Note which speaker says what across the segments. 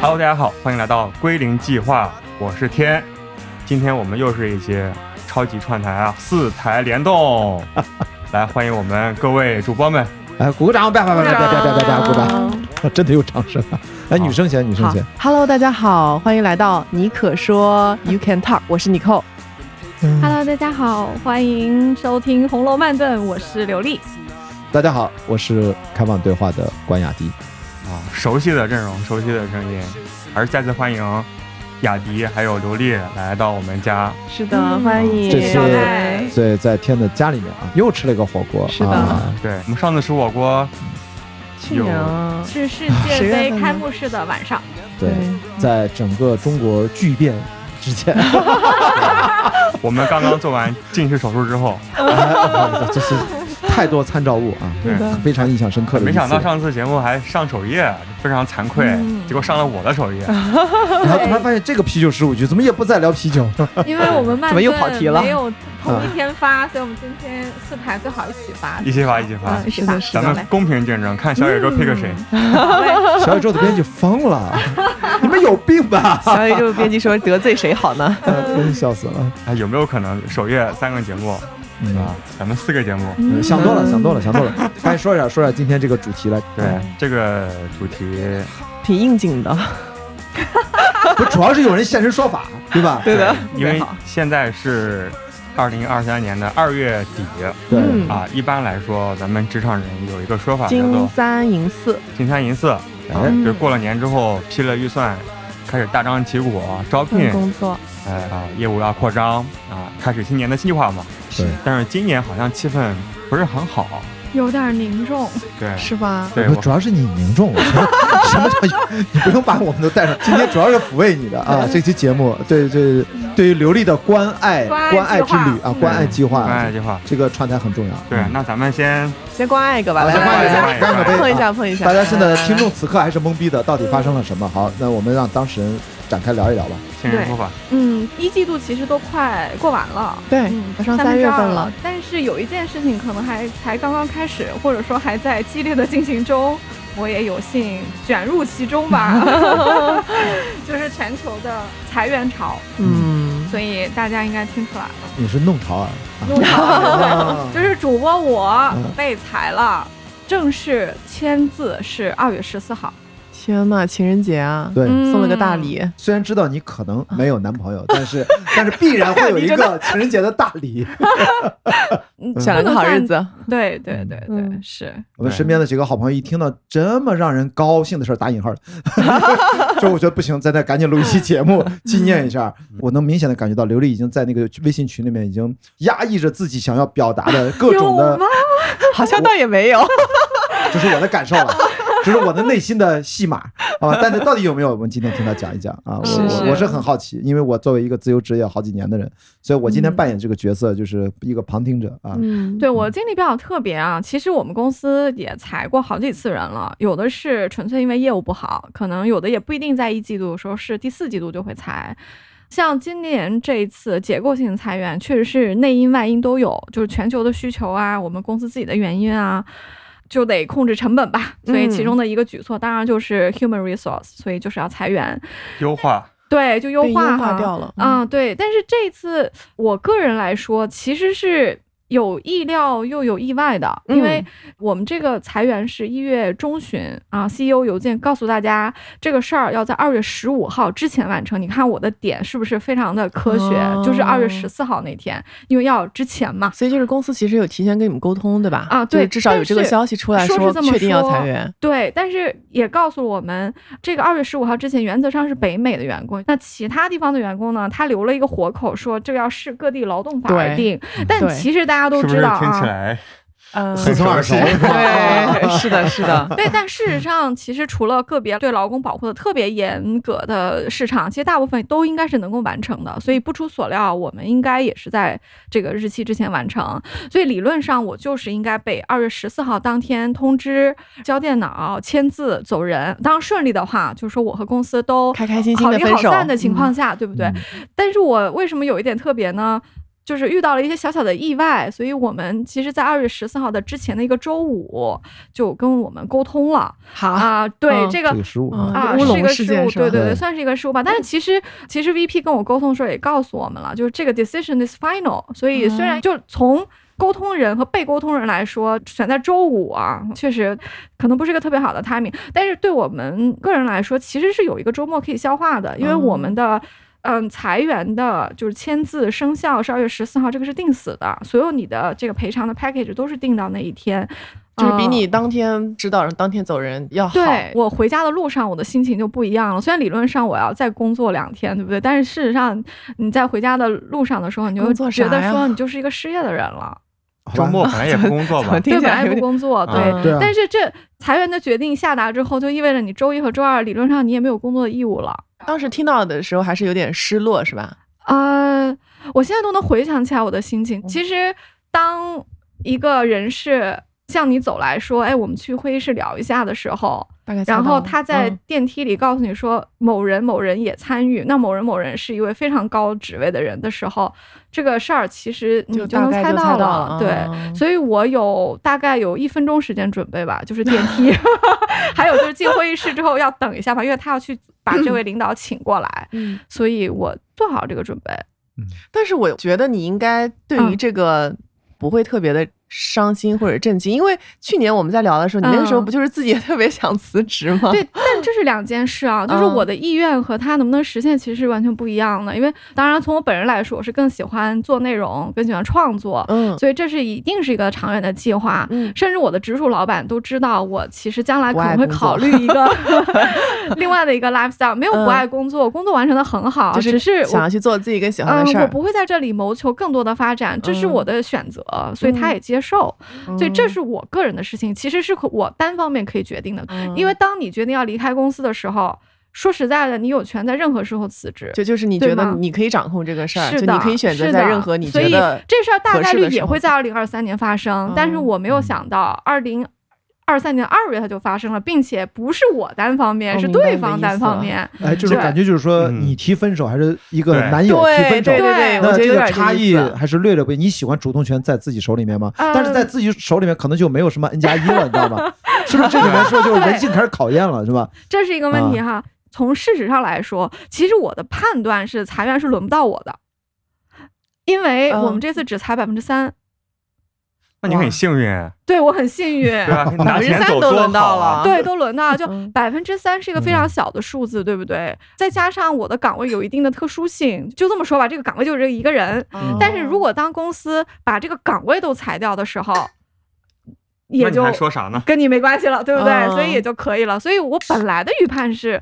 Speaker 1: Hello，大家好，欢迎来到归零计划，我是天。今天我们又是一节超级串台啊，四台联 动，来欢迎我们各位主播们。
Speaker 2: 哎，鼓掌！别别别别别别别别鼓掌！
Speaker 3: 好
Speaker 2: 真的有掌声啊！哎，女生先，女生先。
Speaker 3: ，Hello，大家好，欢迎来到你可说 You Can Talk，我是 Nicole。
Speaker 2: 嗯
Speaker 4: Hello，大家好，欢迎收听《红楼梦顿》，我是刘丽。
Speaker 2: 大家好，我是开放对话的关雅迪。
Speaker 1: 啊，熟悉的阵容，熟悉的声音，还是再次欢迎雅迪还有刘丽来到我们家。
Speaker 3: 是的，
Speaker 4: 嗯
Speaker 3: 欢迎。
Speaker 2: 这是
Speaker 4: 哎
Speaker 2: 所以在天的家里面啊，又吃了一个火锅。
Speaker 3: 是的
Speaker 2: 啊、
Speaker 1: 对我们上次吃火锅，
Speaker 3: 去年啊
Speaker 4: 是世
Speaker 3: 10
Speaker 4: 界
Speaker 3: 月
Speaker 4: 杯
Speaker 3: 份
Speaker 4: 开幕式的晚上，
Speaker 2: 对，在整个中国巨变之 前，
Speaker 1: 我们刚刚做完近视手术之 后，
Speaker 2: 哎这是太多参照物啊，
Speaker 1: 对，
Speaker 2: 非常印象深刻的一次。
Speaker 1: 没想到上次节目还上首页，非常惭愧，结果上了我的首页。
Speaker 2: 然后突然发现这个啤酒十五局怎么也不再聊啤 酒，
Speaker 4: 因为我们曼
Speaker 3: 怎么又跑题了
Speaker 4: 顿没有同一天发，所以我们今天四台最好一起发。
Speaker 1: 一起发，一起发
Speaker 4: 嗯，一起发，嗯
Speaker 3: 是
Speaker 1: 咱们公平竞争，看小宇宙 pick 谁。
Speaker 4: 对
Speaker 2: 小宇宙的编辑疯 了，你们有病吧？
Speaker 3: 小宇宙编辑说得罪谁好 呢？
Speaker 2: 真是笑死了。
Speaker 1: 哎，有没有可能首页三个节目
Speaker 2: 嗯
Speaker 1: 啊，咱们四个节目？
Speaker 2: 嗯想多了，想多了，想多 了。赶紧说一下，说一下今天这个主题来。
Speaker 1: 对，这个主题，
Speaker 3: 挺应景的，
Speaker 2: 不，主要是有人现身说法，对吧？
Speaker 3: 对的，
Speaker 1: 因
Speaker 3: 特
Speaker 1: 为
Speaker 3: 别好
Speaker 1: 现在是二零二三年的二月底
Speaker 2: 对，
Speaker 3: 嗯
Speaker 1: 啊，一般来说，咱们职场人有一个说法叫
Speaker 3: 金
Speaker 1: 做
Speaker 3: 三银四，
Speaker 1: “金三银四”，啊
Speaker 2: 哎，
Speaker 1: 就是过了年之后批了预算，开始大张旗鼓啊招聘
Speaker 3: 份，工作
Speaker 1: 哎啊，业务要扩张啊，开始新年的计划嘛。
Speaker 2: 对，
Speaker 1: 但是今年好像气氛不是很好，
Speaker 4: 有点凝重，
Speaker 1: 对
Speaker 3: 是吧？
Speaker 1: 对，
Speaker 2: 不
Speaker 1: 我
Speaker 2: 主要是你凝重，我觉得 什么叫你不用把我们都带上。今天主要是抚慰你的 啊，这期节目，对对，对于刘丽的关爱关
Speaker 4: 关
Speaker 2: 爱
Speaker 4: 爱
Speaker 2: 之
Speaker 4: 计划
Speaker 2: 旅啊，关爱计划，
Speaker 1: 关爱计划。
Speaker 2: 这个串台很重要。嗯
Speaker 1: 对，那咱们先
Speaker 3: 先关爱一个吧，
Speaker 2: 好
Speaker 3: 来
Speaker 2: 先
Speaker 1: 关爱一
Speaker 3: 来
Speaker 1: 下
Speaker 3: 来，
Speaker 2: 干个杯，
Speaker 3: 碰一
Speaker 2: 啊
Speaker 3: 下，碰一下。
Speaker 2: 大家现在的
Speaker 3: 来
Speaker 2: 听，众此刻还是懵逼的，到底发生了什么？好，那我们让当事人展开聊一聊吧。
Speaker 1: 先人说法，
Speaker 4: 嗯，一季度其实都快过完了。
Speaker 3: 来来对，
Speaker 4: 嗯
Speaker 3: 哎马上
Speaker 4: 三分
Speaker 3: 三
Speaker 4: 之
Speaker 3: 月
Speaker 4: 二
Speaker 3: 份了
Speaker 4: 了，，但是有一件事情可能还才刚刚开始，或者说还在激烈的进行中，我也有幸卷入其 中吧，就是全球的裁员潮，
Speaker 3: 嗯，
Speaker 4: 所以大家应该听出来了，
Speaker 2: 你是弄潮儿，
Speaker 4: 弄潮
Speaker 2: 啊
Speaker 4: 儿就是主播我
Speaker 2: 嗯
Speaker 4: 被裁了，正式签字是二月十四号，
Speaker 3: 天呐，情人节啊，
Speaker 2: 对，
Speaker 4: 嗯
Speaker 3: 送了个大礼，
Speaker 2: 虽然知道你可能没有男朋友，但是但是必然会有一个情人节的大礼。
Speaker 4: 嗯
Speaker 3: 想了个好日，子，
Speaker 4: 不能算对对对对
Speaker 3: 嗯，
Speaker 4: 是
Speaker 2: 我们身边的几个好朋友一听到这么让人高兴的事儿，打引号的，就我觉得不行，咱得赶紧录一期节目纪念一下。我能明显的感觉到刘丽已经在那个微信群里面已经压抑着自己想要表达的各种
Speaker 4: 有
Speaker 2: 的
Speaker 4: 吗，？
Speaker 3: 好像倒也没有，
Speaker 2: 这是我的感受了。 这是我的内心的戏码啊，但是到底有没有，我们今天听他讲一讲啊。我
Speaker 3: 是
Speaker 2: 我
Speaker 3: 是
Speaker 2: 我是很好奇，因为我作为一个自由职业好几年的人，所以我今天扮演这个角色就是一个旁听者啊。
Speaker 3: 嗯，
Speaker 4: 对我经历比较特别啊，其实我们公司也裁过好几次人了，有的是纯粹因为业务不好，可能有的也不一定在一季度的时候是第四季度就会裁。像今年这一次结构性裁员，确实是内因外因都有，就是全球的需求啊，我们公司自己的原因啊，就得控制成本吧。所以其中的一个举措当然就是 human resource，所以就是要裁员，
Speaker 1: 优化
Speaker 4: 对，就优
Speaker 3: 被优
Speaker 4: 化
Speaker 3: 化
Speaker 4: 哈
Speaker 3: 掉了，
Speaker 4: 啊，对，但是这一次我个人来说，其实是有意料又有意外的，因为
Speaker 3: 嗯
Speaker 4: 我们这个裁员是一月中旬啊，CEO 邮件告诉大家这个事儿要在二月十五号之前完成。你看我的点是不是非常的科学？就是二月
Speaker 3: 哦
Speaker 4: 十四号那天，因为要之前嘛。
Speaker 3: 所以就是公司其实有提前跟你们沟通，对吧？
Speaker 4: 啊
Speaker 3: 就是
Speaker 4: 对
Speaker 3: 至少有这个
Speaker 4: 但是
Speaker 3: 消息出来
Speaker 4: 说是这么
Speaker 3: 确定要
Speaker 4: 说
Speaker 3: 裁员。
Speaker 4: 对，但是也告诉我们，这个二月十五号之前，原则上是北美的员工，那其他地方的员工呢，他留了一个活口，说这个要视各地劳动法而
Speaker 3: 对
Speaker 4: 定。但
Speaker 3: 对
Speaker 4: 其实大家都
Speaker 1: 嗯是不
Speaker 4: 知
Speaker 1: 是
Speaker 4: 道啊，
Speaker 1: 听起来
Speaker 4: 呃
Speaker 3: 嗯
Speaker 2: 似曾耳熟，
Speaker 3: 对，是的，是的，
Speaker 4: 对，但事实上，其实除了个别对劳工保护的特别严格的市场，其实大部分都应该是能够完成的。所以不出所料，我们应该也是在这个日期之前完成。所以理论上，我就是应该被二月十四号当天通知交电脑、签字走人。当然顺利的话，就是说我和公司都
Speaker 3: 开开心心
Speaker 4: 好
Speaker 3: 的
Speaker 4: 离
Speaker 3: 分
Speaker 4: 好
Speaker 3: 手嗯
Speaker 4: 散的情况下，对不对？
Speaker 2: 嗯
Speaker 4: 但是我为什么有一点特别呢？就是遇到了一些小小的意外，所以我们其实，在二月十四号的之前的一个周五就跟我们沟通了
Speaker 3: 好
Speaker 4: 啊、对、
Speaker 3: 嗯
Speaker 4: 这个。
Speaker 2: 个失误
Speaker 3: 嗯
Speaker 2: 啊，
Speaker 4: 啊，
Speaker 3: 乌
Speaker 4: 是
Speaker 3: 龙
Speaker 4: 一个
Speaker 3: 事
Speaker 4: 失
Speaker 3: 件
Speaker 4: 误，
Speaker 3: 是吧
Speaker 4: 对对对，
Speaker 2: 对
Speaker 4: 算是一个失误吧。但是其实其实 VP 跟我沟通的时候也告诉我们了，就是这个 decision is final。所以虽
Speaker 3: 嗯
Speaker 4: 然就从沟通人和被沟通人来说，选在周五啊，确实可能不是一个特别好的 timing。但是对我们个人来说，其实是有一个周末可以消化的，因为我们的。嗯，裁员的就是签字生效是二月十四号，这个是定死的，所有你的这个赔偿的 package 都是定到那一天，
Speaker 3: 就是比
Speaker 4: 嗯
Speaker 3: 你当天知道，然后当天走人要好。
Speaker 4: 对我回家的路上，我的心情就不一样了。虽然理论上我要再工作两天，对不对？但是事实上，你在回家的路上的时候，你就
Speaker 3: 工作啥
Speaker 4: 觉得
Speaker 3: 呀
Speaker 4: 说你就是一个失业的人了，
Speaker 2: 好吧
Speaker 1: 周末本来也不工作
Speaker 3: 怎 么
Speaker 1: 吧？
Speaker 4: 对，
Speaker 3: 听起
Speaker 4: 本
Speaker 3: 来
Speaker 4: 来
Speaker 3: 有
Speaker 4: 不
Speaker 3: 点
Speaker 4: 工作，对。
Speaker 3: 啊
Speaker 2: 对啊
Speaker 4: 但是这裁员的决定下达之后，就意味着你周一和周二理论上你也没有工作的义务了。
Speaker 3: 当时听到的时候还是有点失落，是吧？
Speaker 4: 呃，我现在都能回想起来我的心情。
Speaker 3: 嗯
Speaker 4: 其实，当一个人是向你走来说：“哎，我们去会议室聊一下”的时候，
Speaker 3: 大概猜到
Speaker 4: 然
Speaker 3: 了。
Speaker 4: 后他在
Speaker 3: 嗯
Speaker 4: 电梯里告诉你说某人某人也参与，那某人某人是一位非常高职位的人的时候，这个事儿其实你
Speaker 3: 就大
Speaker 4: 能
Speaker 3: 概
Speaker 4: 猜
Speaker 3: 就
Speaker 4: 到
Speaker 3: 猜到
Speaker 4: 了
Speaker 3: 了。
Speaker 4: 对，
Speaker 3: 嗯
Speaker 4: 所以我有大概有一分钟时间准备吧，就是电 梯，还有就是进会议室之后要等一下吧，因为他要去把这位领导请过来，
Speaker 3: 嗯，
Speaker 4: 所以我做好这个准备。
Speaker 3: 但是我觉得你应该对于
Speaker 4: 嗯
Speaker 3: 这个不会特别的伤心或者震惊，因为去年我们在聊的时候，你那个时候
Speaker 4: 嗯
Speaker 3: 不就是自己也特别想辞职吗？
Speaker 4: 对，但这是两件事啊，就是
Speaker 3: 嗯
Speaker 4: 我的意愿和他能不能实现其实是完全不一样的。因为当然从我本人来说，我是更喜欢做内容，更喜欢创作，
Speaker 3: 嗯
Speaker 4: 所以这是一定是一个长远的计划。
Speaker 3: 嗯，
Speaker 4: 甚至我的直属老板都知道，我其实将来
Speaker 3: 不
Speaker 4: 可
Speaker 3: 爱
Speaker 4: 能会
Speaker 3: 工作
Speaker 4: 考虑一个 另外的一个 lifestyle，没有不
Speaker 3: 嗯
Speaker 4: 爱工作，工作完成的很好，
Speaker 3: 就
Speaker 4: 只是
Speaker 3: 想
Speaker 4: 我
Speaker 3: 要去做自己更喜欢
Speaker 4: 嗯
Speaker 3: 的事，
Speaker 4: 我
Speaker 3: 儿。
Speaker 4: 不会在这里谋求更多的发展，这是
Speaker 3: 嗯
Speaker 4: 我的选择，所以他
Speaker 3: 嗯
Speaker 4: 也接受，所以
Speaker 3: 嗯
Speaker 4: 这是我个人的事情，其实是可我单方面可以决定
Speaker 3: 嗯
Speaker 4: 的，因为当你决定要离开公司的时候，说实在的，你有权在任何时候辞职，
Speaker 3: 就就是你
Speaker 4: 对
Speaker 3: 觉得
Speaker 4: 吗
Speaker 3: 你可以掌控这个事儿，
Speaker 4: 是
Speaker 3: 就
Speaker 4: 的，
Speaker 3: 你可以选择
Speaker 4: 是
Speaker 3: 在
Speaker 4: 的
Speaker 3: 任何你
Speaker 4: 所
Speaker 3: 觉
Speaker 4: 以
Speaker 3: 得
Speaker 4: 这事儿大
Speaker 3: 合
Speaker 4: 概
Speaker 3: 适
Speaker 4: 率
Speaker 3: 的时
Speaker 4: 也
Speaker 3: 候
Speaker 4: 会在二零二三年发生，但是
Speaker 3: 嗯
Speaker 4: 我没有想到二零二三年二月它就发生了，并且不是我单方面，
Speaker 3: 哦
Speaker 4: 是
Speaker 3: 明白
Speaker 4: 对
Speaker 3: 你的
Speaker 4: 方
Speaker 3: 意
Speaker 4: 单
Speaker 3: 思
Speaker 4: 方
Speaker 3: 了
Speaker 4: 面。
Speaker 2: 哎，就是
Speaker 4: 对
Speaker 2: 感觉就是说，
Speaker 1: 嗯
Speaker 2: 你提分手还是一个
Speaker 1: 对
Speaker 2: 男友提
Speaker 3: 对对
Speaker 2: 分手
Speaker 3: 对，，
Speaker 4: 对
Speaker 3: 我
Speaker 2: 那
Speaker 3: 觉得
Speaker 2: 这
Speaker 3: 有
Speaker 2: 个
Speaker 3: 点
Speaker 2: 差
Speaker 3: 意
Speaker 2: 异
Speaker 3: 思嗯
Speaker 2: 还是略略不一样。你喜欢主动权在自己手里面吗？
Speaker 4: 呃
Speaker 2: 但是在自己手里面可能就没有什么 N 加一了，你知道吗？ 是不是这里面说就是人性开始考验了，是吧？
Speaker 4: 这是一个问题
Speaker 3: 啊
Speaker 4: 哈。从事实上来说，其实我的判断是裁员是轮不到我的，因为我们
Speaker 3: 嗯
Speaker 4: 这次只裁百分之三，
Speaker 1: 那你很幸运，
Speaker 4: 对我很幸运。
Speaker 1: 对吧？你拿钱
Speaker 3: 13
Speaker 1: 走
Speaker 3: 都
Speaker 1: 多
Speaker 3: 轮到
Speaker 1: 好
Speaker 3: 了
Speaker 1: 啊！
Speaker 4: 对，都轮到了，就
Speaker 3: 嗯
Speaker 4: 百分之三是一个非常
Speaker 2: 嗯
Speaker 4: 小的数字，对不对？再加上我的岗位有一定的特殊性，就这么说吧，这个岗位就是这一个人。
Speaker 2: 嗯
Speaker 4: 但是
Speaker 5: 哦
Speaker 4: 如果当公司把这个岗位都裁掉的时候，
Speaker 1: 那
Speaker 4: 也
Speaker 1: 你
Speaker 4: 就
Speaker 1: 还说啥呢？
Speaker 4: 跟你没关系了，对不对？
Speaker 3: 嗯
Speaker 4: 所以也就可以了。所以我本来的预判是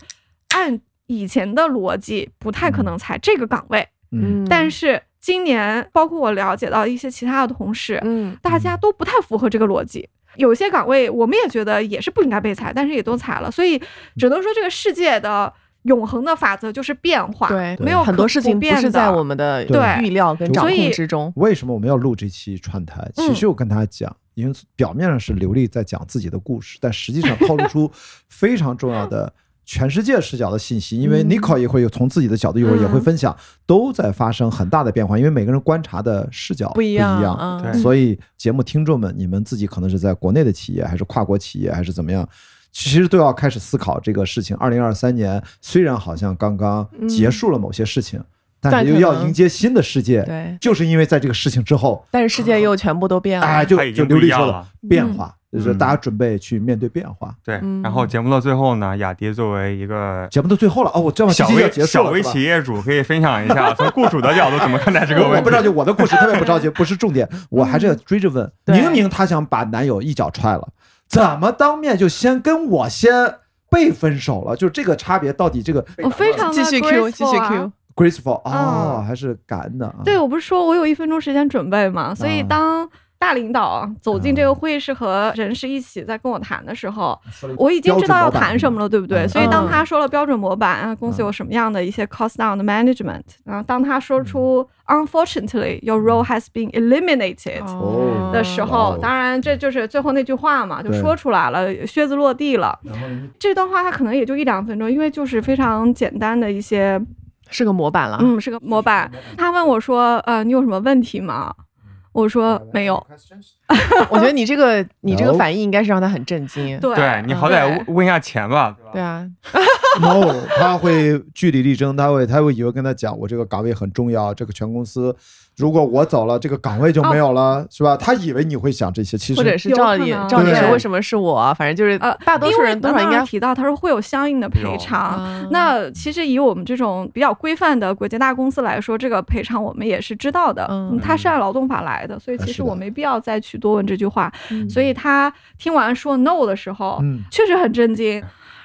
Speaker 4: 按以前的逻辑，不太可能裁这个岗位，
Speaker 2: 嗯，
Speaker 4: 但是今年包括我了解到一些其他的同事，
Speaker 3: 嗯
Speaker 4: 大家都不太符合这个逻辑。有些岗位我们也觉得也是不应该被裁，但是也都裁了，所以只能说这个世界的永恒的法则就是变化，
Speaker 3: 对
Speaker 4: 没有
Speaker 3: 很
Speaker 4: 可
Speaker 3: 多事情不
Speaker 4: 变
Speaker 3: 是
Speaker 4: 的
Speaker 3: 在我们的
Speaker 4: 对
Speaker 3: 预料跟掌
Speaker 4: 所
Speaker 3: 控
Speaker 4: 以
Speaker 3: 之中。
Speaker 2: 为什么我们要录这期串台？
Speaker 3: 嗯
Speaker 2: 其实我跟他讲，因为表面上是刘丽在讲自己的故事，但实际上透露出非常重要的全世界视角的信息。因为
Speaker 3: 嗯
Speaker 2: n i c o 也会有从自己的角度，一会儿也会分享，都在发生很大的变化，因为每个人观察的视角
Speaker 3: 不
Speaker 2: 一
Speaker 3: 一样，嗯
Speaker 1: 对
Speaker 2: 所以节目听众们，你们自己可能是在国内的企业，还是跨国企业，还是怎么样，其实都要开始思考这个事情。二零二三年虽然好像刚刚结束了某些事情，但
Speaker 3: 嗯但
Speaker 2: 是又
Speaker 3: 可
Speaker 2: 要
Speaker 3: 能
Speaker 2: 迎接新的世界。
Speaker 3: 对，
Speaker 2: 就是因为在这个事情之后，
Speaker 3: 但是世界又全部都变了。
Speaker 2: 嗯哎，就
Speaker 1: 它已
Speaker 2: 就
Speaker 1: 经
Speaker 2: 刘
Speaker 1: 不一
Speaker 2: 丽
Speaker 1: 样
Speaker 2: 说的
Speaker 1: 了
Speaker 2: 变化，就是
Speaker 1: 嗯
Speaker 2: 大家准备去面对变化。
Speaker 1: 对
Speaker 3: 嗯，
Speaker 1: 然后节目的最后呢，雅迪作为一个
Speaker 2: 节目到最后了，哦，我这把
Speaker 1: 小
Speaker 2: 要
Speaker 1: 微
Speaker 2: 结束
Speaker 1: 小
Speaker 2: 了，
Speaker 1: 微
Speaker 2: 是吧
Speaker 1: 企业主，可以分享一下从雇主的角度怎么看待这个
Speaker 2: 我我
Speaker 1: 问
Speaker 2: 不
Speaker 1: 题嗯
Speaker 2: 着？急，我的故事特别不着急，不是重 点，我还是要追着问。
Speaker 3: 对
Speaker 2: 明明她想把男友一脚踹了，怎么当面就先跟我先被分手了？就这个差别到底这个
Speaker 4: 我非常
Speaker 3: 继
Speaker 4: 的
Speaker 3: 续 Q，继续
Speaker 4: graceful 啊
Speaker 3: Q，
Speaker 2: graceful 哦，还是感恩的啊？
Speaker 4: 对，我不是说我有一分钟时间准备嘛，所以
Speaker 2: 啊
Speaker 4: 当大领导走进这个会议室和人事一起在跟我谈的时候，我已经知道要谈什么了，对不对？
Speaker 2: 嗯
Speaker 4: 所以当
Speaker 3: 嗯
Speaker 4: 他说了标准模板啊，公司有什么样的一些 cost down 的 management，然后当他说出
Speaker 2: 嗯
Speaker 4: unfortunately your role has been eliminated。
Speaker 2: 哦
Speaker 4: 的时
Speaker 2: 哇
Speaker 4: 候
Speaker 2: 哦，
Speaker 4: 当然这就是最后那句话嘛，就
Speaker 2: 对
Speaker 4: 说出来了，靴子落地了。
Speaker 2: 然后
Speaker 4: 这段话它可能也就一两分钟，因为就是非常简单的一些
Speaker 3: 是个模板了。
Speaker 4: 嗯，是个模板。他问我说：“呃，你有什么问题吗？”我说：“
Speaker 2: 嗯
Speaker 4: 没有。”
Speaker 3: 我觉得你这个你这个
Speaker 2: No
Speaker 3: 反应应该是让他很震惊。
Speaker 4: 嗯对
Speaker 1: 对你好歹问问一下钱吧，对吧
Speaker 3: 对啊，
Speaker 2: no，他会据理力争，他会他会以为跟他讲，我这个岗位很重要，这个全公司如果我走了，这个岗位就没有了，是吧？他以为你会想这些，其
Speaker 3: 哦或者是
Speaker 2: 实
Speaker 4: 有
Speaker 3: 照
Speaker 4: 可
Speaker 3: 理
Speaker 4: 能
Speaker 3: 照理说
Speaker 2: 对
Speaker 3: 为什么是我？反正就是
Speaker 4: 呃，
Speaker 3: 大多数人多少应
Speaker 4: 因为
Speaker 3: 该
Speaker 4: 我刚刚提到，他说会有相应的赔
Speaker 1: 有
Speaker 4: 偿。
Speaker 3: 啊
Speaker 4: 那其实以我们这种比较规范的国际大公司来说，这个赔偿我们也是知道的，
Speaker 3: 嗯
Speaker 4: 嗯，它是按劳动法来的，所以
Speaker 2: 啊
Speaker 4: 其
Speaker 2: 是
Speaker 4: 实
Speaker 2: 的
Speaker 4: 我没必要再去多问这句话。
Speaker 3: 嗯
Speaker 4: 所以他听完说 no 的时候，
Speaker 2: 嗯
Speaker 4: 确实很震惊。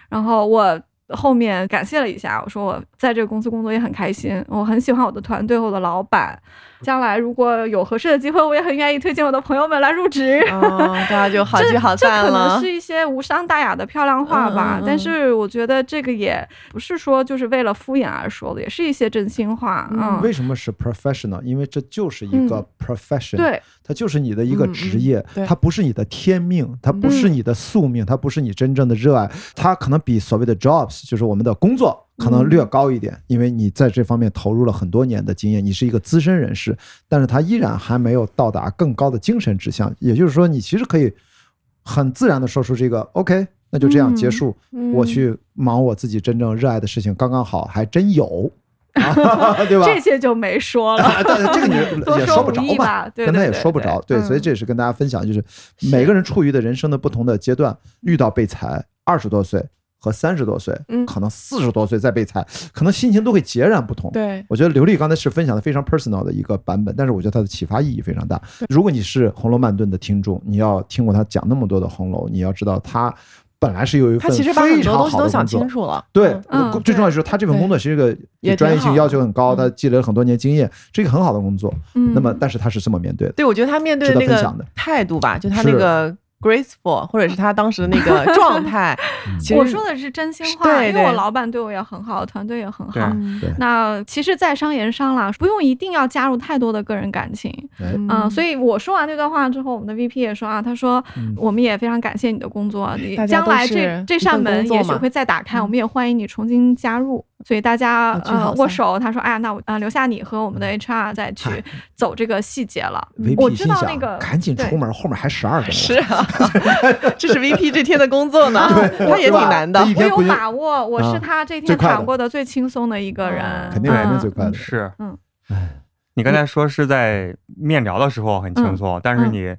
Speaker 4: 然后我后面感谢了一下，我说我在这个公司工作也很开心，我很喜欢我的团队和我的老板，将来如果有合适的机会，我也很愿意推荐我的朋友们来入职。
Speaker 5: 啊
Speaker 3: 哦大家就好聚好
Speaker 4: 这
Speaker 3: 散
Speaker 4: 可能
Speaker 3: 了。
Speaker 4: 是一些无伤大雅的漂亮话吧，
Speaker 3: 嗯嗯嗯
Speaker 4: 但是我觉得这个也不是说就是为了敷衍而说的，也是一些真心话。
Speaker 3: 嗯
Speaker 4: 嗯，
Speaker 2: 为什么是 professional？因为这就是一个
Speaker 4: 嗯
Speaker 2: profession，、
Speaker 4: 对，
Speaker 2: 它就是你的一个职业，
Speaker 3: 嗯对
Speaker 2: 它不是你的天命，它不是你的宿命，它不是你真正的热爱，它可能比所谓的 jobs，就是我们的工作，可能略高一点，因为你在这方面投入了很多年的经验，你是一个资深人士，但是它依然还没有到达更高的精神指向，也就是说，你其实可以很自然的说出这个 OK，那就这样结束，
Speaker 5: 嗯
Speaker 3: 嗯
Speaker 2: 我去忙我自己真正热爱的事情，刚刚好，还真有。啊对吧？
Speaker 4: 这些就没 说了。
Speaker 2: 啊，但是这个
Speaker 4: 多
Speaker 2: 你也
Speaker 4: 说
Speaker 2: 说不
Speaker 4: 无
Speaker 2: 着
Speaker 4: 益吧对
Speaker 2: 跟他
Speaker 4: 对
Speaker 2: 也
Speaker 4: 对
Speaker 2: 说不
Speaker 4: 对
Speaker 2: 着，对，所以
Speaker 4: 嗯
Speaker 2: 这也是跟大家分享，就是每个人处于的人生的不同的阶段，遇到被裁，二十多岁和三十多岁，
Speaker 3: 嗯
Speaker 2: 可能四十多岁再被裁，可能心情都会截然不同。
Speaker 3: 对，
Speaker 2: 我觉得刘丽刚才是分享的非常 personal 的一个版本，但是我觉得它的启发意义非常大。如果你是《红楼曼顿》的听众，你要听过他讲那么多的红楼，你要知道他本来是有一
Speaker 3: 他
Speaker 2: 份
Speaker 3: 其实把很
Speaker 2: 非
Speaker 3: 多
Speaker 2: 常
Speaker 3: 东西
Speaker 2: 好
Speaker 3: 都
Speaker 2: 的
Speaker 3: 想
Speaker 2: 工作
Speaker 3: 清，楚了。
Speaker 2: 对
Speaker 3: 嗯，
Speaker 4: 嗯
Speaker 2: 我最重要的是他这份
Speaker 3: 对
Speaker 2: 工作其实个
Speaker 3: 也
Speaker 2: 对专业
Speaker 3: 挺
Speaker 2: 性
Speaker 3: 好
Speaker 2: 要求很高，
Speaker 3: 的嗯
Speaker 2: 他积累了很多年经验，这个很好的工作。
Speaker 4: 嗯，
Speaker 2: 那么，但是他是这么面对的，
Speaker 3: 对，我觉得他面对
Speaker 2: 值得
Speaker 3: 那
Speaker 2: 分
Speaker 3: 个
Speaker 2: 享的
Speaker 3: 态度吧，就他那
Speaker 2: 是
Speaker 3: 个 graceful，或者是他当时的那 个状态， 其实
Speaker 4: 我说的是真心话，
Speaker 3: 对
Speaker 4: 因为我
Speaker 3: 对
Speaker 4: 老板对我也很好，团队也很
Speaker 1: 对
Speaker 3: 啊
Speaker 4: 好。
Speaker 3: 嗯
Speaker 4: 那其实，在商言商啦，不用一定要加入太多的个人感情。
Speaker 2: 哎
Speaker 4: 嗯，所以我说完这段话之后，我们的 VP 也说啊，他说、
Speaker 2: 嗯
Speaker 4: 我们也非常感谢你的工作，你
Speaker 3: 嗯大家
Speaker 4: 将
Speaker 3: 都
Speaker 4: 来
Speaker 3: 是
Speaker 4: 这这
Speaker 3: 一
Speaker 4: 扇
Speaker 3: 份工
Speaker 4: 门
Speaker 3: 作
Speaker 4: 也许
Speaker 3: 嘛
Speaker 4: 会再打开，
Speaker 3: 嗯
Speaker 4: 我们也欢迎你重新加入。所以大家、
Speaker 3: 啊聚好
Speaker 4: 呃
Speaker 3: 散嗯
Speaker 4: 握手，他说哎呀，那我啊、呃留下你和我们的 HR 再去走这个细节了。我
Speaker 2: VP
Speaker 4: 知
Speaker 2: 心
Speaker 4: 道
Speaker 2: 想，
Speaker 4: 那个
Speaker 2: 赶紧
Speaker 4: 对
Speaker 2: 出门，后面还十二个人，
Speaker 3: 是啊，这是 VP 这天的工作呢，他也挺难的
Speaker 2: 对吧。一
Speaker 4: 我
Speaker 2: 天
Speaker 4: 有
Speaker 2: 估计
Speaker 4: 把握，我是
Speaker 2: 啊
Speaker 4: 他这天
Speaker 2: 最快的
Speaker 4: 谈过的最轻松的一个人，
Speaker 2: 肯定
Speaker 4: 嗯
Speaker 2: 肯定最快的。
Speaker 1: 是，
Speaker 4: 嗯，
Speaker 1: 你刚才说是在面聊的时候很
Speaker 4: 嗯
Speaker 1: 轻松，但是你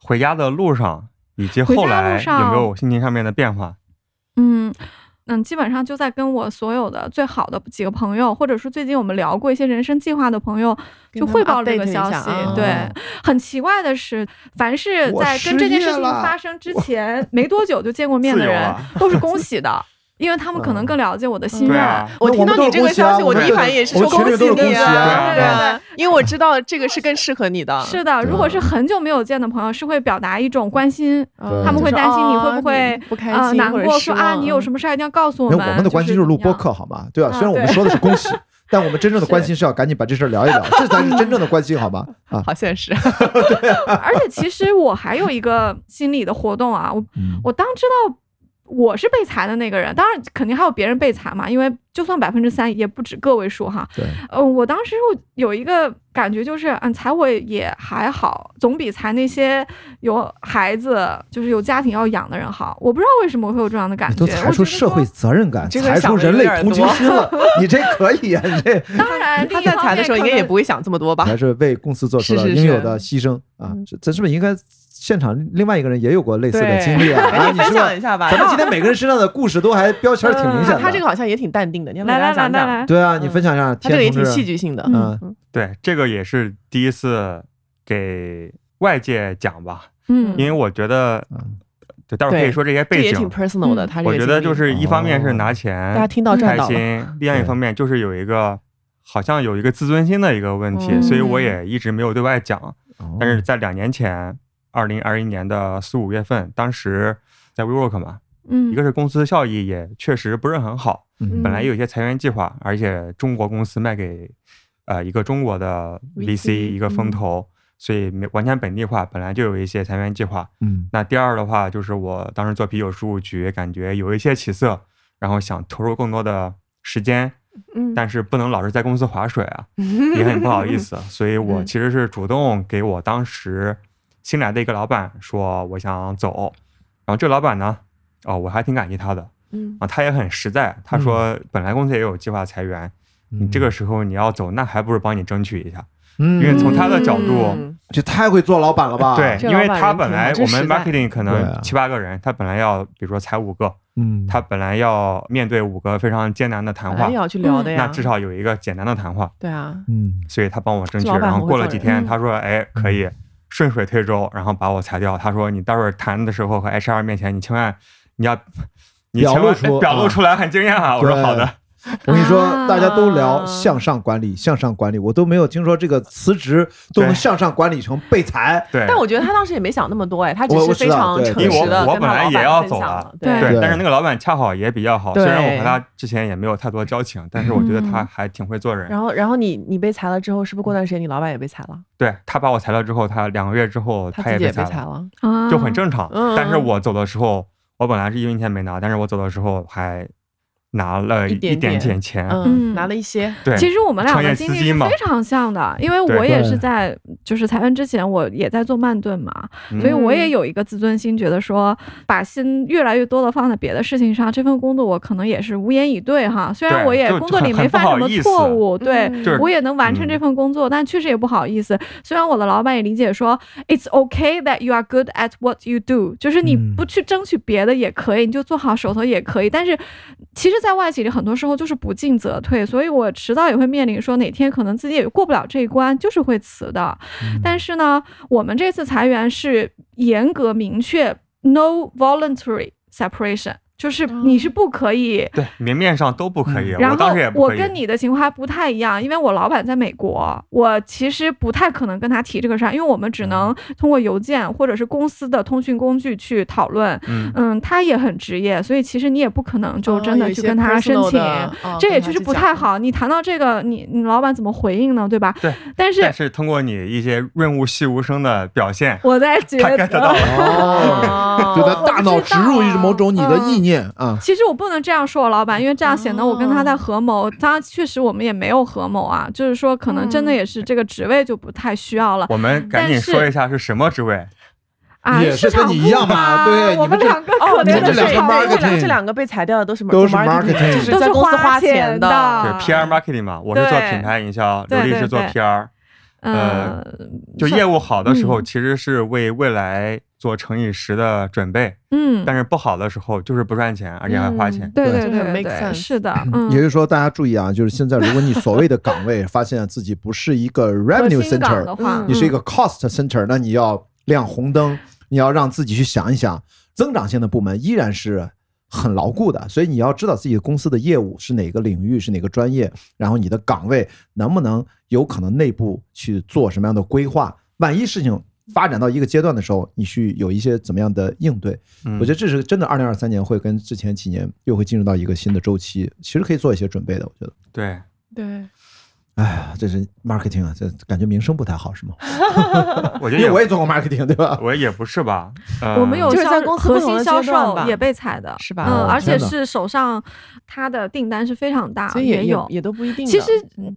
Speaker 1: 回家的路上以及后来
Speaker 4: 回家路上
Speaker 1: 有没有心情上面的变化？
Speaker 4: 嗯嗯，基本上就在跟我所有的最好的几个朋友，或者说最近我们聊过一些人生计划的朋友，
Speaker 3: 跟
Speaker 4: 就
Speaker 3: 他
Speaker 4: 汇
Speaker 3: 们
Speaker 4: 报这
Speaker 3: update
Speaker 4: 个
Speaker 3: 一
Speaker 4: 消
Speaker 3: 下
Speaker 4: 息
Speaker 3: 啊。
Speaker 4: 对，很奇怪的是，凡是
Speaker 2: 我
Speaker 4: 在跟
Speaker 2: 失
Speaker 4: 这件
Speaker 2: 业
Speaker 4: 事情
Speaker 2: 了
Speaker 4: 发生之前没多久就见过面的
Speaker 1: 自由
Speaker 4: 人
Speaker 1: 了，
Speaker 4: 都是恭喜的。因为他们可能
Speaker 2: 嗯
Speaker 4: 更了解我的
Speaker 3: 嗯
Speaker 4: 心
Speaker 1: 对
Speaker 4: 愿，
Speaker 1: 啊，
Speaker 3: 我听到你这个消息，
Speaker 2: 我
Speaker 3: 我
Speaker 2: 们
Speaker 3: 第
Speaker 2: 都是
Speaker 3: 一反应也是说
Speaker 2: 我们
Speaker 3: 恭
Speaker 2: 群里
Speaker 3: 喜
Speaker 2: 都是恭
Speaker 3: 你
Speaker 2: 喜啊
Speaker 4: 对
Speaker 3: 啊，因为我知道这个是更适合你的。
Speaker 4: 是的，如果是很久没有见的朋友，是会表达一种关心，
Speaker 3: 嗯，
Speaker 2: 他们
Speaker 4: 会担心你会
Speaker 3: 不
Speaker 4: 不会
Speaker 3: 不开
Speaker 4: 啊、
Speaker 3: 心，
Speaker 4: 难
Speaker 3: 或者
Speaker 4: 过
Speaker 3: 失
Speaker 4: 说啊，你
Speaker 5: 嗯
Speaker 4: 有
Speaker 3: 望
Speaker 4: 什么事儿一定要告
Speaker 2: 因
Speaker 4: 诉我
Speaker 2: 为
Speaker 4: 们。
Speaker 2: 我们的关心
Speaker 4: 就是
Speaker 2: 录
Speaker 4: 怎
Speaker 2: 播
Speaker 4: 样，
Speaker 2: 课，好吗？对吧？
Speaker 4: 啊
Speaker 2: 虽然我们
Speaker 4: 对
Speaker 2: 说的是恭喜，但我们真正的关
Speaker 3: 是
Speaker 2: 心是要赶紧把这事儿聊一聊，这才是真正的关心，好吗？啊，
Speaker 3: 好现实。
Speaker 4: 而且其实我还有一个心理的活动啊，我
Speaker 2: 嗯
Speaker 4: 我当知道我是被裁的那个人，当然肯定还有别人被裁嘛，因为就算百分之三也不止个位数哈。
Speaker 2: 对，
Speaker 4: 呃，我当时我有一个感觉就是，嗯，裁我也还好，总比裁那些有孩子就是有家庭要养的人好。我不知道为什么会有这样的感
Speaker 2: 你都
Speaker 4: 觉，我觉
Speaker 2: 裁
Speaker 4: 得
Speaker 2: 出社会
Speaker 4: 说。
Speaker 2: 责任感，
Speaker 3: 这个
Speaker 2: 裁
Speaker 3: 想
Speaker 2: 出
Speaker 3: 得有
Speaker 2: 人类
Speaker 3: 点
Speaker 2: 同情
Speaker 3: 多
Speaker 2: 心了，你这可以啊，你这
Speaker 4: 当然，
Speaker 3: 他
Speaker 4: 另一
Speaker 3: 在
Speaker 4: 方
Speaker 3: 裁的
Speaker 4: 面
Speaker 3: 时候应该
Speaker 4: 可
Speaker 3: 也
Speaker 4: 能
Speaker 3: 不会想这么多吧？
Speaker 2: 还是为公司做出
Speaker 3: 是
Speaker 2: 了
Speaker 3: 是
Speaker 2: 应有
Speaker 3: 是
Speaker 2: 的牺牲啊
Speaker 3: 嗯！
Speaker 2: 这咱是不是应该现场另外一个人也有过类似的
Speaker 3: 对
Speaker 2: 经历啊？啊
Speaker 3: 赶紧
Speaker 2: 你是
Speaker 3: 分
Speaker 2: 不是
Speaker 3: 享一下吧。
Speaker 2: 咱们今天每个人身上的故事都还标签儿挺明显的。
Speaker 3: 呃他这个好像也挺淡定的，你要不
Speaker 4: 来
Speaker 3: 要
Speaker 4: 来
Speaker 3: 给大
Speaker 4: 来
Speaker 3: 家讲
Speaker 4: 来
Speaker 3: 讲。
Speaker 4: 来，
Speaker 2: 对啊，你
Speaker 3: 嗯
Speaker 2: 分享一下，
Speaker 3: 他这个也挺
Speaker 2: 天同志
Speaker 3: 戏剧性的，
Speaker 2: 嗯
Speaker 1: 对，这个也是第一次给外界讲吧，
Speaker 4: 嗯
Speaker 1: 因为我觉得
Speaker 2: 嗯，
Speaker 1: 对，待会儿可以说这些
Speaker 3: 这个
Speaker 1: 背
Speaker 3: 也挺
Speaker 1: 景。
Speaker 3: personal 的。
Speaker 4: 嗯
Speaker 3: 他这个
Speaker 1: 我觉得就是一方面是拿
Speaker 3: 经历大家
Speaker 1: 钱
Speaker 3: 听到赚
Speaker 1: 开
Speaker 3: 到了，
Speaker 1: 心，另外一方面就是有一个好像有一个自尊心的一个问题，
Speaker 3: 嗯
Speaker 1: 所以我也一直没有对外讲。
Speaker 2: 哦
Speaker 1: 但是在两年前，二零二一年的四五月份，当时在 WeWork 嘛，
Speaker 4: 嗯，
Speaker 1: 一个是公司效益也确实不是很好，
Speaker 2: 嗯
Speaker 1: 本来也有一些裁员计划，而且中国公司卖给呃一个中国的
Speaker 3: VC
Speaker 1: VC 一个风
Speaker 3: 嗯
Speaker 1: 投，所以没完全本地化，本来就有一些裁员计划。
Speaker 2: 嗯
Speaker 1: 那第二的话，就是我当时做啤酒事务局，感觉有一些起色，然后想投入更多的时间
Speaker 3: 嗯
Speaker 1: 但是不能老是在公司划水啊，也很不好 意思。所以我其实是主动给我当时新来的一个老板说我想走，然后这老板呢，哦，我还挺感激他的
Speaker 3: 嗯
Speaker 1: 啊，他也很实在，他说本来公司也有计划裁员，
Speaker 2: 嗯
Speaker 1: 你这个时候你要走，那还不如帮你争取一下。因
Speaker 2: 因
Speaker 1: 为从他的角度
Speaker 3: 嗯
Speaker 2: 嗯这太会做老板了吧？
Speaker 1: 对，
Speaker 3: 这
Speaker 1: 因
Speaker 3: 老
Speaker 1: 为
Speaker 3: 板
Speaker 1: 他
Speaker 3: 人
Speaker 1: 本
Speaker 3: 挺
Speaker 1: 来
Speaker 3: 好真
Speaker 1: 我们
Speaker 3: 实在
Speaker 1: marketing 可
Speaker 2: 啊对啊
Speaker 1: 能七八个人，他本来要比如说裁五个，
Speaker 2: 嗯，
Speaker 1: 他本来要面对五个非常艰难的谈
Speaker 3: 本来
Speaker 1: 话
Speaker 3: 也，要去聊的呀，
Speaker 1: 那至少有一个简单的谈话，
Speaker 3: 对啊，
Speaker 2: 嗯，
Speaker 1: 所以他帮我争取。
Speaker 3: 这老板
Speaker 1: 然后过了几天，
Speaker 3: 嗯
Speaker 4: 很会
Speaker 1: 他说：“哎，可以顺水推舟，然后把我裁掉。”他说：“你待会儿谈的时候和 HR 面前，你千万你要你
Speaker 2: 表
Speaker 1: 千
Speaker 2: 露
Speaker 1: 万
Speaker 2: 出
Speaker 1: 哎表露出来很惊讶啊。”我说：“
Speaker 2: 对
Speaker 1: 好的。
Speaker 2: 我跟你说，
Speaker 4: 啊
Speaker 2: 大家都聊向上管理，向上管理，我都没有听说这个辞职都能
Speaker 1: 对
Speaker 2: 向上管理成被裁”。
Speaker 1: 对，
Speaker 5: 但我觉得他当时也没想那么多哎，他只
Speaker 2: 我
Speaker 5: 是
Speaker 2: 我知
Speaker 5: 非
Speaker 2: 道
Speaker 5: 常
Speaker 2: 对
Speaker 5: 诚
Speaker 2: 因为我
Speaker 5: 实的
Speaker 1: 我
Speaker 5: 跟他
Speaker 1: 本来
Speaker 5: 老
Speaker 1: 也
Speaker 5: 板
Speaker 1: 要
Speaker 5: 分
Speaker 1: 走
Speaker 5: 享
Speaker 1: 了
Speaker 5: 了，
Speaker 4: 对
Speaker 1: 对
Speaker 2: 对，
Speaker 1: 但是那个老板恰好也比较好，虽然我
Speaker 5: 对
Speaker 1: 和他之前也没有太多交情，但是我觉得他还挺会做人。
Speaker 5: 然后，然后你你被裁了之后，是不是过段时间你老板也被裁了？
Speaker 1: 对他把我裁了之后，他两个月之后
Speaker 5: 他
Speaker 1: 他
Speaker 5: 自己
Speaker 1: 被
Speaker 5: 也被
Speaker 1: 裁
Speaker 5: 裁
Speaker 1: 了，
Speaker 5: 了。
Speaker 4: 啊，
Speaker 1: 就很正常。
Speaker 5: 嗯嗯
Speaker 1: 但是我走的时候，我本来是一分钱没拿，但是我走的时候还拿了
Speaker 5: 一
Speaker 1: 一
Speaker 5: 点点
Speaker 1: 点点钱。
Speaker 5: 嗯，
Speaker 4: 嗯
Speaker 5: 拿了一些，
Speaker 1: 对，
Speaker 4: 其实我们俩
Speaker 1: 创业
Speaker 4: 的经
Speaker 1: 资
Speaker 4: 历是
Speaker 1: 金嘛
Speaker 4: 非，常像的，因为
Speaker 1: 对
Speaker 4: 我也
Speaker 2: 对
Speaker 4: 是在就是裁员之前，我也在做慢炖嘛，
Speaker 1: 嗯
Speaker 4: 所以我也有一个自尊心，觉得说把心越来越多的放在别的事情上，这份工作我可能也是无言以对哈。虽然
Speaker 1: 对
Speaker 4: 我也
Speaker 1: 就
Speaker 4: 工作
Speaker 1: 很
Speaker 4: 里
Speaker 1: 很
Speaker 4: 没
Speaker 1: 不
Speaker 4: 犯什
Speaker 1: 好
Speaker 4: 么
Speaker 1: 意
Speaker 4: 错
Speaker 1: 思
Speaker 4: 误，对。
Speaker 1: 就是嗯
Speaker 4: 我也能完成这份工作，但确实也不好意思。虽然我的老板也理解说，It's okay that you are good at what you do，就是你
Speaker 2: 嗯
Speaker 4: 不去争取别的也可以，你就做好手头也可以。但是，其实，在外企里很多时候就是不进则退，所以我迟早也会面临说哪天可能自己也过不了这一关，就是会辞的。但是呢，我们这次裁员是严格明确 no voluntary separation，就是你是不可以。
Speaker 1: 对明面上都不可以，我
Speaker 4: 然后
Speaker 1: 当时也不
Speaker 4: 我
Speaker 1: 可以。
Speaker 4: 跟你的情况还不太一样，因为我老板在美国，我其实不太可能跟他提这个事儿，因为我们只能
Speaker 1: 嗯
Speaker 4: 通过邮件或者是公司的通讯工具去讨论。
Speaker 1: 嗯，
Speaker 4: 嗯，他也很职业，所以其实你也不可能
Speaker 5: 哦
Speaker 4: 就真的去跟他申请，这也确实不太。好。你谈到这个，你你老板怎么回应呢？对吧？
Speaker 1: 对。
Speaker 4: 但是
Speaker 1: 但是通过你一些润物细无声的表现，
Speaker 4: 我在觉
Speaker 1: 他
Speaker 4: 得
Speaker 1: get 到了。
Speaker 2: 哦， 对他大脑植入一某种你的意念
Speaker 3: 嗯
Speaker 2: 啊，
Speaker 4: 其实我不能这样说我老板，因为这样显得我跟他在合谋。当然，确实我们也没有合谋啊，就是说可能真的也是这个职位就不太需要了、
Speaker 1: 我们赶紧说一下是什么职位，
Speaker 4: 啊。
Speaker 2: 也是
Speaker 4: 市场
Speaker 2: 跟你一样
Speaker 4: 部
Speaker 2: 嘛对
Speaker 4: 我
Speaker 2: 你们
Speaker 4: 们
Speaker 2: 这
Speaker 4: 两个
Speaker 5: 哦，
Speaker 4: 可
Speaker 5: 你
Speaker 4: 怜
Speaker 5: 们
Speaker 4: 的
Speaker 5: 这
Speaker 2: 这
Speaker 4: 是
Speaker 2: 两
Speaker 5: 两
Speaker 2: 个
Speaker 5: 个
Speaker 2: 是 marketing
Speaker 5: 这两个被裁掉的都是
Speaker 2: 都是 marketing
Speaker 5: marketing，就是
Speaker 4: 都
Speaker 5: 在
Speaker 4: 是
Speaker 5: 公司花
Speaker 4: 花
Speaker 5: 钱
Speaker 4: 钱
Speaker 5: 的
Speaker 4: 的。
Speaker 1: 对 PR marketing 嘛，我是做
Speaker 4: 对
Speaker 1: 品牌营销，
Speaker 4: 对
Speaker 1: 刘丽
Speaker 4: 对
Speaker 1: 是做
Speaker 4: 对
Speaker 1: PR，
Speaker 4: 呃，
Speaker 1: 就业务好的时候
Speaker 4: 嗯
Speaker 1: 其实是为未来做乘以十的准备，
Speaker 4: 嗯，
Speaker 1: 但是不好的时候就是不赚钱，而且还花钱。
Speaker 4: 对
Speaker 2: 对
Speaker 4: 对
Speaker 5: 这
Speaker 4: 对
Speaker 5: 个 make sense
Speaker 4: 对，是的，嗯
Speaker 2: 也就，是说，大家注意啊，就是现在，如果你所谓的岗位发现自己不是一个
Speaker 4: 核
Speaker 2: revenue
Speaker 4: 心岗的
Speaker 2: center，
Speaker 4: 话，
Speaker 2: 你是一个 cost center，那你要亮红灯，你要让自己去想一想，增长性的部门依然是很牢固的，所以你要知道自己的公司的业务是哪个领域，是哪个专业，然后你的岗位能不能有可能内部去做什么样的规划，万一事情。发展到一个阶段的时候，你去有一些怎么样的应对？
Speaker 1: 嗯
Speaker 2: 我觉得这是真的，二零二三年会跟之前几年又会进入到一个新的周期，其实可以做一些准备的。我觉得，
Speaker 1: 对，
Speaker 5: 对，
Speaker 2: 哎呀，这是 marketing 啊，这感觉名声不太好，是吗？
Speaker 1: 我觉得
Speaker 2: 因为
Speaker 1: 也
Speaker 2: 我也做过 marketing，对吧？
Speaker 1: 我也不是吧，呃、
Speaker 4: 我们有
Speaker 5: 就是
Speaker 4: 销
Speaker 5: 在公司
Speaker 4: 核
Speaker 5: 不同
Speaker 4: 心
Speaker 5: 的
Speaker 4: 销
Speaker 5: 阶段
Speaker 4: 售
Speaker 5: 吧
Speaker 4: 也被裁的，
Speaker 5: 是吧
Speaker 4: 嗯，
Speaker 2: 哦
Speaker 4: 而且
Speaker 2: 天哪
Speaker 4: 是手上他的订单是非常大，
Speaker 5: 所以
Speaker 4: 也
Speaker 5: 也
Speaker 4: 有。
Speaker 5: 也都不一定的。嗯
Speaker 4: 其实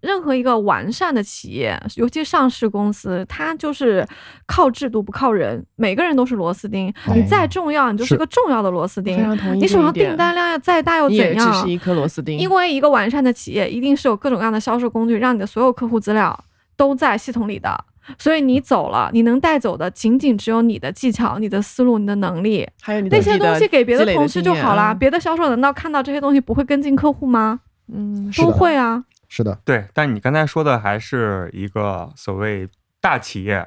Speaker 4: 任何一个完善的企业，尤其上市公司，它就是靠制度不靠人，每个人都是螺丝钉。
Speaker 2: 哦
Speaker 4: 你再重要，你就是
Speaker 2: 是
Speaker 4: 个重要的螺丝
Speaker 5: 非
Speaker 4: 钉。
Speaker 5: 常同意
Speaker 4: 你
Speaker 5: 这
Speaker 4: 手
Speaker 5: 一
Speaker 4: 上
Speaker 5: 点
Speaker 4: 订单量要再大又
Speaker 5: 你也
Speaker 4: 怎
Speaker 5: 只是
Speaker 4: 样？
Speaker 5: 一颗螺丝钉，
Speaker 4: 因为一个完善的企业，一定是有各种各样的销售工具，让你的所有客户资料都在系统里的。所以你走了，你能带走的仅仅只有你的技巧、你的思路、你的能力。
Speaker 5: 还有你
Speaker 4: 那
Speaker 5: 自己
Speaker 4: 些
Speaker 5: 的
Speaker 4: 东西给别
Speaker 5: 积
Speaker 4: 的
Speaker 5: 累
Speaker 4: 同事就
Speaker 5: 经验啊
Speaker 4: 好啦，。别的销售难道看到这些东西不会跟进客户吗？
Speaker 5: 嗯，
Speaker 2: 是
Speaker 4: 都
Speaker 2: 的
Speaker 4: 会啊。
Speaker 2: 是的，
Speaker 1: 对，但你刚才说的还是一个所谓大企业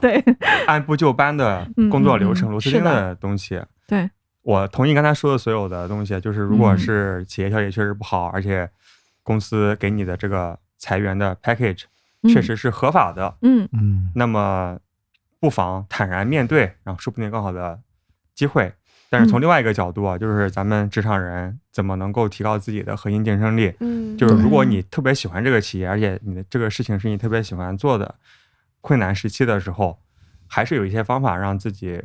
Speaker 4: 对
Speaker 1: 按部就班的工作流程、
Speaker 4: 嗯嗯嗯
Speaker 1: 螺丝钉
Speaker 4: 是
Speaker 1: 的东西。
Speaker 4: 对，
Speaker 1: 我同意刚才说的所有的东西，就是如果
Speaker 4: 嗯
Speaker 1: 是企业效益确实不好，而且公司给你的这个裁员的 package 确，实是合法的，
Speaker 4: 嗯
Speaker 2: 嗯，
Speaker 1: 那么不妨坦然面对，然后说不定有更好的机会。但是从
Speaker 4: 嗯
Speaker 1: 另外一个角度啊，就是咱们职场人怎么能够提高自己的核心竞争力？
Speaker 5: 嗯，
Speaker 1: 就是如果
Speaker 4: 对
Speaker 1: 你特别喜欢这个企业，而且你的这个事情是你特别喜欢做的，困难时期的时候，还是有一些方法让自己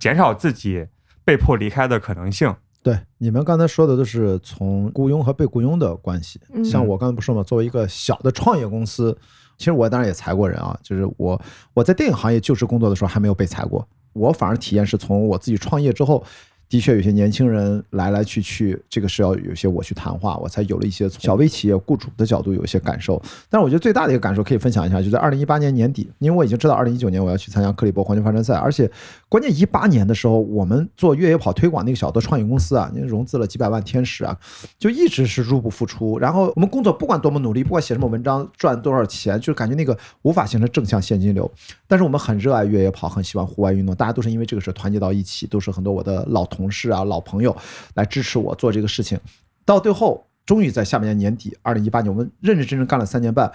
Speaker 1: 减少自己被迫离开的可能性。
Speaker 2: 对，你们刚才说的都是从雇佣和被雇佣的关系。
Speaker 5: 嗯
Speaker 2: 像我刚才不说嘛，作为一个小的创业公司，其实我当然也裁过人啊，就是我我在电影行业就职工作的时候还没有被裁过，我反而体验是从我自己创业之后。的确，有些年轻人来来去去，这个是要有些我去谈话，我才有了一些从小微企业雇主的角度有一些感受。但是我觉得最大的一个感受可以分享一下，就在二零一八年年底，因为我已经知道二零一九年我要去参加克利伯环球帆船赛，而且关键一八年的时候，我们做越野跑推广那个小的创业公司啊，您融资了几百万天使啊，就一直是入不敷出。然后我们工作不管多么努力，不管写什么文章，赚多少钱，就感觉那个无法形成正向现金流。但是我们很热爱越野跑，很喜欢户外运动，大家都是因为这个事团结到一起，都是很多我的老同事啊、老朋友来支持我做这个事情。到最后，终于在下半年年底，二零一八年，我们认认真真干了三年半。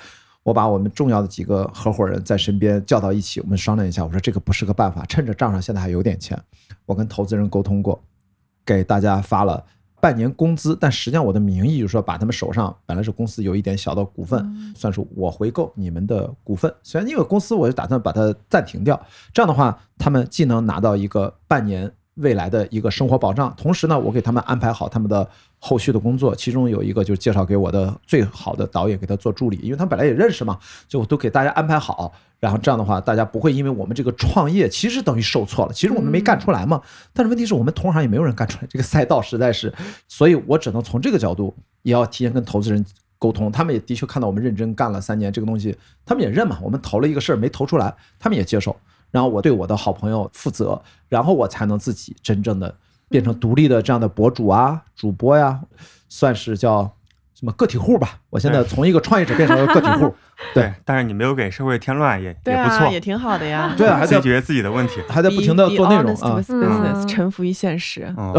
Speaker 2: 我把我们重要的几个合伙人在身边叫到一起，我们商量一下。我说这个不是个办法，趁着账上现在还有点钱，我跟投资人沟通过，给大家发了半年工资，但实际上我的名义就是说把他们手上本来是公司有一点小的股份，算是我回购你们的股份。虽然因为公司我就打算把它暂停掉，这样的话他们既能拿到一个半年未来的一个生活保障，同时呢，我给他们安排好他们的后续的工作，其中有一个就是介绍给我的最好的导演给他做助理，因为他们本来也认识嘛，就我都给大家安排好。然后这样的话，大家不会因为我们这个创业其实等于受挫了，其实我们没干出来嘛。但是问题是我们同行也没有人干出来，这个赛道实在是，所以我只能从这个角度，也要提前跟投资人沟通。他们也的确看到我们认真干了三年这个东西，他们也认嘛，我们投了一个事儿没投出来，他们也接受。然后我对我的好朋友负责，然后我才能自己真正的变成独立的这样的博主啊、主播呀、算是叫什么个体户吧。我现在从一个创业者变成了个体
Speaker 5: 哎
Speaker 2: 户，对，
Speaker 1: 但是你没有给社会添乱也
Speaker 5: 对
Speaker 1: 也不
Speaker 5: 啊，也
Speaker 1: 错，
Speaker 5: 挺好的呀。
Speaker 2: 对啊，还
Speaker 1: 自
Speaker 2: 在
Speaker 1: 己解决自己的问题。
Speaker 2: 还在不停的
Speaker 5: Be- be
Speaker 2: 做内容
Speaker 5: honest
Speaker 2: 啊
Speaker 5: with，business，
Speaker 4: 嗯
Speaker 5: 臣服于现实，
Speaker 1: 嗯，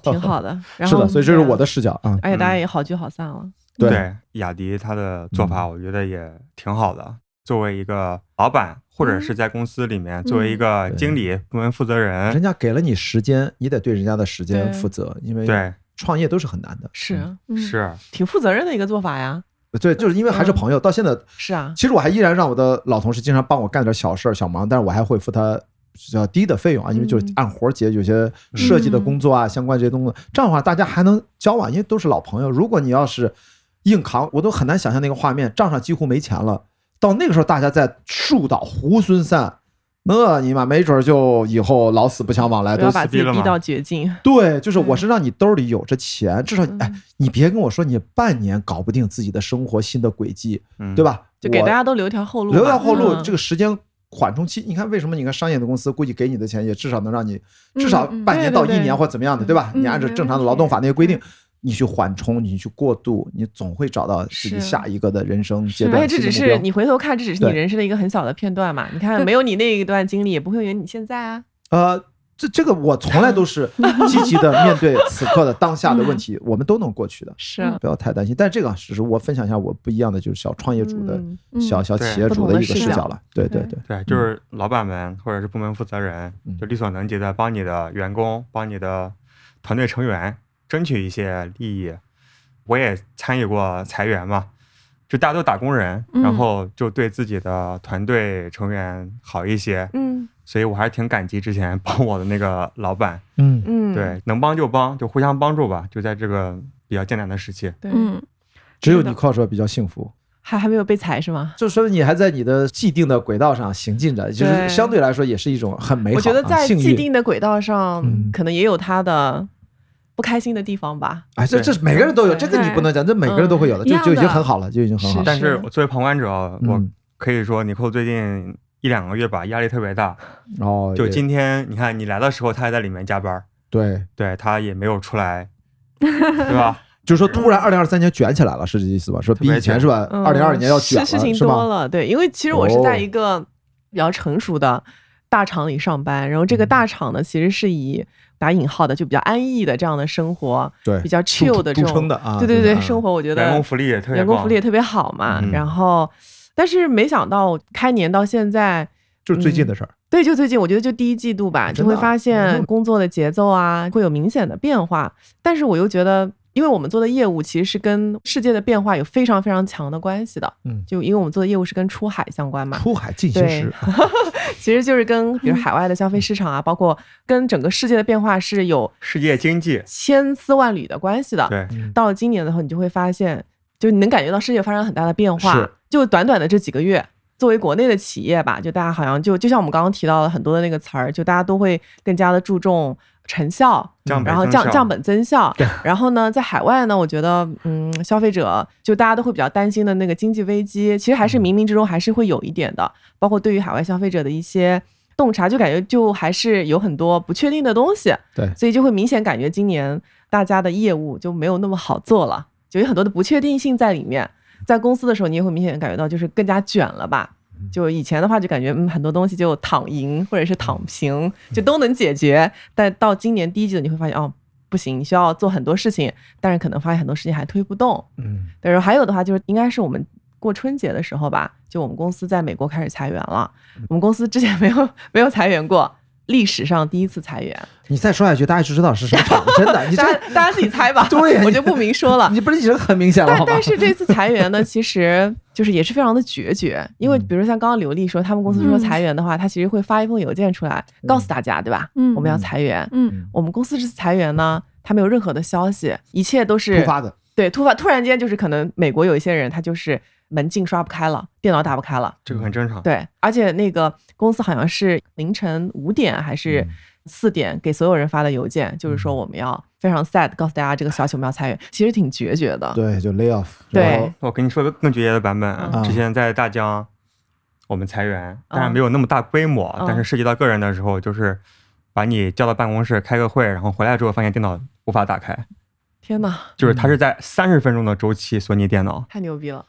Speaker 5: 挺好的。 然
Speaker 2: 是
Speaker 5: 后
Speaker 2: 的，所以这是我的视角啊。
Speaker 5: 而且大家也好聚好散了。
Speaker 2: 对嗯
Speaker 1: 对，雅迪他的做法，我觉得也挺好的。作为一个老板，或者
Speaker 4: 嗯
Speaker 1: 是在公司里面作为一个经理、部门负责人
Speaker 2: 人，家给了你时间，你得对人家的时间负责，因为
Speaker 1: 对，
Speaker 2: 创业都是很难的。嗯，
Speaker 5: 是，
Speaker 4: 嗯
Speaker 1: 是
Speaker 5: 挺负责任的一个做法呀。
Speaker 2: 对，就是因为
Speaker 5: 嗯
Speaker 2: 还是朋友，到现在
Speaker 5: 是啊，
Speaker 2: 其实我还依然让我的老同事经常帮我干点小事儿、小忙，但是我还会付他比较低的费用啊，
Speaker 5: 嗯
Speaker 2: 因为就是按活儿结，有些设计的工作啊、相关这些东西，这样的话大家还能交往，因为都是老朋友。如果你要是硬扛，我都很难想象那个画面，账上几乎没钱了，到那个时候大家在树倒猢狲散，那你妈没准儿就以后老死不相往来，啊都
Speaker 5: 不要
Speaker 2: 死
Speaker 5: 把自己逼到绝境。
Speaker 2: 对，就是
Speaker 5: 嗯
Speaker 2: 我是让你兜里有着钱，至少哎，你别跟我说你半年搞不定自己的生活新的轨迹，
Speaker 1: 嗯，
Speaker 2: 对？吧？
Speaker 5: 就给
Speaker 2: 我
Speaker 5: 大家都留条后路吧，
Speaker 2: 留到后路
Speaker 5: 嗯
Speaker 2: 这个时间缓冲期，你看为什么？你看商业的公司估计给你的钱也至少能让你至少
Speaker 4: 嗯嗯
Speaker 2: 半年到
Speaker 5: 对对
Speaker 2: 一年
Speaker 5: 对
Speaker 2: 或怎么样的，对吧？
Speaker 4: 嗯
Speaker 2: 你按照正常的劳动法那些规定，你去缓冲，你去过渡，你总会找到自己
Speaker 5: 是
Speaker 2: 下一个的人生阶
Speaker 5: 而
Speaker 2: 段
Speaker 5: 且这
Speaker 2: 新的
Speaker 5: 只
Speaker 2: 目标
Speaker 5: 是。你回头看，这只是
Speaker 2: 对
Speaker 5: 你人生的一个很小的片段嘛。你看，没有你那一段经历，也不会有你现在啊。
Speaker 2: 呃，这这个我从来都 是积极的面对此刻的当下的
Speaker 5: 嗯
Speaker 2: 问题，我们都能过去的，
Speaker 5: 是啊，
Speaker 2: 不要太担心。但这个只是我分享一下我不一样的，就是小创业主的
Speaker 5: 嗯
Speaker 4: 嗯
Speaker 2: 小小
Speaker 1: 对
Speaker 2: 企业
Speaker 5: 不
Speaker 2: 主
Speaker 5: 同
Speaker 2: 的
Speaker 5: 的
Speaker 2: 一个
Speaker 5: 视
Speaker 2: 视
Speaker 5: 角
Speaker 2: 角了。对对嗯
Speaker 4: 对
Speaker 2: 对，
Speaker 1: 对，就是老板们或者是部门负责人，
Speaker 2: 嗯
Speaker 1: 就力所能及的帮你的员工、帮你的团队成员争取一些利益。我也参与过裁员嘛，就大家都打工人，
Speaker 4: 嗯
Speaker 1: 然后就对自己的团队成员好一些，
Speaker 5: 嗯
Speaker 1: 所以我还是挺感激之前帮我的那个老板。
Speaker 2: 嗯
Speaker 5: 嗯，
Speaker 1: 对，能帮就帮，就互相帮助吧。就在这个比较艰难的时期，
Speaker 5: 对，
Speaker 4: 嗯
Speaker 2: 只有
Speaker 5: 是的
Speaker 2: 你靠说比较幸福。
Speaker 5: 还还没有被裁是吗？
Speaker 2: 就说明你还在你的既定的轨道上行进着，就是
Speaker 5: 对
Speaker 2: 相对来说也是一种很美好、
Speaker 5: 我
Speaker 2: 啊、
Speaker 5: 觉得在
Speaker 2: 幸
Speaker 5: 既
Speaker 2: 运。
Speaker 5: 定的轨道上
Speaker 2: 嗯，
Speaker 5: 可能也有他的不开心的地方吧。
Speaker 2: 哎，这这是每个人都有，
Speaker 5: 对
Speaker 2: 这个你不能讲，这每个人都会有的，
Speaker 4: 嗯
Speaker 2: 就就已
Speaker 4: 一样
Speaker 2: 经
Speaker 4: 的
Speaker 2: 很好了，就已经很好了。
Speaker 1: 但是我作为旁观者，啊我
Speaker 2: 嗯，
Speaker 1: 可以说，尼寇最近一两个月吧，压力特别大。
Speaker 2: 哦，
Speaker 1: 就
Speaker 2: 也
Speaker 1: 今天，你看你来的时候，他还在里面加班儿，
Speaker 2: 对，
Speaker 1: 对他也没有出 来，对吧？
Speaker 2: 就是说突然二零二三年卷起来了，是这意思吧？说比以前是吧？
Speaker 5: 嗯
Speaker 2: 二零二年要卷
Speaker 5: 是事情
Speaker 2: 是
Speaker 5: 多
Speaker 2: 吗？
Speaker 5: 了，对，因为其实我是
Speaker 2: 哦
Speaker 5: 在一个比较成熟的大厂里上班，然后这个大厂呢，其实是以打引号的就比较安逸的这样的生活，
Speaker 2: 对
Speaker 5: 比较
Speaker 2: 著
Speaker 5: chill 的这
Speaker 2: 著称
Speaker 5: 种，
Speaker 2: 的啊，
Speaker 5: 对对
Speaker 2: 就是
Speaker 5: 对，
Speaker 2: 啊
Speaker 5: 生活我觉得
Speaker 1: 员工福利也特别
Speaker 5: 员
Speaker 1: 棒，
Speaker 5: 工福利也特别好嘛。
Speaker 1: 嗯
Speaker 5: 然后，但是没想到开年到现在，
Speaker 2: 就是最近的事儿。
Speaker 5: 对，就最近我觉得就第一季度吧，
Speaker 2: 真的
Speaker 5: 就
Speaker 2: 啊
Speaker 5: 会发
Speaker 2: 嗯
Speaker 5: 现工作的节奏啊会有明显的变化。但是我又觉得因为我们做的业务其实是跟世界的变化有非常非常强的关系的。
Speaker 2: 嗯
Speaker 5: 就因为我们做的业务是跟出海相关嘛，
Speaker 2: 出嗯海进行时，
Speaker 5: 其实就是跟比如海外的消费市场啊，包括跟整个世界的变化是有
Speaker 1: 世界经济，
Speaker 5: 千丝万缕的关系的。
Speaker 1: 对，
Speaker 2: 嗯
Speaker 5: 到了今年的话，你就会发现，就你能感觉到世界发生了很大的变化
Speaker 1: 是。
Speaker 5: 就短短的这几个月，作为国内的企业吧，就大家好像就就像我们刚刚提到的很多的那个词儿，就大家都会更加的注重成效，
Speaker 1: 降本
Speaker 5: 嗯然后
Speaker 1: 增
Speaker 5: 降
Speaker 1: 效
Speaker 5: 降本增效。然后呢，在海外呢，我觉得，嗯，消费者就大家都会比较担心的那个经济危机，其实
Speaker 1: 嗯
Speaker 5: 还是冥冥之中还是会有一点的，包括对于海外消费者的一些。洞察就感觉就还是有很多不确定的东西，
Speaker 2: 对
Speaker 5: 所以就会明显感觉今年大家的业务就没有那么好做了，就有很多的不确定性在里面。在公司的时候，你也会明显感觉到就是更加卷了吧？就以前的话，就感觉嗯很多东西就躺赢或者是躺平，就都能解决。但到今年第一季度，你会发现哦，不行，你需要做很多事情，但是可能发现很多事情还推不动。
Speaker 2: 嗯，
Speaker 5: 对，然后还有的话就是，应该是我们过春节的时候吧，就我们公司在美国开始裁员了。我们公司之前没有没有裁员过，历史上第一次裁员。
Speaker 2: 你再说下去，大家就知道是啥厂了，真的， 你这，
Speaker 5: 大家大家自己猜吧
Speaker 2: 对呀
Speaker 5: 我就不明说了。
Speaker 2: 你不是已经很明显了
Speaker 5: 啊
Speaker 2: 好
Speaker 5: 但
Speaker 2: 吗
Speaker 5: 但？是这次裁员呢， 其实就是也是非常的决绝，因为
Speaker 2: 嗯
Speaker 5: 比如像刚刚刘丽说，他们公司
Speaker 4: 嗯
Speaker 5: 说裁员的话，他其实会发一封邮件出来告诉大家，对吧？
Speaker 4: 嗯
Speaker 5: 我们要裁员。
Speaker 4: 嗯
Speaker 5: 我们公司这次裁员呢，他没有任何的消息，一切都是
Speaker 2: 突发的，
Speaker 5: 对，突发突然间就是可能美国有一些人他就是门禁刷不开了，电脑打不开了，
Speaker 1: 这个很正常。
Speaker 5: 对，而且那个公司好像是凌晨五点还是
Speaker 2: 嗯
Speaker 5: 四点给所有人发的邮件，就是说我们要非常 sad 告诉大家这个消息我们要裁员，其实挺决绝的，
Speaker 2: 对，就 lay off，
Speaker 5: 对
Speaker 2: 然后
Speaker 1: 我跟你说个更直接的版本啊，
Speaker 2: 嗯
Speaker 1: 之前在大疆，我们裁员，当然
Speaker 5: 嗯
Speaker 1: 没有那么大规模，
Speaker 5: 嗯
Speaker 1: 但是涉及到个人的时候，就是把你叫到办公室开个会，然后回来之后发现电脑无法打开，
Speaker 5: 天哪，
Speaker 1: 就是它是在三十分钟的周期锁你电脑，
Speaker 5: 太牛逼了，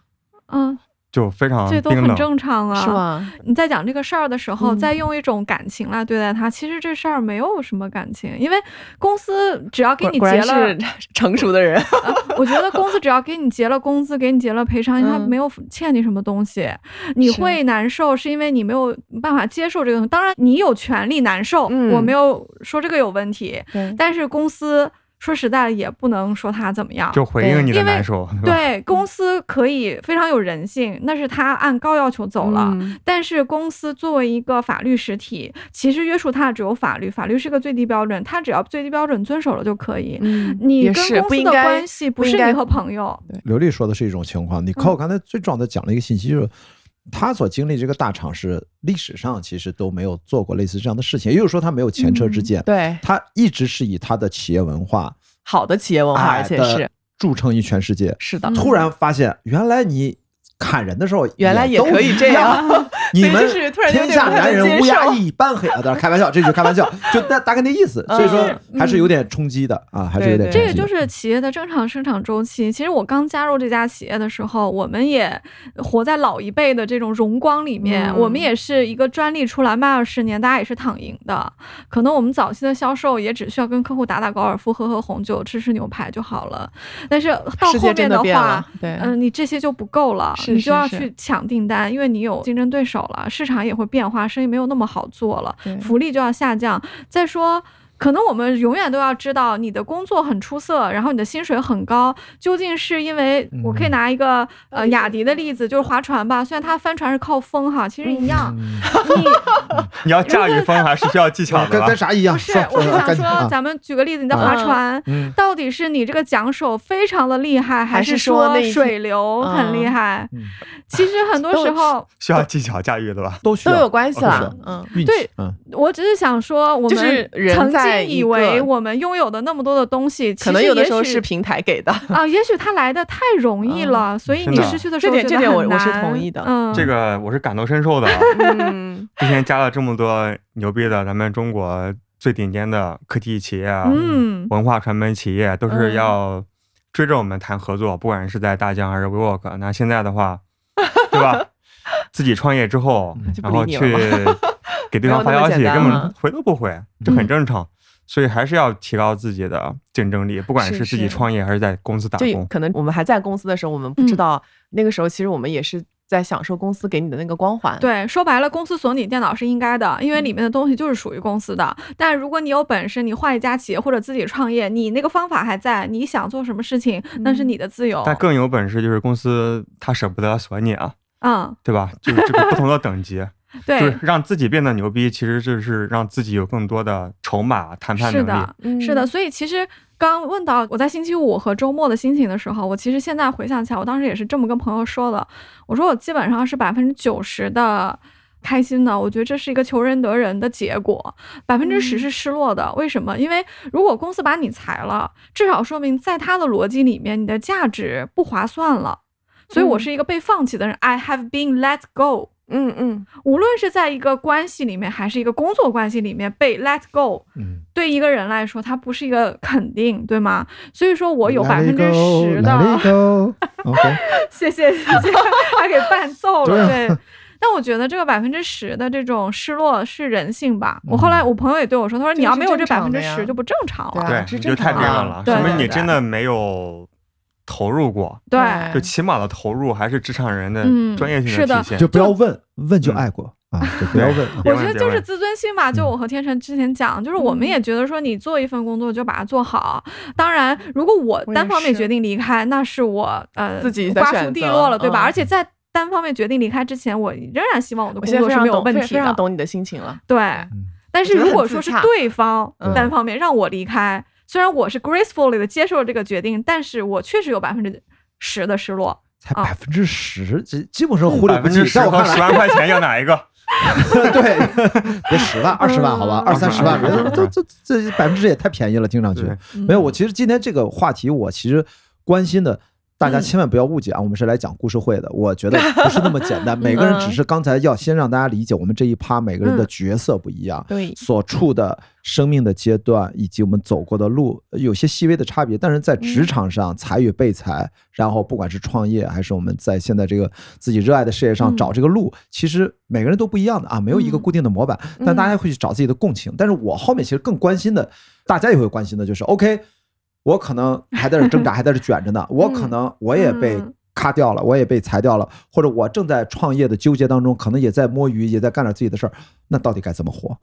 Speaker 4: 嗯，
Speaker 1: 就非常
Speaker 4: 这都
Speaker 1: 冰
Speaker 4: 很
Speaker 1: 冷。
Speaker 4: 正常啊，
Speaker 5: 是？吗？
Speaker 4: 你在讲这个事儿的时候，
Speaker 5: 嗯
Speaker 4: 再用一种感情来对待它，其实这事儿没有什么感情，因为公司只要给
Speaker 5: 果
Speaker 4: 你
Speaker 5: 果
Speaker 4: 结
Speaker 5: 然
Speaker 4: 了
Speaker 5: 是 成熟的人，
Speaker 4: 呃 我觉得公司只要给你结了工资，给你结了赔偿，他
Speaker 5: 嗯
Speaker 4: 没有欠你什么东西，你
Speaker 5: 是
Speaker 4: 会难受是因为你没有办法接受这个东西。当然，你有权利难受，
Speaker 5: 嗯
Speaker 4: 我没有说这个有问题，
Speaker 5: 对
Speaker 4: 但是公司说实在的也不能说他怎么样。
Speaker 1: 就回应你的
Speaker 4: 因为
Speaker 1: 难受，对吧？
Speaker 4: 对公司可以非常有人性，那是他按高要求走
Speaker 5: 嗯
Speaker 4: 了。但是公司作为一个法律实体，其实约束它的只有法律，法律是个最低标准，它只要最低标准遵守了就可以。
Speaker 5: 嗯，
Speaker 4: 你
Speaker 5: 也
Speaker 4: 跟
Speaker 5: 是
Speaker 4: 公
Speaker 5: 不
Speaker 4: 司
Speaker 5: 应
Speaker 4: 的
Speaker 5: 该
Speaker 4: 关系不
Speaker 5: 不应
Speaker 4: 是
Speaker 5: 该
Speaker 4: 你和朋友，
Speaker 2: 刘丽说的是一种情
Speaker 5: 嗯
Speaker 2: 况，你看我刚才最重要的讲了一个信息，就是他所经历这个大厂是历史上其实都没有做过类似这样的事情，也就是说他没有前车之鉴，
Speaker 5: 嗯对
Speaker 2: 他一直是以他的企业文化，
Speaker 5: 好的企业文化，啊而且
Speaker 2: 哎
Speaker 5: 是
Speaker 2: 的著称于全世界。
Speaker 5: 是的
Speaker 4: 嗯，
Speaker 2: 突然发现，原来你砍人的时候，
Speaker 5: 原来也
Speaker 2: 也都
Speaker 5: 可以这样
Speaker 2: 一样，你
Speaker 5: 所以
Speaker 2: 们
Speaker 5: 就是突然间
Speaker 2: 天
Speaker 5: 对
Speaker 2: 下
Speaker 5: 不太
Speaker 2: 男
Speaker 5: 能
Speaker 2: 人
Speaker 5: 接
Speaker 2: 乌鸦
Speaker 5: 受。
Speaker 2: 一般黑啊！当然开玩笑，这句开玩笑，就大大概那意思。
Speaker 5: 嗯
Speaker 2: 所以说
Speaker 5: 是
Speaker 2: 还是有点冲击的啊，还是有点
Speaker 5: 对
Speaker 2: 冲
Speaker 4: 这
Speaker 2: 击
Speaker 4: 个
Speaker 2: 的
Speaker 4: 就是企业的正常生长周期。其实我刚加入这家企业的时候，我们也活在老一辈的这种荣光里面，
Speaker 5: 嗯
Speaker 4: 我们也是一个专利出来卖二十年，大家也是躺赢的。可能我们早期的销售也只需要跟客户打打高尔夫、喝喝红酒、吃吃牛排就好了。但是嗯到
Speaker 5: 世
Speaker 4: 后
Speaker 5: 界真
Speaker 4: 面
Speaker 5: 的变
Speaker 4: 话
Speaker 5: 了，，对，
Speaker 4: 嗯，你这些就不够了，
Speaker 5: 是
Speaker 4: 你
Speaker 5: 是
Speaker 4: 就要
Speaker 5: 是
Speaker 4: 去抢订单，因为你有竞争对手了，市场也会变化，生意没有那么好做了
Speaker 5: 对，
Speaker 4: 福利就要下降。再说。可能我们永远都要知道，你的工作很出色，然后你的薪水很高，究竟是因为
Speaker 5: 嗯
Speaker 4: 我可以拿一个、呃雅迪的例子，就是划船吧，虽然它帆船是靠风哈，其实一样。
Speaker 2: 嗯
Speaker 4: 你
Speaker 1: 你要驾驭风还是需要技巧的
Speaker 2: 跟
Speaker 1: 吧
Speaker 2: 跟？啥一样？
Speaker 4: 不是
Speaker 2: 说，
Speaker 4: 我是
Speaker 2: 说
Speaker 4: 想
Speaker 2: 赶紧
Speaker 4: 说，
Speaker 2: 啊
Speaker 4: 咱们举个例子，你的划
Speaker 5: 嗯
Speaker 4: 船
Speaker 2: 嗯
Speaker 4: 到底是你这个桨手非常的厉害，还
Speaker 5: 还是
Speaker 4: 是
Speaker 5: 说那一
Speaker 4: 水流很厉
Speaker 5: 嗯
Speaker 4: 害
Speaker 2: 嗯？
Speaker 4: 其实 很多时候，
Speaker 1: 需要技巧驾驭的吧？
Speaker 2: 都需
Speaker 5: 都有
Speaker 2: 要
Speaker 5: 关系
Speaker 2: 都
Speaker 5: 啦
Speaker 2: 是。
Speaker 5: 嗯，
Speaker 2: 运气
Speaker 4: 对，
Speaker 2: 嗯，
Speaker 4: 我只是想说，我
Speaker 5: 就是
Speaker 4: 们
Speaker 5: 人
Speaker 4: 曾
Speaker 5: 在
Speaker 4: 经
Speaker 5: 一
Speaker 4: 以为
Speaker 5: 个
Speaker 4: 我们拥有的那么多的东西，
Speaker 5: 可能有的时候
Speaker 4: 其实
Speaker 5: 是
Speaker 4: 也许
Speaker 5: 平台给的。
Speaker 4: 啊，也许它来的太容易了，所以
Speaker 1: 真
Speaker 4: 你
Speaker 1: 的
Speaker 4: 失去的时
Speaker 5: 这
Speaker 4: 候觉
Speaker 5: 点
Speaker 4: 得
Speaker 5: 这点我
Speaker 4: 很
Speaker 5: 我是
Speaker 4: 难
Speaker 5: 同意的
Speaker 4: 嗯，
Speaker 1: 这个我是感同身受的啊。
Speaker 5: 嗯，
Speaker 1: 之前加了这么多牛逼的咱们中国最顶尖的科技企业啊，
Speaker 4: 嗯
Speaker 1: 文化传媒企业都
Speaker 5: 嗯
Speaker 1: 是要追着我们谈合作，不管是在大疆还是 WeWork。那现在的 话，对吧？自己创业之后
Speaker 2: 嗯，
Speaker 5: 就不
Speaker 1: 然后
Speaker 5: 理你
Speaker 1: 去
Speaker 5: 了
Speaker 1: 给对方
Speaker 5: 没
Speaker 1: 发
Speaker 5: 有那么
Speaker 1: 消息，
Speaker 5: 简单啊
Speaker 1: 根
Speaker 5: 了
Speaker 1: 本回都不回，这很正常。所以还是要提高自己的竞争力，不管是
Speaker 5: 是
Speaker 1: 自己
Speaker 5: 是
Speaker 1: 创业还是在公司打
Speaker 5: 就
Speaker 1: 工。
Speaker 5: 可能我们还在公司的时候，我们不知
Speaker 4: 嗯
Speaker 5: 道那个时候，其实我们也是在享受公司给你的那个光环。
Speaker 4: 对，说白了，公司锁你电脑是应该的，因为里面的东西就是属于公司的。但如果你有本事，你换一家企业或者自己创业，你那个方法还在，你想做什么事情那
Speaker 5: 嗯
Speaker 4: 是你的自由。
Speaker 1: 但更有本事就是公司他舍不得锁你啊，
Speaker 4: 嗯，
Speaker 1: 对吧？就是这个不同的等 级，就
Speaker 4: 对
Speaker 1: 是，让自己变得牛逼，其实就是让自己有更多的筹码、谈判
Speaker 4: 是
Speaker 1: 能力
Speaker 4: 的。，嗯是的。所以其实刚问到我在星期五和周末的心情的时候，我其实现在回想起来，我当时也是这么跟朋友说的，我说我基本上是百分之九十的。开心的，我觉得这是一个求人得人的结果，百分之十是失落的。为什么？因为如果公司把你裁了，至少说明在他的逻辑里面，你的价值不划算了。所以我
Speaker 5: 嗯
Speaker 4: 是一个被放弃的人、i have been let go。
Speaker 5: 嗯嗯，
Speaker 4: 无论是在一个关系里面，还是一个工作关系里面被 let go，
Speaker 2: 嗯，
Speaker 4: 对一个人来说，它不是一个肯定，对吗？所以说我有百分之
Speaker 2: Let it
Speaker 4: 十的，
Speaker 2: go, let it go. OK，
Speaker 4: 谢谢谢谢，还给伴奏了，
Speaker 2: 对啊
Speaker 4: 对。但我觉得这个百分之十的这种失落是人性吧。
Speaker 2: 嗯
Speaker 4: 我后来我朋友也对我说，他说
Speaker 5: 这
Speaker 4: 你要
Speaker 5: 是
Speaker 4: 没有这
Speaker 5: 正
Speaker 4: 百
Speaker 5: 常
Speaker 4: 分
Speaker 5: 的
Speaker 4: 之
Speaker 5: 呀
Speaker 4: 十就不正常
Speaker 5: 对
Speaker 4: 了。
Speaker 5: 啊
Speaker 1: 对，
Speaker 5: 这
Speaker 1: 你就
Speaker 5: 正
Speaker 1: 太
Speaker 5: 常
Speaker 1: 悲
Speaker 5: 啊
Speaker 1: 哀了，
Speaker 4: 对
Speaker 1: 说明
Speaker 5: 对嗯
Speaker 1: 你真的没有投入过，
Speaker 4: 对
Speaker 2: 啊
Speaker 5: 对
Speaker 1: 就起码的投入还是职场人的
Speaker 4: 嗯
Speaker 1: 专业性
Speaker 4: 是的
Speaker 1: 体现。
Speaker 2: 就不要问，问就
Speaker 1: 嗯
Speaker 2: 爱过啊，就不要问。啊
Speaker 1: 别
Speaker 4: 我
Speaker 1: 问
Speaker 4: 觉
Speaker 1: 别
Speaker 4: 得就是
Speaker 1: 问
Speaker 4: 自尊心吧，
Speaker 5: 嗯
Speaker 4: 就我和天成之前讲，就是我们也觉得说你做一份工作就把它做好。当然，如果我
Speaker 5: 我也
Speaker 4: 单方面
Speaker 5: 是
Speaker 4: 决定离开，那是我呃
Speaker 5: 自己的
Speaker 4: 瓜
Speaker 5: 选
Speaker 4: 熟蒂
Speaker 5: 择
Speaker 4: 落了，对吧？
Speaker 5: 嗯
Speaker 4: 而且在单方面决定离开之前，我仍然希望我的
Speaker 5: 我
Speaker 4: 工
Speaker 5: 现在
Speaker 4: 作
Speaker 5: 非
Speaker 4: 是
Speaker 5: 常
Speaker 4: 没有
Speaker 5: 懂，
Speaker 4: 问
Speaker 5: 非
Speaker 4: 题
Speaker 5: 非常
Speaker 4: 的。
Speaker 5: 懂你的心情了。
Speaker 4: 对，但是
Speaker 5: 我觉得
Speaker 4: 如果
Speaker 5: 很自
Speaker 4: 说是
Speaker 5: 洽
Speaker 4: 对方
Speaker 5: 嗯
Speaker 4: 单方面让我离开，虽然我是 gracefully 的接受了这个决定，但是我确实有百分之十的失落。
Speaker 2: 才
Speaker 4: 啊
Speaker 2: 百分之十，这基本上忽略
Speaker 1: 百
Speaker 2: 不
Speaker 1: 分
Speaker 2: 计。
Speaker 1: 之十
Speaker 2: 在我
Speaker 1: 和
Speaker 2: 看
Speaker 1: 十
Speaker 2: 来，
Speaker 1: 万块钱要哪一个？
Speaker 2: 对，别十万，二十万，好吧，二三十万，
Speaker 1: 嗯
Speaker 2: 这这这百分之十也太便宜了，听上去
Speaker 1: 对。
Speaker 5: 嗯
Speaker 2: 没有，我其实今天这个话题，我其实关心的。大
Speaker 4: 嗯
Speaker 2: 家千万不要误解啊，我们是来讲故事会的。我觉得不是那么简 单，每个
Speaker 4: 嗯
Speaker 2: 人只是刚才要先让大家理解我们这一趴每个人的
Speaker 5: 嗯
Speaker 2: 角色不一样，
Speaker 5: 对，
Speaker 2: 所处的生命的阶段以及我们走过的路有些细微的差别，但是在职场上裁与被裁，然后不管是创业还是我们在现在这个自己热爱的事业上
Speaker 4: 嗯
Speaker 2: 找这个路，其实每个人都不一样的啊，没有一个固定的模板，但大家会去找自己的共情。但是我后面其实更关心的，大家也会关心的就是，OK，我可能还在这挣扎，还在这卷着呢，我可能我也被
Speaker 4: 嗯
Speaker 2: 咔掉了，我也被裁掉了，或者我正在创业的纠结当中，可能也在摸鱼，也在干点自己的事儿，那到底该怎么活？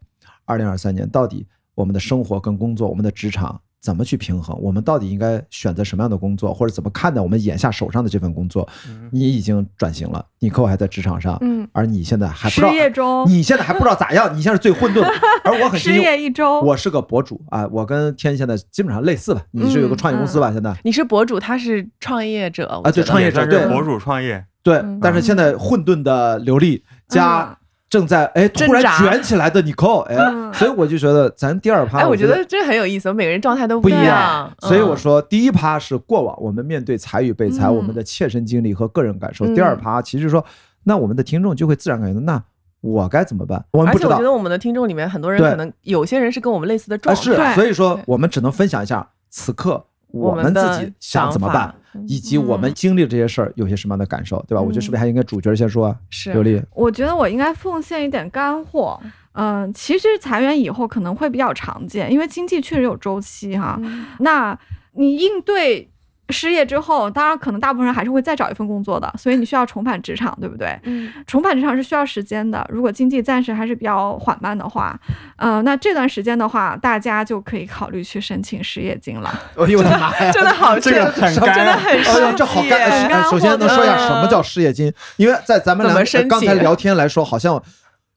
Speaker 2: 二零二三年到底我们的生活跟工作，我们的职场怎么去平衡？我们到底应该选择什么样的工作，或者怎么看待我们眼下手上的这份工作？你已经转型了，你可我还在职场上，
Speaker 5: 嗯，
Speaker 2: 而你现在还不知
Speaker 4: 失
Speaker 2: 道，
Speaker 4: 业中，
Speaker 2: 你现在还不知道咋样，你现在是最 混沌的，而我很
Speaker 4: 失
Speaker 2: 幸运。
Speaker 4: 业一周，
Speaker 2: 我是个博主啊，我跟天现在基本上类似吧。
Speaker 5: 嗯
Speaker 2: 你是有个创业公司吧？现在
Speaker 5: 你是博主，他是创业者
Speaker 2: 啊对 创业
Speaker 1: 也
Speaker 2: 者
Speaker 1: 算
Speaker 2: 对
Speaker 1: 是博主创业，
Speaker 2: 对
Speaker 5: 嗯，
Speaker 2: 但是现在混沌的流利加正在哎突然
Speaker 5: 挣扎
Speaker 2: 卷起来的 Nicole，哎，
Speaker 4: 嗯
Speaker 2: 所以我就觉得咱第二趴，
Speaker 5: 哎，我
Speaker 2: 觉
Speaker 5: 觉得这很有意思，每个人状态都
Speaker 2: 不一
Speaker 5: 样。
Speaker 2: 样
Speaker 5: 嗯
Speaker 2: 所以我，说，第一趴是过往我们面对裁与被裁，
Speaker 4: 嗯
Speaker 2: 我们的切身经历和个人感受；
Speaker 5: 嗯
Speaker 2: 第二趴其实说，那我们的听众就会自然感觉到，那我该怎么办？我们
Speaker 5: 而
Speaker 2: 不
Speaker 5: 且
Speaker 2: 知
Speaker 5: 我
Speaker 2: 道
Speaker 5: 觉，得我们的听众里面很多人
Speaker 2: 对
Speaker 5: 可能有些人是跟我们类似的
Speaker 2: 啊
Speaker 5: 状态，
Speaker 2: 是，
Speaker 4: 对
Speaker 2: 所以说
Speaker 5: 对
Speaker 2: 我们只能分享一下此刻我
Speaker 5: 我
Speaker 2: 们自
Speaker 5: 的
Speaker 2: 己想怎么办
Speaker 5: 法，，嗯
Speaker 2: 以及我们经历这些事儿有些什么样的感受，对吧？我觉得是不是还应该主角先说啊？
Speaker 5: 是
Speaker 2: 刘丽，
Speaker 4: 我觉得我应该奉献一点干货。嗯，其实裁员以后可能会比较常见，因为经济确实有周期哈。
Speaker 5: 嗯
Speaker 4: 那你应对失业之后，当然可能大部分人还是会再找一份工作的，所以你需要重返职场，对不对？
Speaker 5: 嗯
Speaker 4: 重返职场是需要时间的。如果经济暂时还是比较缓慢的话，呃，那这段时间的话，大家就可以考虑去申请失业金了。
Speaker 2: 哎 呦我的妈呀！
Speaker 5: 真的好
Speaker 1: 这个
Speaker 5: 像
Speaker 1: 很
Speaker 2: 真的
Speaker 1: 干
Speaker 5: 很
Speaker 2: 哎呀，这好干！
Speaker 5: 很
Speaker 2: 哎
Speaker 4: 干
Speaker 2: 首先
Speaker 4: 货
Speaker 2: 能
Speaker 4: 的
Speaker 2: 说一下什么叫失业金？因为在咱们
Speaker 5: 怎么申
Speaker 2: 俩
Speaker 5: 请
Speaker 2: 刚才聊天来说，好像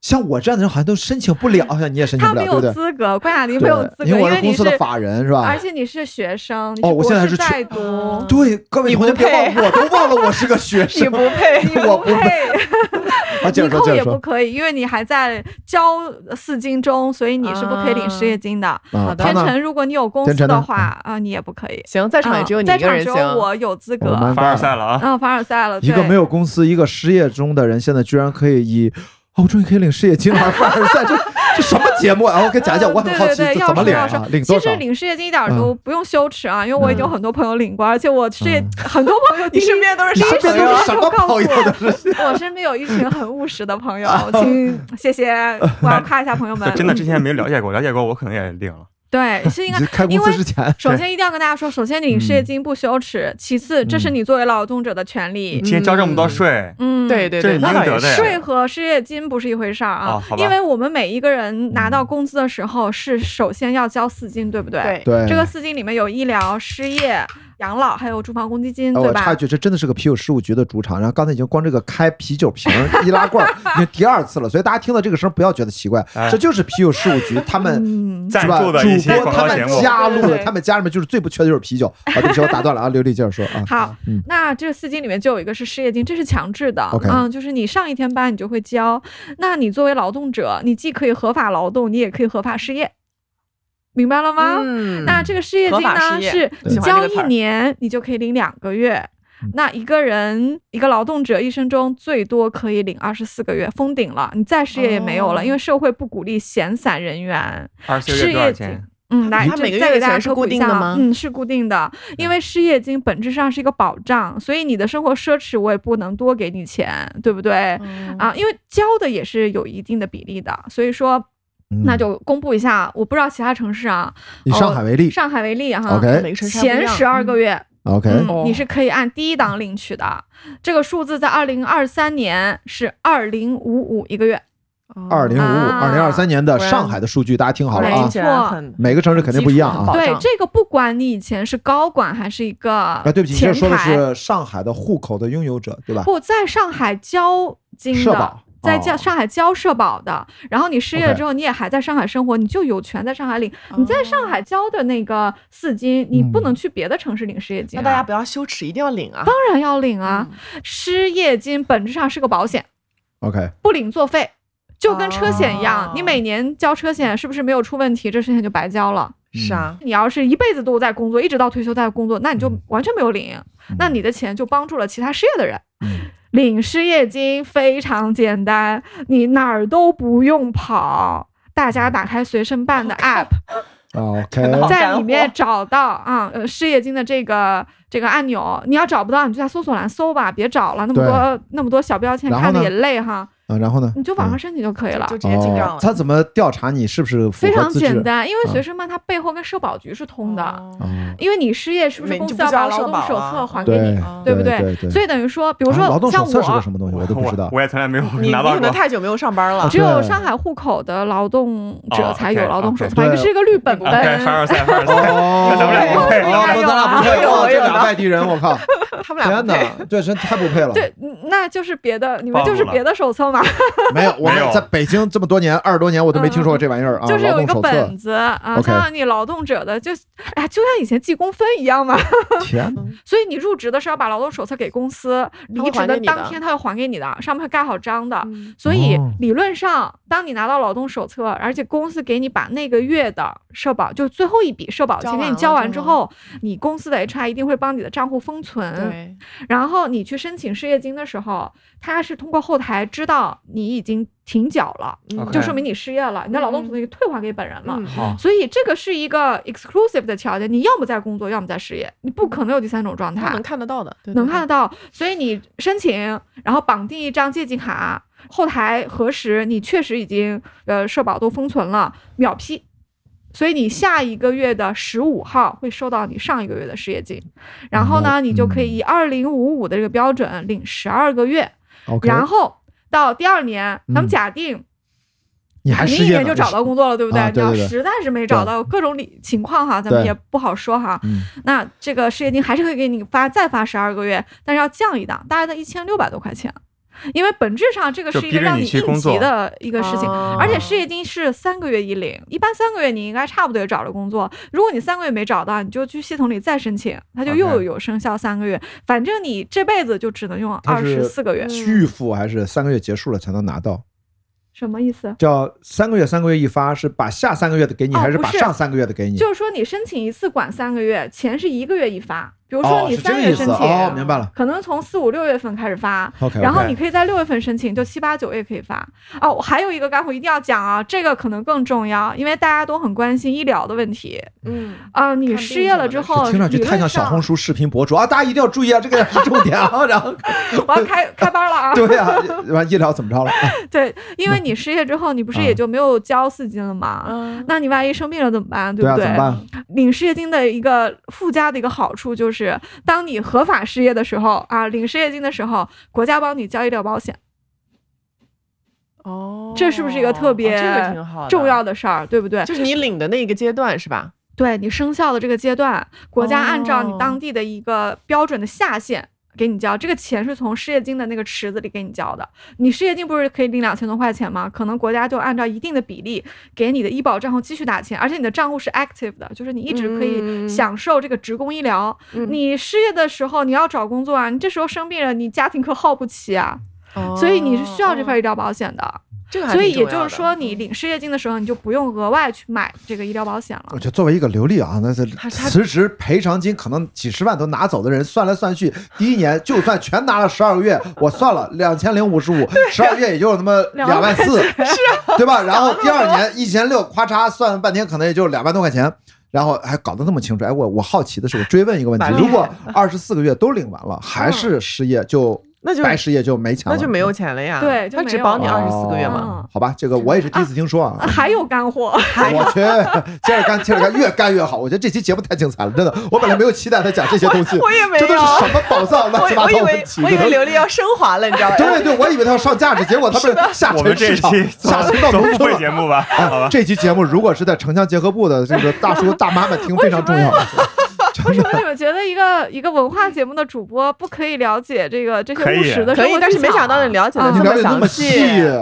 Speaker 2: 像我这样的人好像都申请不了，好像你也申请
Speaker 4: 他
Speaker 2: 不了，
Speaker 4: 没
Speaker 2: 对不对？
Speaker 4: 有资格，关雅迪没
Speaker 2: 对
Speaker 4: 有资格，
Speaker 2: 因为我是
Speaker 4: 你
Speaker 2: 公司
Speaker 4: 是，啊
Speaker 2: 的法人是吧
Speaker 4: 而？且你是学生，你
Speaker 2: 哦我现在是
Speaker 4: 博士
Speaker 2: 全
Speaker 4: 在读，
Speaker 2: 对，各位
Speaker 5: 你
Speaker 2: 同学
Speaker 5: 不
Speaker 2: 别
Speaker 5: 配
Speaker 2: 忘，我都忘了我是个学
Speaker 5: 你
Speaker 2: 生
Speaker 5: 不。配，
Speaker 2: 我不
Speaker 4: 配。
Speaker 2: 啊，接
Speaker 4: 你
Speaker 2: 着说，
Speaker 4: 扣
Speaker 2: 接着
Speaker 4: 也不
Speaker 2: 说
Speaker 4: 可以，因为你还在交四金中，所以你是不可以领失业金的。
Speaker 2: 啊，
Speaker 5: 好的
Speaker 2: 他
Speaker 4: 天
Speaker 2: 呢？
Speaker 4: 成，如果你有公
Speaker 2: 天
Speaker 4: 司
Speaker 2: 成呢
Speaker 4: 的话啊、你也不可以。
Speaker 5: 行，在场也只有你一个人
Speaker 4: 嗯在
Speaker 5: 行
Speaker 4: 场只。有我有资格。
Speaker 2: 我们
Speaker 1: 凡尔赛了啊！
Speaker 4: 嗯，凡尔赛了，
Speaker 2: 一个
Speaker 4: 对
Speaker 2: 没有公司，一个失业中的人，现在居然可以以哦，我终于可以领失业金了，凡尔赛，这这什么节目啊？我给讲讲，我很好奇
Speaker 4: 对对对
Speaker 2: 这怎么领
Speaker 4: 要说
Speaker 2: 啊
Speaker 4: 要？
Speaker 2: 领
Speaker 4: 其
Speaker 2: 多少
Speaker 4: 实？领失业金一点都不用羞耻啊，因为我已
Speaker 2: 嗯
Speaker 4: 经有很多朋友领过，而且我失业
Speaker 2: 嗯
Speaker 4: 很多朋 友第
Speaker 5: 你
Speaker 4: 一，
Speaker 5: 身边都是
Speaker 2: 你
Speaker 5: 啥
Speaker 2: 身边
Speaker 5: 朋
Speaker 2: 都
Speaker 5: 友？
Speaker 2: 是什么朋友的事情？
Speaker 4: 我身边有一群很务实的 朋友，请谢谢，我要夸一下朋友们
Speaker 5: 嗯
Speaker 1: 就，真的之前没了解过，了解过我可能也领了。
Speaker 4: 对，是应该
Speaker 2: 你开公
Speaker 4: 因
Speaker 2: 司
Speaker 4: 为
Speaker 2: 之前，
Speaker 4: 首先一定要跟大家说，首先领失业金不羞耻，其次这是你作为劳动者的权
Speaker 5: 嗯
Speaker 4: 利。
Speaker 1: 今天交这么多税，
Speaker 4: 嗯，
Speaker 5: 对对
Speaker 1: 这
Speaker 5: 对，
Speaker 1: 是
Speaker 5: 那
Speaker 1: 应
Speaker 5: 倒
Speaker 1: 得
Speaker 5: 也
Speaker 1: 的呀
Speaker 5: 是。
Speaker 4: 税和失业金不是一回事儿啊
Speaker 1: 啊好，吧
Speaker 4: 因为我们每一个人拿到工资的时候是首先要交四金，对不对？，
Speaker 5: 对，
Speaker 2: 对
Speaker 4: 这个四金里面有医疗、失业、养老，还有住房公积金，
Speaker 2: 呃
Speaker 4: 对
Speaker 2: 我插
Speaker 4: 吧
Speaker 2: 一？句，这真的是个啤酒事务局的主场。然后刚才已经光这个开啤酒瓶儿易拉罐儿已经第二次了，所以大家听到这个声儿不要觉得奇怪，
Speaker 1: 哎
Speaker 2: 这就是啤酒事务局他们。
Speaker 4: 嗯，
Speaker 1: 赞
Speaker 2: 是吧？
Speaker 1: 助的一
Speaker 2: 主
Speaker 1: 些
Speaker 2: 播
Speaker 1: 广
Speaker 2: 他
Speaker 1: 告节
Speaker 2: 们
Speaker 1: 目，
Speaker 2: 加入
Speaker 5: 对对
Speaker 2: 的，
Speaker 5: 对
Speaker 2: 他们家里面就是最不缺的就是啤酒。好，对不起，我打断了啊，刘丽接着说啊。
Speaker 4: 好
Speaker 2: 嗯，
Speaker 4: 那这四金里面就有一个是失业金，这是强制的
Speaker 2: OK
Speaker 4: 嗯，就是你上一天班你就会交。那你作为劳动者，你既可以合法劳动，你也可以合法失业，明白了吗？
Speaker 5: 嗯
Speaker 4: 那这个失业金
Speaker 5: 合法
Speaker 4: 呢，
Speaker 5: 失业
Speaker 4: 是
Speaker 2: 对
Speaker 4: 你
Speaker 5: 喜欢这
Speaker 4: 交
Speaker 5: 个词
Speaker 4: 一
Speaker 5: 儿
Speaker 4: 年，你就可以领两个月
Speaker 2: 嗯。
Speaker 4: 那一个人，一个劳动者一生中最多可以领二十四个月，封顶了，你再失业也没有了，
Speaker 5: 哦
Speaker 4: 因为社会不鼓励闲散人员。
Speaker 1: 二十个月多
Speaker 4: 事
Speaker 1: 少
Speaker 4: 业
Speaker 1: 钱？
Speaker 4: 嗯，来，
Speaker 5: 他
Speaker 4: 这
Speaker 5: 每个
Speaker 4: 再
Speaker 5: 月
Speaker 4: 给
Speaker 5: 的
Speaker 4: 大家
Speaker 5: 钱是
Speaker 4: 科普
Speaker 5: 固
Speaker 4: 一
Speaker 5: 定
Speaker 4: 下
Speaker 5: 的
Speaker 4: 啊
Speaker 5: 吗
Speaker 4: 嗯，是固定的，因为失业金本质上是一个保障，所以你的生活奢侈我也不能多给你钱，对不对？
Speaker 5: 啊，
Speaker 4: 啊，因为交的也是有一定的比例的，所以说
Speaker 2: 嗯
Speaker 4: 那就公布一下，我不知道其他城市啊，
Speaker 2: 以上海为例
Speaker 4: 上海为例哈，
Speaker 5: 每
Speaker 2: ，OK
Speaker 5: 个城市还不一样
Speaker 4: 啊前十二个月，
Speaker 2: OK，
Speaker 4: 嗯
Speaker 5: 哦，
Speaker 4: 你是可以按第一档领取的。这个数字在二零二三年是二零五五一个月，
Speaker 5: 嗯
Speaker 2: 二
Speaker 5: 哦
Speaker 2: 零五五
Speaker 4: 啊
Speaker 2: 二零二三年的
Speaker 5: 果然
Speaker 2: 上海的数据，大家听好了
Speaker 4: 果然
Speaker 2: 啊
Speaker 4: 是，
Speaker 2: 每个城市肯定不一样
Speaker 5: 很
Speaker 2: 啊
Speaker 5: 保。
Speaker 4: 对
Speaker 5: 障
Speaker 4: 这个，不管你以前是高管还是一个
Speaker 2: 啊，对不起，你这
Speaker 4: 前
Speaker 2: 说的
Speaker 4: 台，
Speaker 2: 是上海的户口的拥有者，对吧？
Speaker 4: 不在上海交金
Speaker 2: 社
Speaker 4: 的
Speaker 2: 保。，
Speaker 4: 在
Speaker 2: 哦
Speaker 4: 叫上海交社保的，然后你失业了
Speaker 2: OK
Speaker 4: 之后，你也还在上海生活，你就有权在上海领。你在上海交的那个四金，你不
Speaker 2: 嗯
Speaker 4: 能去别的城市领失业金
Speaker 5: 那
Speaker 4: 啊。
Speaker 5: 大家不要羞耻，一定要领啊！嗯
Speaker 4: 当然要领啊，失业金本质上是个保险。
Speaker 2: OK，
Speaker 4: 不领作废，就跟车险一样，
Speaker 5: 哦
Speaker 4: 你每年交车险是不是没有出问题，这车险就白交了。
Speaker 5: 是啊，
Speaker 4: 你要是一辈子都在工作，一直到退休在工作，那你就完全没有领，那你的钱就帮助了其他失业的人。
Speaker 2: 嗯
Speaker 4: 领失业金非常简单，你哪儿都不用跑。大家打开随身办的 app，
Speaker 2: 哦，OK，
Speaker 4: 在里面找到啊、呃失业金的这个这个按钮。你要找不到，你就在搜索栏搜吧，别找了，那么多那么多小标签，
Speaker 2: 然后
Speaker 4: 看的
Speaker 2: 呢
Speaker 4: 也累哈。
Speaker 2: 啊，然后呢？
Speaker 4: 你就网
Speaker 2: 嗯
Speaker 4: 上申请就可以了。
Speaker 5: 就直接进账
Speaker 2: 哦
Speaker 5: 了，，
Speaker 2: 他怎么调查你是不是符
Speaker 4: 非
Speaker 2: 合
Speaker 4: 常
Speaker 2: 资质？
Speaker 4: 简单，因为
Speaker 2: 啊
Speaker 4: 随身办它背后跟社保局是通的，
Speaker 5: 哦。
Speaker 2: 哦，
Speaker 4: 因为你失业是不是
Speaker 5: 没
Speaker 4: 公
Speaker 5: 就
Speaker 4: 司
Speaker 5: 不
Speaker 4: 要把
Speaker 5: 交
Speaker 4: 劳
Speaker 5: 社
Speaker 4: 动
Speaker 5: 保
Speaker 4: 手
Speaker 5: 啊
Speaker 4: 册还给你？
Speaker 2: 对
Speaker 5: 哦，
Speaker 4: 对不
Speaker 2: 对
Speaker 4: 对
Speaker 2: 对。
Speaker 4: 所以等于说，比
Speaker 2: 比
Speaker 4: 如说
Speaker 2: 劳动
Speaker 4: 像
Speaker 2: 手册是个
Speaker 4: 我
Speaker 2: 什，么东西，我都不知道。
Speaker 1: 我也从来没有
Speaker 5: 你你
Speaker 1: 拿到
Speaker 5: 可
Speaker 1: 过。
Speaker 5: 能太久没有上班了，
Speaker 4: 只有
Speaker 2: 对
Speaker 4: 上海户口的劳动者
Speaker 1: 哦
Speaker 4: 才有
Speaker 1: OK，
Speaker 4: 劳
Speaker 5: 啊
Speaker 4: 动手
Speaker 1: OK
Speaker 4: 册，反正
Speaker 2: 对
Speaker 4: 是一个绿本本。
Speaker 1: OK，凡尔赛，
Speaker 5: 嗯
Speaker 1: 凡尔赛。
Speaker 2: 哦
Speaker 1: 那咱们俩不配
Speaker 2: 哦那咱俩不
Speaker 4: 哎
Speaker 2: 配，
Speaker 5: 有
Speaker 2: 哇
Speaker 5: 有
Speaker 2: 这
Speaker 5: 有
Speaker 2: 俩外地人，我 靠，
Speaker 4: 哦
Speaker 5: 他们俩
Speaker 2: 天
Speaker 5: 不配
Speaker 2: 哪，这真太不配了。
Speaker 4: 对，嗯那就是别的，你们就是别的手册嘛，
Speaker 2: 没有，我
Speaker 1: 没
Speaker 2: 们
Speaker 1: 有
Speaker 2: 在北京这么多年，二十多年，我都没听说过这玩意儿啊。
Speaker 4: 嗯 就是有一
Speaker 2: 劳动手册
Speaker 4: 个本，子啊，
Speaker 2: OK
Speaker 4: 像你劳动者的，就哎，就像以前记工分一样嘛。
Speaker 2: 天哪，
Speaker 4: 所以你入职的时候把劳动手册给公司，离
Speaker 5: 会
Speaker 4: 职
Speaker 5: 还给
Speaker 4: 的
Speaker 5: 你的
Speaker 4: 当天他会还给你的，上面会盖好章的。
Speaker 5: 嗯
Speaker 4: 所以
Speaker 2: 哦
Speaker 4: 理论上，当你拿到劳动手册，而且公司给你把那个月的社保，就最后一笔社保钱给你交
Speaker 5: 交完
Speaker 4: 完
Speaker 5: 了
Speaker 4: 之
Speaker 5: 之
Speaker 4: 后
Speaker 5: 后，
Speaker 4: 你公司的 HR 一定会帮你的账户封存。
Speaker 5: 对，
Speaker 4: 然后你去申请失业金的时候，他是通过后台知道你已经停缴了，
Speaker 1: OK
Speaker 4: 嗯就说明你失业了，你的劳动
Speaker 5: 嗯
Speaker 4: 手册就退还给本人了。
Speaker 5: 嗯
Speaker 1: 好，
Speaker 4: 所以这个是一个 exclusive 的条件，你要么在工作，要么在失业，你不可能有第三种状态。
Speaker 5: 他能看得到的，对
Speaker 4: 能看得，到。所以你申请，然后绑定一张借记卡，后台核实你确实已经呃社保都封存了，秒批。所以你下一个月的十五号会收到你上一个月的失业金，然后呢，
Speaker 2: 哦
Speaker 4: 你就可以以二零五五的这个标准领十二个月，
Speaker 2: OK，
Speaker 4: 然后到第二年，
Speaker 2: 嗯
Speaker 4: 咱们假定
Speaker 2: 你还
Speaker 4: 你
Speaker 2: 失
Speaker 4: 一
Speaker 2: 业呢
Speaker 4: 年就找到工作了，对不
Speaker 2: 啊对
Speaker 4: 你要
Speaker 2: 对对
Speaker 4: 实在是没找到，各种理情况哈，咱们
Speaker 2: 对
Speaker 4: 也不好说哈。
Speaker 2: 嗯
Speaker 4: 那这个失业金还是会给你发再发十二个月，但是要降一档，大概在一千六百多块钱，因为本质上这个
Speaker 1: 就是
Speaker 4: 一
Speaker 1: 逼
Speaker 4: 个
Speaker 1: 着
Speaker 4: 让
Speaker 1: 你去
Speaker 4: 应
Speaker 1: 工
Speaker 4: 急
Speaker 1: 作
Speaker 4: 的一个事情。
Speaker 5: 哦
Speaker 4: 而且失业金是三个月一领，一般三个月你应该差不多也找着工作。如果你三个月没找到，你就去系统里再申请，它就
Speaker 1: OK
Speaker 4: 又有生效三个月。反正你这辈子就只能用
Speaker 2: 它
Speaker 4: 二
Speaker 2: 是
Speaker 4: 十四个月，
Speaker 2: 续付还是三个月结束了才能拿到？
Speaker 4: 什么意思？
Speaker 2: 叫三个月三个月一发，是把下三个月的给你，
Speaker 4: 哦
Speaker 2: 还是
Speaker 4: 不
Speaker 2: 把
Speaker 4: 是
Speaker 2: 上三个月的给你？
Speaker 4: 就是说你申请一次管三个月，钱是一个月一发，比如
Speaker 2: 哦
Speaker 4: 说，你
Speaker 2: 是这
Speaker 4: 三
Speaker 2: 个
Speaker 4: 月
Speaker 2: 意
Speaker 4: 申
Speaker 2: 思
Speaker 4: 请，
Speaker 2: 哦，明白了。
Speaker 4: 可能从四五六月份开始发，
Speaker 2: OK，
Speaker 4: 然后你可以在六月份申请，就七八九月可以发。哦，还有一个干货一定要讲啊，这个可能更重要，因为大家都很关心医疗的问题
Speaker 5: 嗯，
Speaker 4: 啊、你
Speaker 5: 看病
Speaker 4: 失业了
Speaker 5: 什
Speaker 4: 之
Speaker 5: 么的
Speaker 4: 后，
Speaker 2: 听上去
Speaker 4: 哦理论
Speaker 2: 太像小
Speaker 4: 上
Speaker 2: 红书视频博主啊！大家一定要注意啊，这个是重点啊。 然后，
Speaker 4: 我要开开班了啊！
Speaker 2: 对啊，完医疗怎么着了？
Speaker 4: 对，因为你失业之后，你不是
Speaker 2: 啊
Speaker 4: 也就没有交四金了吗？
Speaker 5: 嗯
Speaker 4: 那你万一生病了怎么办？
Speaker 2: 对
Speaker 4: 不
Speaker 2: 啊，
Speaker 4: 对
Speaker 2: 怎？么办？
Speaker 4: 领失业金的一个附加的一个好处就是，当你合法失业的时候啊，领失业金的时候，国家帮你交医疗保险，
Speaker 5: 哦，
Speaker 4: 这是不是一个特别
Speaker 5: 哦这个挺好的
Speaker 4: 重？要的事儿，对不对？
Speaker 5: 就是你领的那个阶段是吧？
Speaker 4: 对你生效的这个阶段，国家按照
Speaker 5: 哦
Speaker 4: 你当地的一个标准的下限给你交，这个钱是从失业金的那个池子里给你交的。你失业金不是可以领两千多块钱吗？可能国家就按照一定的比例给你的医保账户继续打钱，而且你的账户是 active 的，就是你一直可
Speaker 5: 嗯
Speaker 4: 以享受这个职工医疗。
Speaker 5: 嗯
Speaker 4: 你失业的时候你要找工作啊，你这时候生病了，你家庭可耗不起啊，所以你是需要这份医疗保险的。
Speaker 5: 哦这个还
Speaker 4: 所以
Speaker 5: 挺
Speaker 4: 也
Speaker 5: 重要的，嗯
Speaker 4: 就是说，你领失业金的时候，你就不用额外去买这个医疗保险了
Speaker 2: 我。觉得作为一个刘丽啊，那这
Speaker 5: 他他
Speaker 2: 辞职赔偿金可能几十万都拿走的人，算来算去，第一年就算全拿了十二个月，我算了两千零五十五，十二月也就他妈两
Speaker 4: 两
Speaker 2: 万
Speaker 4: 万
Speaker 2: 四， 对吧？然后第二年一千六，咔嚓算了半天，可能也就两万多块钱。然后还搞得那么清楚，哎，我我好奇的是，我追问一个问题
Speaker 5: 蛮：厉害
Speaker 2: 如果二十四个月都领完了，还是失业就
Speaker 5: 那就
Speaker 2: 白失业就没钱
Speaker 5: 那
Speaker 2: 了，
Speaker 5: 就没有钱了呀。
Speaker 4: 对就
Speaker 5: 他
Speaker 4: 没
Speaker 5: 只
Speaker 4: 有
Speaker 5: 保
Speaker 4: 了
Speaker 5: 你二十四个月嘛。
Speaker 2: 哦好吧，这个我也是第一次听说啊。
Speaker 4: 还有干货，
Speaker 5: 哎
Speaker 2: 我去，接着干，接着干，越干越好。我觉得这期节目太精彩了，真的。我本来没有期待他讲这些东
Speaker 4: 哦
Speaker 2: 西，
Speaker 5: 我也没
Speaker 2: 这都是
Speaker 5: 有，
Speaker 2: 什么宝藏
Speaker 5: 我
Speaker 2: 乱七八
Speaker 5: 我以
Speaker 2: 糟
Speaker 5: 为
Speaker 2: 的题
Speaker 5: 我以为
Speaker 2: 目？
Speaker 5: 刘丽要升华了，你 知道吧？
Speaker 2: 对对，我以为他要上价值，结果他们下
Speaker 1: 我们这
Speaker 2: 沉市
Speaker 1: 一
Speaker 2: 场
Speaker 1: 期，总
Speaker 2: 下沉到
Speaker 1: 总
Speaker 2: 农
Speaker 1: 不会
Speaker 2: 村了。啊
Speaker 1: 节目吧？好吧，
Speaker 2: 这期节目如果是在城乡结合部的这个大叔大妈们 听，非常重要。
Speaker 4: 为什么你们觉得一个 一个文化节目的主播不可以了解这个这些
Speaker 1: 可以
Speaker 4: 务实的生
Speaker 5: 可
Speaker 4: 活技，巧啊
Speaker 5: 以但是没想到你了解的
Speaker 2: 啊你
Speaker 5: 这
Speaker 2: 了解那
Speaker 5: 详
Speaker 2: 么细，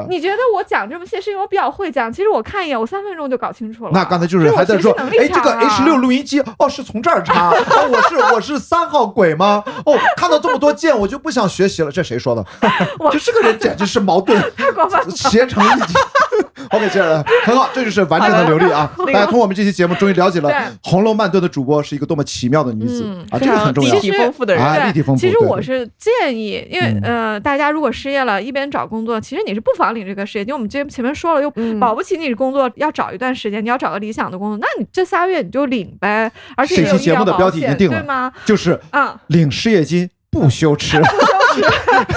Speaker 4: 你觉得我讲这么细，是因为我比较会讲。其实我看一眼，我三分钟就搞清楚了。
Speaker 2: 那刚才就是还在说，
Speaker 4: 这我
Speaker 2: 哎，
Speaker 4: 学习能力
Speaker 2: 这
Speaker 4: 强
Speaker 2: 个
Speaker 4: 啊
Speaker 2: H 六录音机哦，是从这儿插。哦，我是我是三号轨吗？哦，看到这么多键，我就不想学习了。这谁说 的？这这个人简直是矛盾。
Speaker 4: 太过分了。
Speaker 2: 携程一体。OK，接下来很好，这就是完整的刘丽 啊！大家通过我们这期节目，终于了解了
Speaker 4: 对
Speaker 2: 红楼曼顿的主播是一个多么奇妙的女子、
Speaker 4: 嗯
Speaker 2: 啊，
Speaker 5: 非
Speaker 2: 这个
Speaker 5: 常
Speaker 2: 很重要
Speaker 5: 立。体丰富的人。
Speaker 2: 啊哎立体丰富
Speaker 4: 其实
Speaker 2: 对嗯
Speaker 4: 我是建议，因为呃，大家如果失业了，一边找工作，其实你是不妨领这个失业金。我们前前面说了，又
Speaker 5: 嗯
Speaker 4: 保不齐你工作要找一段时间，你要找个理想的工作，那你这仨月你就领呗。而且
Speaker 2: 这
Speaker 4: 也有
Speaker 2: 期节
Speaker 4: 医疗
Speaker 2: 目的
Speaker 4: 保
Speaker 2: 标题已经
Speaker 4: 险
Speaker 2: 定了
Speaker 4: 对吗？
Speaker 2: 就是
Speaker 4: 嗯，
Speaker 2: 领失业金不羞 耻，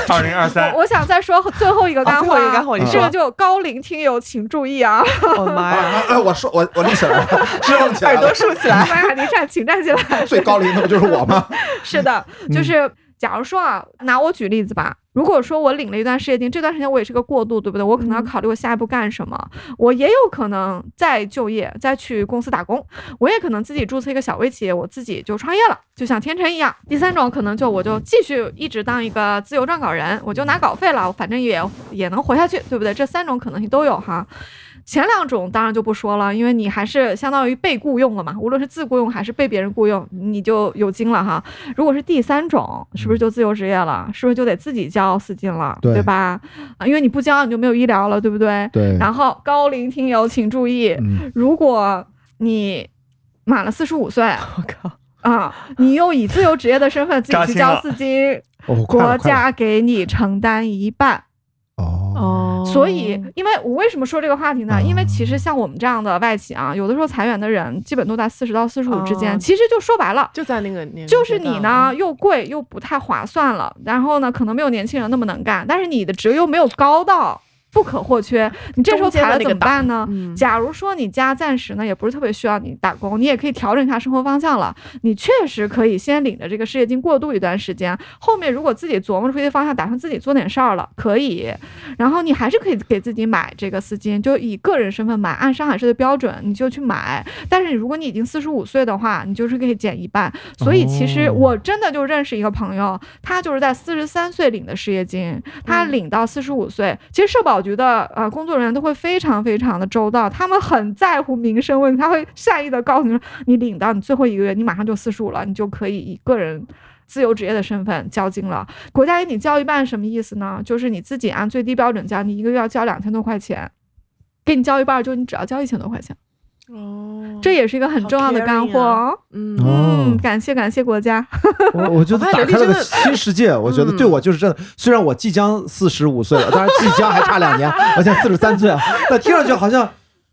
Speaker 1: 二零二三
Speaker 4: 我我想再说最后一个
Speaker 5: 啊
Speaker 4: 干
Speaker 5: 最
Speaker 4: 货
Speaker 5: 后
Speaker 4: 啊，
Speaker 5: 一个干货，你
Speaker 2: 嗯
Speaker 4: 这
Speaker 5: 说
Speaker 4: 个，就高龄听友请注 意啊！
Speaker 5: 我 的妈呀，
Speaker 2: 啊啊我说我我立起来了，支棱起来
Speaker 5: 耳朵
Speaker 2: 了，
Speaker 5: 竖 起来，
Speaker 4: 妈呀，你站，请站起来。
Speaker 2: 最高嗯龄的不就是我吗？
Speaker 4: 是的，就是假如说啊，拿我举例子吧。如果说我领了一段失业金，这段时间我也是个过渡，对不对？我可能要
Speaker 5: 嗯
Speaker 4: 考虑我下一步干什么，我也有可能再就业，再去公司打工，我也可能自己注册一个小微企业，我自己就创业了，就像天成一样。第三种可能就我就继续一直当一个自由撰稿人，我就拿稿费了，我反正也也能活下去，对不对？这三种可能性都有哈。前两种当然就不说了，因为你还是相当于被雇佣了嘛，无论是自雇佣还是被别人雇佣，你就有金了哈。如果是第三种，是不是就自由职业了？是不是就得自己交四金了，
Speaker 2: 对
Speaker 4: 吧？啊，因为你不交你就没有医疗了，对不对？
Speaker 2: 对
Speaker 4: 然后高龄听友请注意，
Speaker 2: 嗯，
Speaker 4: 如果你满了四十五岁
Speaker 5: 我靠，
Speaker 4: 啊，你又以自由职业的身份自己
Speaker 1: 扎
Speaker 4: 去
Speaker 1: 心了
Speaker 4: 交四金，
Speaker 2: 哦，快
Speaker 4: 国
Speaker 2: 了快了
Speaker 4: 家给你承担一半。
Speaker 2: 哦，
Speaker 5: 哦
Speaker 4: 所以，因为我为什么说这个话题呢？
Speaker 2: 哦
Speaker 4: 因为其实像我们这样的外企啊，有的时候裁员的人基本都在四十到四十五之间。
Speaker 5: 哦
Speaker 4: 其实就说白了。
Speaker 5: 就在那个年龄阶段，
Speaker 4: 就是你呢，又贵又不太划算了，然后呢，可能没有年轻人那么能干，但是你的职又没有高到不可或缺，你这时候
Speaker 5: 中间的
Speaker 4: 裁了
Speaker 5: 那
Speaker 4: 怎
Speaker 5: 个
Speaker 4: 么办呢？
Speaker 5: 嗯，
Speaker 4: 假如说你家暂时呢也不是特别需要你打工，你也可以调整一下生活方向了。你确实可以先领着这个失业金过渡一段时间，后面如果自己琢磨出一些方向，打算自己做点事儿了，可以。然后你还是可以给自己买这个丝巾，就以个人身份买，按上海市的标准你就去买。但是如果你已经四十五岁的话，你就是可以减一半。所以其实
Speaker 1: 哦
Speaker 4: 我真的就认识一个朋友，他就是在四十三岁领的失业金，他
Speaker 5: 嗯
Speaker 4: 领到四十五岁。其实社保局的呃工作人员都会非常非常的周到，他们很在乎民生问题，他会善意的告诉你说，你领到你最后一个月，你马上就四十五了，你就可以以个人。自由职业的身份交金了，国家给你交一半什么意思呢？就是你自己按最低标准交，你一个月要交两千多块钱，给你交一半，就你只要交一千多块钱。
Speaker 6: 哦，
Speaker 4: 这也是一个很重要的干货哦。
Speaker 6: 嗯
Speaker 2: 哦
Speaker 4: 嗯，感谢感谢国家。
Speaker 2: 我我觉得
Speaker 6: 我发现
Speaker 2: 打
Speaker 6: 刘丽
Speaker 2: 开了个
Speaker 6: 真的
Speaker 2: 新世界，我觉得
Speaker 4: 嗯
Speaker 2: 对我就是真的。虽然我即将四十五岁了，当然即将还差两年，我现在四十三岁啊，但听上去好像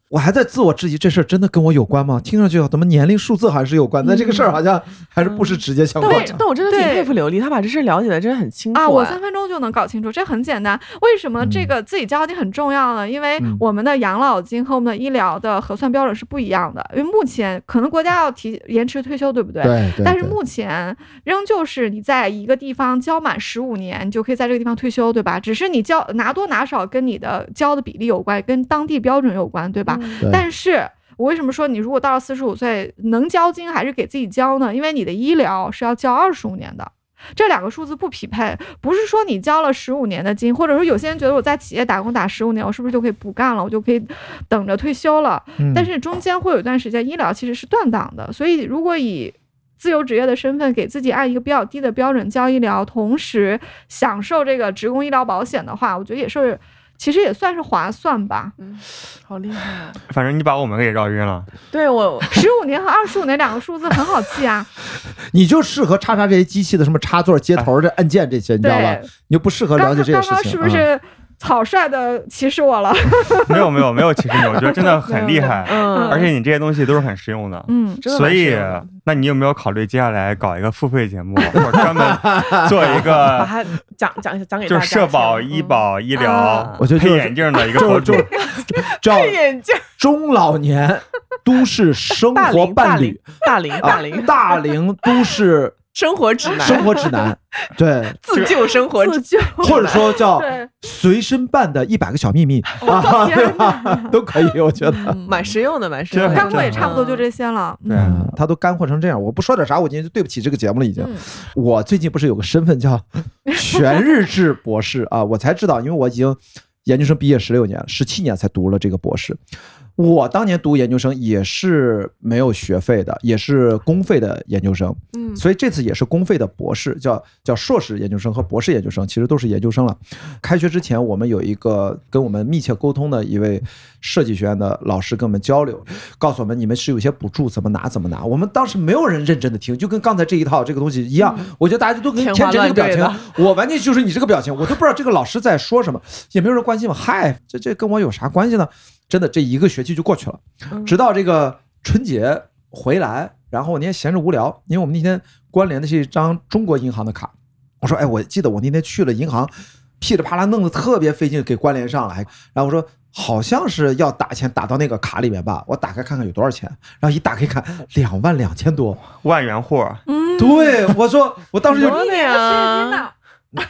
Speaker 2: 我还在自我质疑，这事儿真的跟我有关吗？听上去怎么年龄数字还是有关，但这个事儿好像还是不是直接相
Speaker 5: 但
Speaker 2: 关
Speaker 5: 我
Speaker 2: 的。
Speaker 5: 但我真的挺
Speaker 4: 嗯对
Speaker 5: 佩服刘丽，她把这事了解的真的很清楚
Speaker 4: 啊，我
Speaker 5: 哎
Speaker 4: 三分钟就能搞清楚，这很简单。为什么这
Speaker 2: 嗯
Speaker 4: 个自己交金很重要呢？因为
Speaker 2: 嗯
Speaker 4: 我们的养老金和我们的医疗的核算标准是不一样的。因为目前可能国家要提延迟退休，对不对？
Speaker 2: 对对，
Speaker 4: 但是
Speaker 2: 对
Speaker 4: 目前仍旧是你在一个地方交满十五年，你就可以在这个地方退休，对吧？只是你交拿多拿少跟你的交的比例有关，跟当地标准有关，对吧？
Speaker 6: 嗯
Speaker 2: 对
Speaker 4: 但是我为什么说你如果到了四十五岁能交金还是给自己交呢？因为你的医疗是要交二十五年的。这两个数字不匹配，不是说你交了十五年的金，或者说有些人觉得我在企业打工打十五年，我是不是就可以不干了，我就可以等着退休了？
Speaker 2: 嗯
Speaker 4: 但是中间会有一段时间医疗其实是断档的，所以如果以自由职业的身份给自己按一个比较低的标准交医疗，同时享受这个职工医疗保险的话，我觉得也是，其实也算是划算吧。
Speaker 5: 好厉害啊！
Speaker 1: 反正你把我们给绕晕了。
Speaker 5: 对我
Speaker 4: 十五年和二十五年两个数字很好记啊，
Speaker 2: 你就适合叉叉这些机器的什么插座、接头、这按键这些，你知道吧
Speaker 4: 对？，
Speaker 2: 你就不适合了
Speaker 4: 刚
Speaker 2: 解
Speaker 4: 刚
Speaker 2: 这个
Speaker 4: 刚
Speaker 2: 事
Speaker 4: 刚
Speaker 2: 情。
Speaker 4: 是不
Speaker 2: 啊？
Speaker 4: 是草率的歧视我了？
Speaker 1: 没有没有没有歧视你，我觉得真的很厉害，
Speaker 5: 嗯，
Speaker 1: 而且你这些东西都是很实用的。
Speaker 4: 嗯，
Speaker 5: 真的
Speaker 1: 所
Speaker 5: 蛮实
Speaker 1: 以
Speaker 5: 用的，
Speaker 1: 那你有没有考虑接下来搞一个付费节目，或者专门做一
Speaker 5: 把
Speaker 1: 个
Speaker 5: 它讲讲讲
Speaker 1: 呃
Speaker 5: 给大
Speaker 1: 就
Speaker 5: 家
Speaker 1: 是社保、
Speaker 5: 听
Speaker 1: 医，保、医疗
Speaker 5: 嗯啊、
Speaker 2: 我觉得
Speaker 1: 配
Speaker 2: 就是
Speaker 1: 眼镜的一个博
Speaker 2: 就
Speaker 1: 主
Speaker 2: 就？ 叫
Speaker 5: 嗯戴眼镜，
Speaker 2: 中老年都市生
Speaker 5: 大
Speaker 2: 活
Speaker 5: 龄
Speaker 2: 伴侣，
Speaker 5: 大龄
Speaker 2: 啊
Speaker 5: 大龄大龄
Speaker 2: 大龄都市
Speaker 5: 生活指南，
Speaker 2: 生活指 南，对，
Speaker 5: 自救生活指
Speaker 4: 自救。
Speaker 2: 或 者说叫
Speaker 4: 对，
Speaker 2: 随身办的一百个小秘 密啊，
Speaker 4: 我的
Speaker 2: 对
Speaker 4: 天哪，
Speaker 2: 吧？都可以，我觉得。
Speaker 5: 南，蛮实用的，蛮实用的。
Speaker 1: 这
Speaker 4: 干货也差不多就这些了。
Speaker 1: 对
Speaker 4: 嗯
Speaker 2: 嗯，他都干货成这样，我不说点啥，我今天就对不起这个节目了。已经，
Speaker 4: 嗯
Speaker 2: 我最近不是有个身份叫 全日制博士啊，我才知道，因为我已经研究生毕业十六年了，十七年才读了这个博士。我当年读研究生也是没有学费的，也是公费的研究生，
Speaker 6: 嗯
Speaker 2: 所以这次也是公费的博士，叫叫硕士研究生和博士研究生，其实都是研究生了。开学之前，我们有一个跟我们密切沟通的一位设计学院的老师跟我们交流，告诉我们你们是有些补助怎么拿怎么拿。我们当时没有人认真的听，就跟刚才这一套这个东西一样，我觉得大家都跟
Speaker 5: 天
Speaker 2: 天
Speaker 5: 花
Speaker 2: 真这个表
Speaker 5: 乱坠
Speaker 2: 情，我完嗯全就是你这个表情，我都不知道这个老师在说什么，也没有人关心我。嗨，这这跟我有啥关系呢？真的，这一个学期就过去了，直到这个春节回来，然后我那天闲着无聊，因为我们那天关联的是一张中国银行的卡，我说，哎，我记得我那天去了银行，噼里啪啦弄得特别费劲，给关联上了，还然后我说好像是要打钱打到那个卡里面吧，我打开看看有多少钱，然后一打开看两万两千多，
Speaker 1: 万元户，
Speaker 4: 嗯，
Speaker 2: 对我说，我当时就
Speaker 5: 多的
Speaker 4: 啊
Speaker 5: 呀，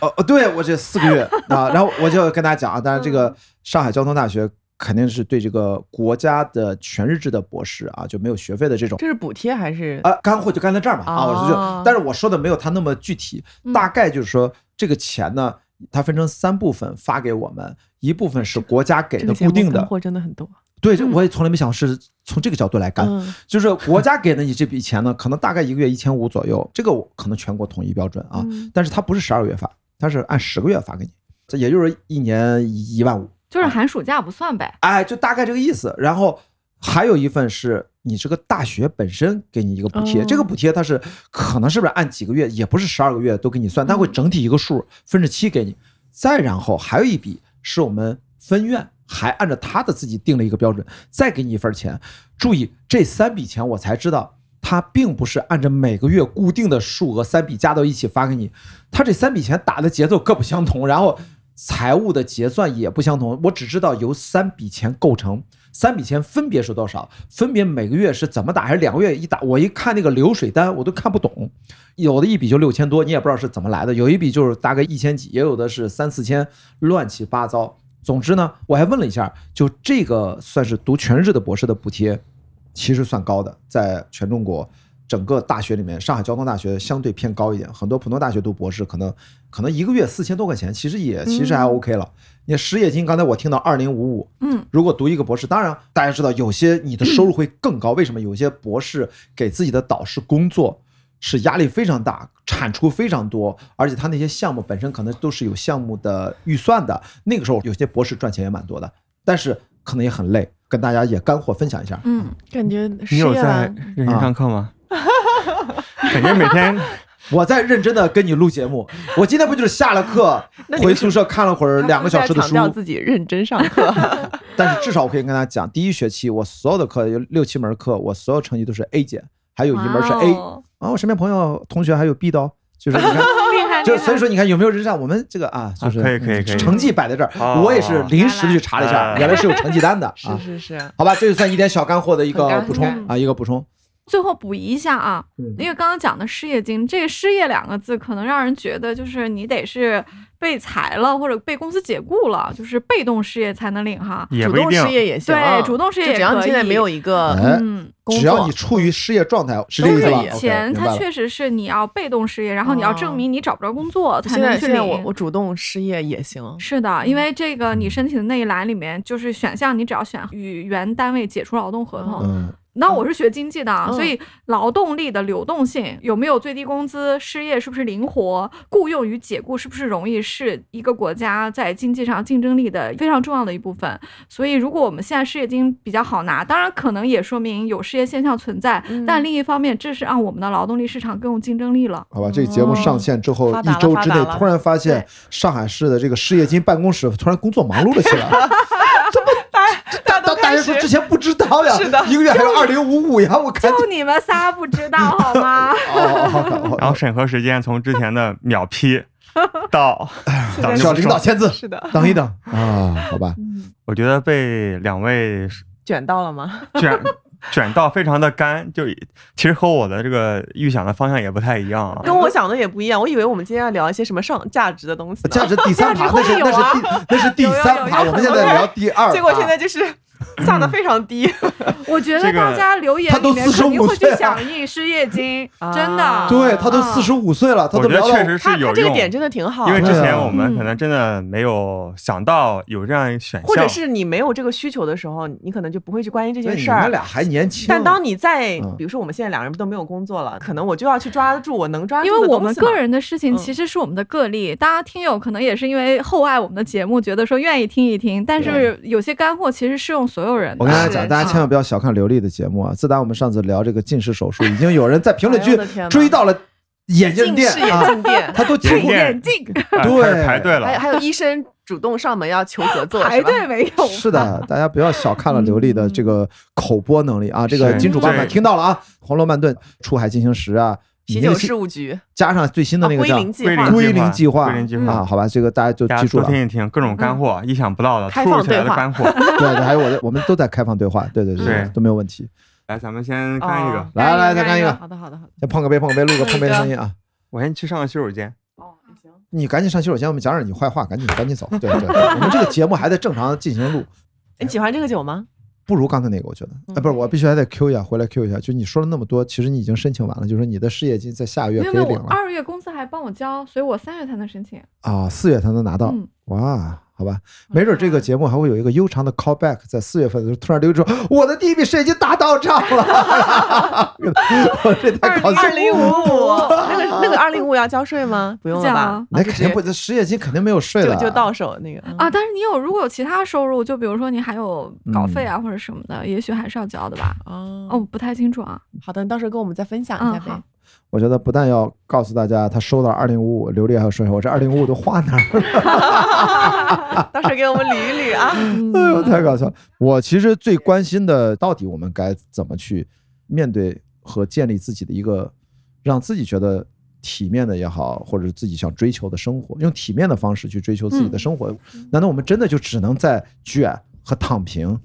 Speaker 2: 哦，哦，对我这四个月啊，然后我就跟大家讲啊，当然这个上海交通大学肯定是对这个国家的全日制的博士啊，就没有学费的这种
Speaker 5: 这是补贴还是？
Speaker 2: 啊，干货就干到这儿嘛啊，我就
Speaker 5: 哦嗯
Speaker 2: 就，但是我说的没有他那么具体，大概就是说这个钱呢，它分成三部分发给我们，一部分是国家给
Speaker 5: 这
Speaker 2: 的
Speaker 5: 个节目
Speaker 2: 固定
Speaker 5: 干
Speaker 2: 的，
Speaker 5: 货真的很多，
Speaker 2: 对，这我也从来没想是从这个角度来干，
Speaker 5: 嗯，
Speaker 2: 就是国家给的你这笔钱呢，可能大概一个月一千五左右，这个我可能全国统一标准啊，
Speaker 5: 嗯
Speaker 2: 但是它不是十二月发，它是按十个月发给你，这也就是一年一万五，
Speaker 4: 就是寒暑假不算呗。
Speaker 2: 哎，就大概这个意思。然后还有一份是你这个大学本身给你一个补贴，
Speaker 5: 哦
Speaker 2: 这个补贴它是可能是不是按几个月，也不是十二个月都给你算，它会整体一个数分之七给你。再然后还有一笔是我们分院还按照他的自己定了一个标准，再给你一份钱。注意这三笔钱，我才知道。它并不是按照每个月固定的数额三笔加到一起发给你，它这三笔钱打的节奏各不相同，然后财务的结算也不相同。我只知道由三笔钱构成，三笔钱分别是多少，分别每个月是怎么打，还是两个月一打。我一看那个流水单，我都看不懂。有的一笔就六千多，你也不知道是怎么来的；有一笔就是大概一千几，也有的是三四千，乱七八糟。总之呢，我还问了一下，就这个算是读全日制的博士的补贴，其实算高的，在全中国整个大学里面，上海交通大学相对偏高一点，很多普通大学读博士可能可能一个月四千多块钱，其实也其实还 OK 了。你失业金，刚才我听到二零五五，
Speaker 4: 嗯，
Speaker 2: 如果读一个博士，当然大家知道，有些你的收入会更高，为什么？有些博士给自己的导师工作。是压力非常大，产出非常多，而且他那些项目本身可能都是有项目的预算的。那个时候，有些博士赚钱也蛮多的，但是可能也很累，跟大家也干货分享一下。
Speaker 4: 嗯，
Speaker 5: 感觉啊失
Speaker 1: 你有
Speaker 5: 业
Speaker 1: 在
Speaker 5: 了，
Speaker 1: 认真上课 吗？感觉每天
Speaker 2: 我在认真的跟你录节 目，我今天不就是下了课
Speaker 5: 那你
Speaker 2: 回
Speaker 5: 为
Speaker 2: 宿舍看了会儿
Speaker 5: 他
Speaker 2: 两个
Speaker 5: 是在
Speaker 2: 小时的
Speaker 5: 强
Speaker 2: 书，
Speaker 5: 调自己认真上课，啊
Speaker 2: 但是至少我可以跟大家讲，第一学期我所有的课有六七门课，我所有成绩都是 A 减，还有一门是 A
Speaker 4: 哇哦
Speaker 2: 啊。我身边朋友同学还有 B 的哦，就是你 看，
Speaker 4: 厉害，
Speaker 2: 就
Speaker 4: 厉
Speaker 2: 是
Speaker 4: 害
Speaker 2: 所以说你看有没有人上我们这个啊，就
Speaker 1: 啊
Speaker 2: 是
Speaker 1: 可以可以
Speaker 2: 嗯
Speaker 1: 可以
Speaker 2: 成绩摆在这儿，
Speaker 1: 哦
Speaker 2: 我也是临时去查了一下，
Speaker 1: 哦
Speaker 2: 原来是有成绩单的
Speaker 5: 是
Speaker 2: 啊。
Speaker 5: 是是，
Speaker 2: 好吧，这就算一点小干货的一个
Speaker 5: 很干
Speaker 2: 补充
Speaker 4: 嗯
Speaker 2: 啊，一个补充。
Speaker 4: 最后补一下啊，
Speaker 2: 嗯
Speaker 4: 因为刚刚讲的失业金，这个失业两个字可能让人觉得就是你得是被裁了或者被公司解雇了，就是被动失业才能领哈。
Speaker 1: 也
Speaker 5: 主
Speaker 1: 不一
Speaker 5: 动
Speaker 1: 定
Speaker 5: 失，业也行，啊
Speaker 4: 对主动失业
Speaker 5: 就只要
Speaker 4: 也
Speaker 5: 你
Speaker 4: 可
Speaker 5: 现在
Speaker 4: 以
Speaker 5: 没有一个
Speaker 2: 哎，
Speaker 4: 嗯，
Speaker 5: 工
Speaker 2: 只要
Speaker 5: 作
Speaker 2: 你，处于失业状态，是这
Speaker 5: 都
Speaker 2: 个意思
Speaker 5: 可
Speaker 2: 吧
Speaker 5: 以
Speaker 2: ？OK，
Speaker 4: 以前
Speaker 2: 明
Speaker 4: 它
Speaker 2: 白了哦
Speaker 4: 确实是你要被动失业，然后你要证明你找不着工作才
Speaker 5: 现在
Speaker 4: 能去
Speaker 5: 现在我
Speaker 4: 领
Speaker 5: 我。主动失业也行，
Speaker 4: 是的，因为这个你申请的那一栏里面就是选项，你只要选与原单位解除劳动合同。
Speaker 2: 嗯，
Speaker 4: 那我是学经济的啊，
Speaker 5: 嗯
Speaker 4: 所以劳动力的流动性有没有最低工资、失业是不是灵活、雇佣与解雇是不是容易，是一个国家在经济上竞争力的非常重要的一部分。所以，如果我们现在失业金比较好拿，当然可能也说明有失业现象存在，
Speaker 5: 嗯
Speaker 4: 但另一方面，这是让我们的劳动力市场更有竞争力了。
Speaker 2: 好吧，这个节目上线之后
Speaker 5: 哦发达
Speaker 2: 一
Speaker 5: 了
Speaker 2: 周
Speaker 5: 发
Speaker 2: 之
Speaker 5: 达
Speaker 2: 内，
Speaker 5: 了
Speaker 2: 突然发现上海市的这个失业金办公室突然工作忙碌了起 来。
Speaker 5: 大
Speaker 2: 大大家说之前不知道呀，
Speaker 5: 是的
Speaker 2: 一个月还有二零五五呀，我看
Speaker 4: 就你们仨不知道好 吗？
Speaker 2: 哦 哦哦
Speaker 1: 然后审核时间从之前的秒批到
Speaker 5: 现
Speaker 1: 早
Speaker 5: 在
Speaker 2: 哦，
Speaker 1: 就
Speaker 2: 需要领导签字，
Speaker 5: 是的，
Speaker 2: 等一等 啊，好吧，
Speaker 1: 我觉得被两位
Speaker 5: 卷到了吗？
Speaker 1: 卷卷到非常的干，就其实和我的这个预想的方向也不太一样啊。
Speaker 5: 跟我想的也不一样，我以为我们今天要聊一些什么上价值的东西呢，
Speaker 2: 价值第 三
Speaker 5: 价
Speaker 2: 趴，
Speaker 5: 值
Speaker 2: 那是
Speaker 5: 会有啊
Speaker 2: 那是第那是第三趴，我
Speaker 5: 有有有有啊
Speaker 2: 们现在聊第二趴，
Speaker 5: 结果现在就是下的非常低，
Speaker 2: 嗯
Speaker 4: 我觉
Speaker 1: 这
Speaker 4: 得
Speaker 1: 个
Speaker 4: 大家留言
Speaker 2: 他
Speaker 4: 里
Speaker 2: 都
Speaker 4: 面肯定
Speaker 2: 45
Speaker 4: 会
Speaker 2: 岁
Speaker 4: 去
Speaker 2: 了
Speaker 4: 响应失业金，
Speaker 5: 啊
Speaker 4: 真的。
Speaker 2: 对他都四十五岁了，他
Speaker 1: 我
Speaker 2: 都
Speaker 1: 觉得
Speaker 2: 聊到
Speaker 1: 确实是
Speaker 5: 他他
Speaker 1: 有
Speaker 5: 这个
Speaker 1: 用，
Speaker 5: 点真的挺好
Speaker 1: 因为之
Speaker 5: 的。
Speaker 2: 啊
Speaker 1: 前我们
Speaker 4: 嗯
Speaker 1: 可能真的没有想到有这样一选项，
Speaker 5: 或者是你没有这个需求的时候，你可能就不会去关心这
Speaker 2: 所
Speaker 5: 件
Speaker 2: 以你
Speaker 5: 事儿
Speaker 2: 们。俩还年轻，
Speaker 5: 但当你在
Speaker 2: 嗯，
Speaker 5: 比如说我们现在两人都没有工作了，可能我就要去抓住我能抓住
Speaker 4: 因
Speaker 5: 的
Speaker 4: 为我
Speaker 5: 东
Speaker 4: 们
Speaker 5: 西嘛
Speaker 4: 个人的事情
Speaker 5: 嗯
Speaker 4: 其实是我们的个例，大家听友可能也是因为厚爱我们的节目，觉得说愿意听一听，但是有些干货其实适用所有人的。
Speaker 2: 我跟大家
Speaker 5: 是啊
Speaker 2: 讲，大家千万不要小看刘丽的节目啊！自打我们上次聊这个近视手术，已经有人在评论
Speaker 5: 哎
Speaker 2: 区
Speaker 5: 呦我的天哪
Speaker 2: 追到了眼镜
Speaker 5: 近
Speaker 2: 店
Speaker 5: 视眼
Speaker 2: 啊，
Speaker 5: 镜 店，
Speaker 2: 他都 提
Speaker 1: 眼
Speaker 2: 过
Speaker 1: 镜
Speaker 4: 眼镜
Speaker 1: 啊
Speaker 2: 对
Speaker 1: 开始排队
Speaker 5: 还
Speaker 1: 了，
Speaker 5: 还有医生主动上门要求合作，
Speaker 4: 排
Speaker 5: 是吧
Speaker 4: 队没有？
Speaker 2: 是的，大家不要小看了
Speaker 5: 嗯
Speaker 2: 刘丽的这个口播能力啊！这个
Speaker 1: 是
Speaker 2: 金主爸爸
Speaker 1: 对
Speaker 2: 听到了啊，《红楼梦顿》《出海进行时》啊，
Speaker 5: 啤
Speaker 2: 你那
Speaker 5: 酒
Speaker 2: 个
Speaker 5: 事务局
Speaker 2: 加上最新的
Speaker 5: 啊，
Speaker 2: 那个
Speaker 5: 归
Speaker 2: 叫
Speaker 5: 零计
Speaker 1: 归
Speaker 5: 划
Speaker 1: 零，
Speaker 2: 归零计划
Speaker 1: 归零计划
Speaker 2: 啊，好吧，这个大家就
Speaker 1: 大
Speaker 2: 记
Speaker 1: 家
Speaker 2: 住
Speaker 1: 多
Speaker 2: 了。
Speaker 1: 听一听各种干货，意想不到的
Speaker 5: 嗯开
Speaker 1: 突如
Speaker 5: 放
Speaker 1: 其来
Speaker 5: 对
Speaker 1: 的
Speaker 5: 话
Speaker 1: 干货。
Speaker 2: 对对，还有我的，我们都在开放对话，对对
Speaker 1: 对
Speaker 2: 都没有问题。
Speaker 1: 来，咱们先
Speaker 5: 哦
Speaker 1: 看一个，
Speaker 2: 来来再
Speaker 5: 干
Speaker 2: 干一个
Speaker 5: 好的好的好的。
Speaker 2: 先碰个杯，碰个杯，录个碰杯的声音啊！
Speaker 1: 我先去上个洗手间。
Speaker 5: 哦，行，
Speaker 2: 你赶紧上洗手间，我们讲讲你坏话，赶紧赶紧走。对对对，我们这个节目还在正常进行录。
Speaker 5: 你喜欢这个酒吗？
Speaker 2: 不如刚才那个，我觉得，哎，不是，我必须还得 Q 一下，回来 Q 一下。就你说了那么多，其实你已经申请完了，就是说你的失业金在下个月可
Speaker 4: 没有没
Speaker 2: 以
Speaker 4: 有，
Speaker 2: 领
Speaker 4: 我
Speaker 2: 了
Speaker 4: 二月公司还帮我交，所以我三月才能申请。
Speaker 2: 啊，四月才能拿到。
Speaker 4: 嗯
Speaker 2: 哇，好吧，没准这个节目还会有一个悠长的 callback，在四月份的时候突然留言说，我的第一笔失业金大到账了， 我 这太高兴
Speaker 5: 二
Speaker 2: 了。
Speaker 5: 零五 五，那个那个二零五要交税吗？不用了
Speaker 4: 不交
Speaker 5: 吧
Speaker 4: 啊？
Speaker 2: 那
Speaker 5: 就
Speaker 2: 肯定不，这失业金肯定没有税
Speaker 5: 直
Speaker 2: 的
Speaker 5: 接，就就到手那个
Speaker 4: 啊，，但是你有如果有其他收入，就比如说你还有稿费
Speaker 2: 嗯
Speaker 4: 啊或者什么的，也许还是要交的吧。哦，
Speaker 5: 嗯
Speaker 4: 我
Speaker 5: 哦，
Speaker 4: 不太清楚啊。
Speaker 5: 好的，你到时候跟我们再分享一下
Speaker 4: 嗯，好
Speaker 5: 呗。。
Speaker 2: 我觉得不但要告诉大家他收到二零五五，刘丽还要说一下，我这二零五五都花哪儿了？
Speaker 5: 到时候给我们捋一捋啊。
Speaker 2: 哎呦，太搞笑了！我其实最关心的，到底我们该怎么去面对和建立自己的一个让自己觉得体面的也好，或者是自己想追求的生活，用体面的方式去追求自
Speaker 5: 嗯
Speaker 2: 己的嗯生活。难道我们真的就只能在卷和躺平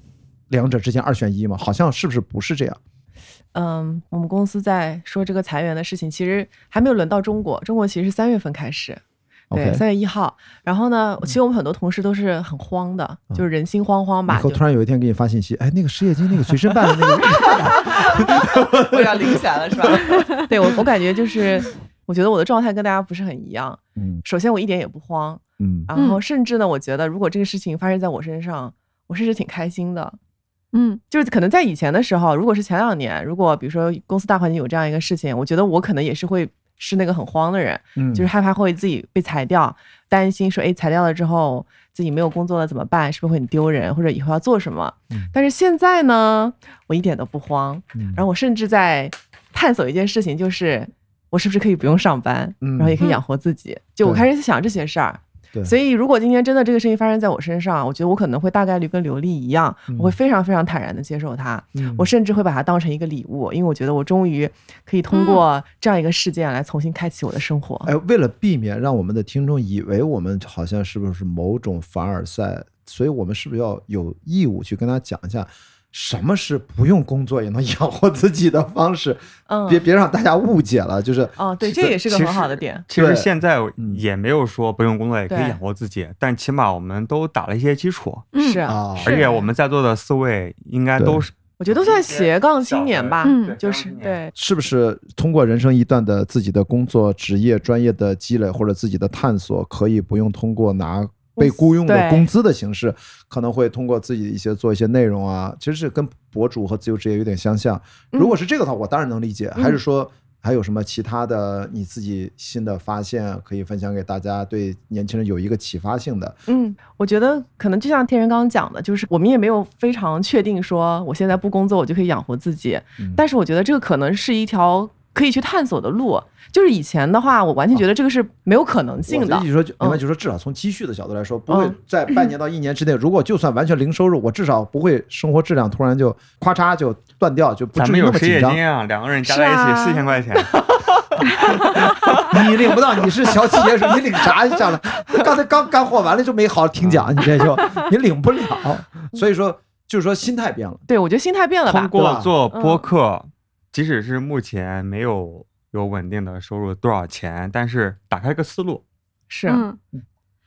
Speaker 2: 两者之间二选一吗？好像是不是不是这样？
Speaker 5: 嗯，我们公司在说这个裁员的事情，其实还没有轮到中国，中国其实是三月份开始，对，
Speaker 2: OK
Speaker 5: 三月一号。然后呢，其实我们很多同事都是很慌的，就是人心惶惶吧
Speaker 2: 以，后
Speaker 5: 就
Speaker 2: 突然有一天给你发信息，哎，那个失业金那个随身办的那 个，
Speaker 5: 我要领起来了是吧？ 对我，我感觉就是，我觉得我的状态跟大家不是很一样。
Speaker 2: 嗯
Speaker 5: 首先，我一点也不慌，
Speaker 2: 嗯，
Speaker 5: 然后甚至呢，我觉得如果这个事情发生在我身上，我甚至挺开心的。
Speaker 4: 嗯，
Speaker 5: 就是可能在以前的时候，如果是前两年，如果比如说公司大环境有这样一个事情，我觉得我可能也是会是那个很慌的人，
Speaker 2: 嗯，
Speaker 5: 就是害怕会自己被裁掉，担心说，哎，裁掉了之后自己没有工作了怎么办？是不是会很丢人，或者以后要做什么
Speaker 2: 嗯？
Speaker 5: 但是现在呢，我一点都不慌，
Speaker 2: 嗯
Speaker 5: 然后我甚至在探索一件事情，就是我是不是可以不用上班，然后也可以养活自己。就
Speaker 2: 嗯
Speaker 5: 我
Speaker 2: 对
Speaker 5: 开始想这些事儿。
Speaker 2: 对
Speaker 5: 所以，如果今天真的这个事情发生在我身上，我觉得我可能会大概率跟刘丽一样，我会非常非常坦然的接受它。
Speaker 2: 嗯
Speaker 5: 我甚至会把它当成一个礼物，因为我觉得我终于可以通过这样一个事件来重新开启我的生活。
Speaker 2: 哎，为了避免让我们的听众以为我们好像是不是某种凡尔赛，所以我们是不是要有义务去跟他讲一下，什么是不用工作也能养活自己的方式？
Speaker 5: 嗯，
Speaker 2: 别别让大家误解了，就是
Speaker 5: 哦，对，这个也是个很好的点。
Speaker 1: 其实
Speaker 2: 对嗯
Speaker 1: 现在也没有说不用工作也可以
Speaker 5: 对
Speaker 1: 养活自己，但起码我们都打了一些基础，
Speaker 4: 嗯
Speaker 5: 是，
Speaker 2: 啊，
Speaker 1: 而
Speaker 4: 是
Speaker 1: 且我们在座的四位应该都是
Speaker 5: 我觉得都算斜杠青年吧，
Speaker 4: 嗯
Speaker 5: 就是对，
Speaker 2: 是不是通过人生一段的自己的工作、职业、专业的积累或者自己的探索，可以不用通过拿被雇佣的
Speaker 5: 嗯对
Speaker 2: 工资的形式，可能会通过自己的一些做一些内容啊，其实是跟博主和自由职业有点相像。
Speaker 5: 嗯
Speaker 2: 如果是这个的话，我当然能理解。还是说还有什么其他的你自己新的发现可以分享给大家，对年轻人有一个启发性的？
Speaker 5: 嗯，我觉得可能就像天人刚刚讲的，就是我们也没有非常确定说我现在不工作我就可以养活自己，
Speaker 2: 嗯
Speaker 5: 但是我觉得这个可能是一条可以去探索的路。就是以前的话，我完全觉得这个是没有可能性的。
Speaker 2: 我的意思说，明白，
Speaker 5: 嗯
Speaker 2: 就是说，至少从积蓄的角度来说，不会
Speaker 5: 嗯
Speaker 2: 在半年到一年之内，如果就算完全零收入，我至少不会生活质量突然就咔嚓就断掉，就不
Speaker 1: 咱
Speaker 2: 至
Speaker 1: 们
Speaker 2: 于那
Speaker 1: 有
Speaker 2: 么
Speaker 1: 失
Speaker 2: 紧
Speaker 1: 业
Speaker 2: 张。
Speaker 1: 金啊，两个人加在一
Speaker 5: 是
Speaker 1: 起
Speaker 5: 啊
Speaker 1: 四千块钱，
Speaker 2: 你领不到，你是小企业主，你领啥下来？刚才刚干货完了就没好好听讲，你这就你领不了。所以说，就是说心态变了，
Speaker 5: 对，我觉得心态变了
Speaker 1: 通
Speaker 5: 吧。
Speaker 1: 过
Speaker 2: 吧
Speaker 1: 做
Speaker 5: 嗯
Speaker 1: 播客，即使是目前没有有稳定的收入多少钱，但是打开一个思路，
Speaker 5: 是，啊
Speaker 4: 嗯，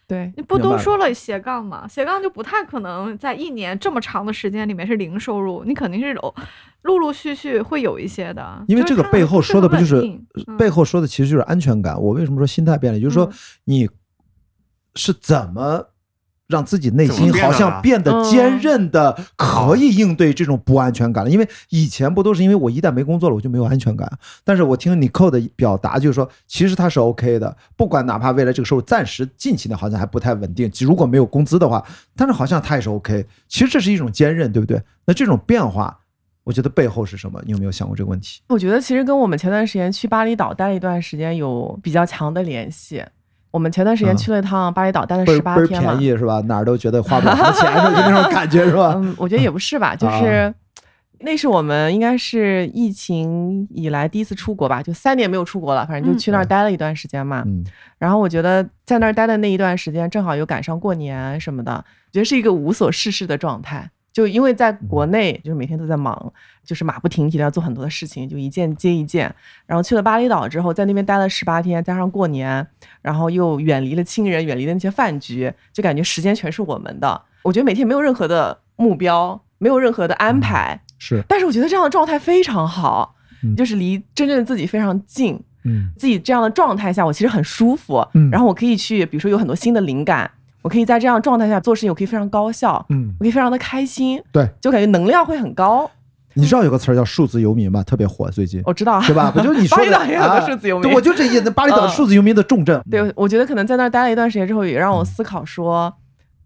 Speaker 5: 对，
Speaker 4: 你不
Speaker 2: 明
Speaker 4: 都
Speaker 2: 白了
Speaker 4: 说了斜杠嘛？斜杠就不太可能在一年这么长的时间里面是零收入，你肯定是有陆陆续续会有一些的。
Speaker 2: 因为这个背后说的不就是呃背
Speaker 4: 后
Speaker 2: 后说的其实就是安全感。我为什么说心态变了？也就是说
Speaker 4: 嗯，
Speaker 2: 你是怎么让自己内心
Speaker 1: 怎么变
Speaker 2: 好
Speaker 1: 的嗯
Speaker 2: 像变得坚韧的，可以应对这种不安全感了？因为以前不都是因为我一旦没工作了，我就没有安全感。但是我听 n i c o 的表达，就是说，其实他是 OK 的，不管哪怕未来这个收入暂时近期呢好像还不太稳定，如果没有工资的话，但是好像他也是 OK。其实这是一种坚韧，对不对？那这种变化。我觉得背后是什么？你有没有想过这个问题？
Speaker 5: 我觉得其实跟我们前段时间去巴厘岛待了一段时间有比较强的联系。我们前段时间
Speaker 2: 嗯
Speaker 5: 去了一趟巴厘岛，待了
Speaker 2: 倍
Speaker 5: 十
Speaker 2: 儿
Speaker 5: 八
Speaker 2: 倍儿
Speaker 5: 天嘛
Speaker 2: 便。宜是吧？哪儿都觉得花不了什么钱， 是吧就那种感觉是吧？啊
Speaker 5: 嗯，我觉得也不 是吧，就是那是我们应该是疫情以来第一次出国吧，就三年没有出国了，反正就去那儿待了一段时间嘛。
Speaker 2: 嗯，
Speaker 5: 然后我觉得在那儿待的那一段时间，正好又赶上过年什么的，我觉得是一个无所事事的状态。就因为在国内，就是每天都在忙，就是马不停蹄的要做很多的事情，就一件接一件。然后去了巴厘岛之后，在那边待了十八天，加上过年，然后又远离了亲人，远离了那些饭局，就感觉时间全是我们的。我觉得每天没有任何的目标，没有任何的安排，
Speaker 2: 是，
Speaker 5: 但是我觉得这样的状态非常好
Speaker 2: 嗯，
Speaker 5: 就是离真正的自己非常近。
Speaker 2: 嗯
Speaker 5: 自己这样的状态下，我其实很舒服。
Speaker 2: 嗯
Speaker 5: 然后我可以去，比如说有很多新的灵感，我可以在这样的状态下做事情，我可以非常高效，
Speaker 2: 嗯，
Speaker 5: 我可以非常的开心，
Speaker 2: 对，
Speaker 5: 就感觉能量会很高。
Speaker 2: 你知道有个词儿叫数字游民吧？特别火，最近
Speaker 5: 我知道，
Speaker 2: 对吧？不就是你说
Speaker 5: 哦 巴厘
Speaker 2: 的
Speaker 5: 岛也有
Speaker 2: 啊
Speaker 5: 个数字游民
Speaker 2: 对，我就这意思。巴厘岛
Speaker 5: 嗯
Speaker 2: 数字游民的重镇，
Speaker 5: 对，我觉得可能在那儿待了一段时间之后，也让我思考说，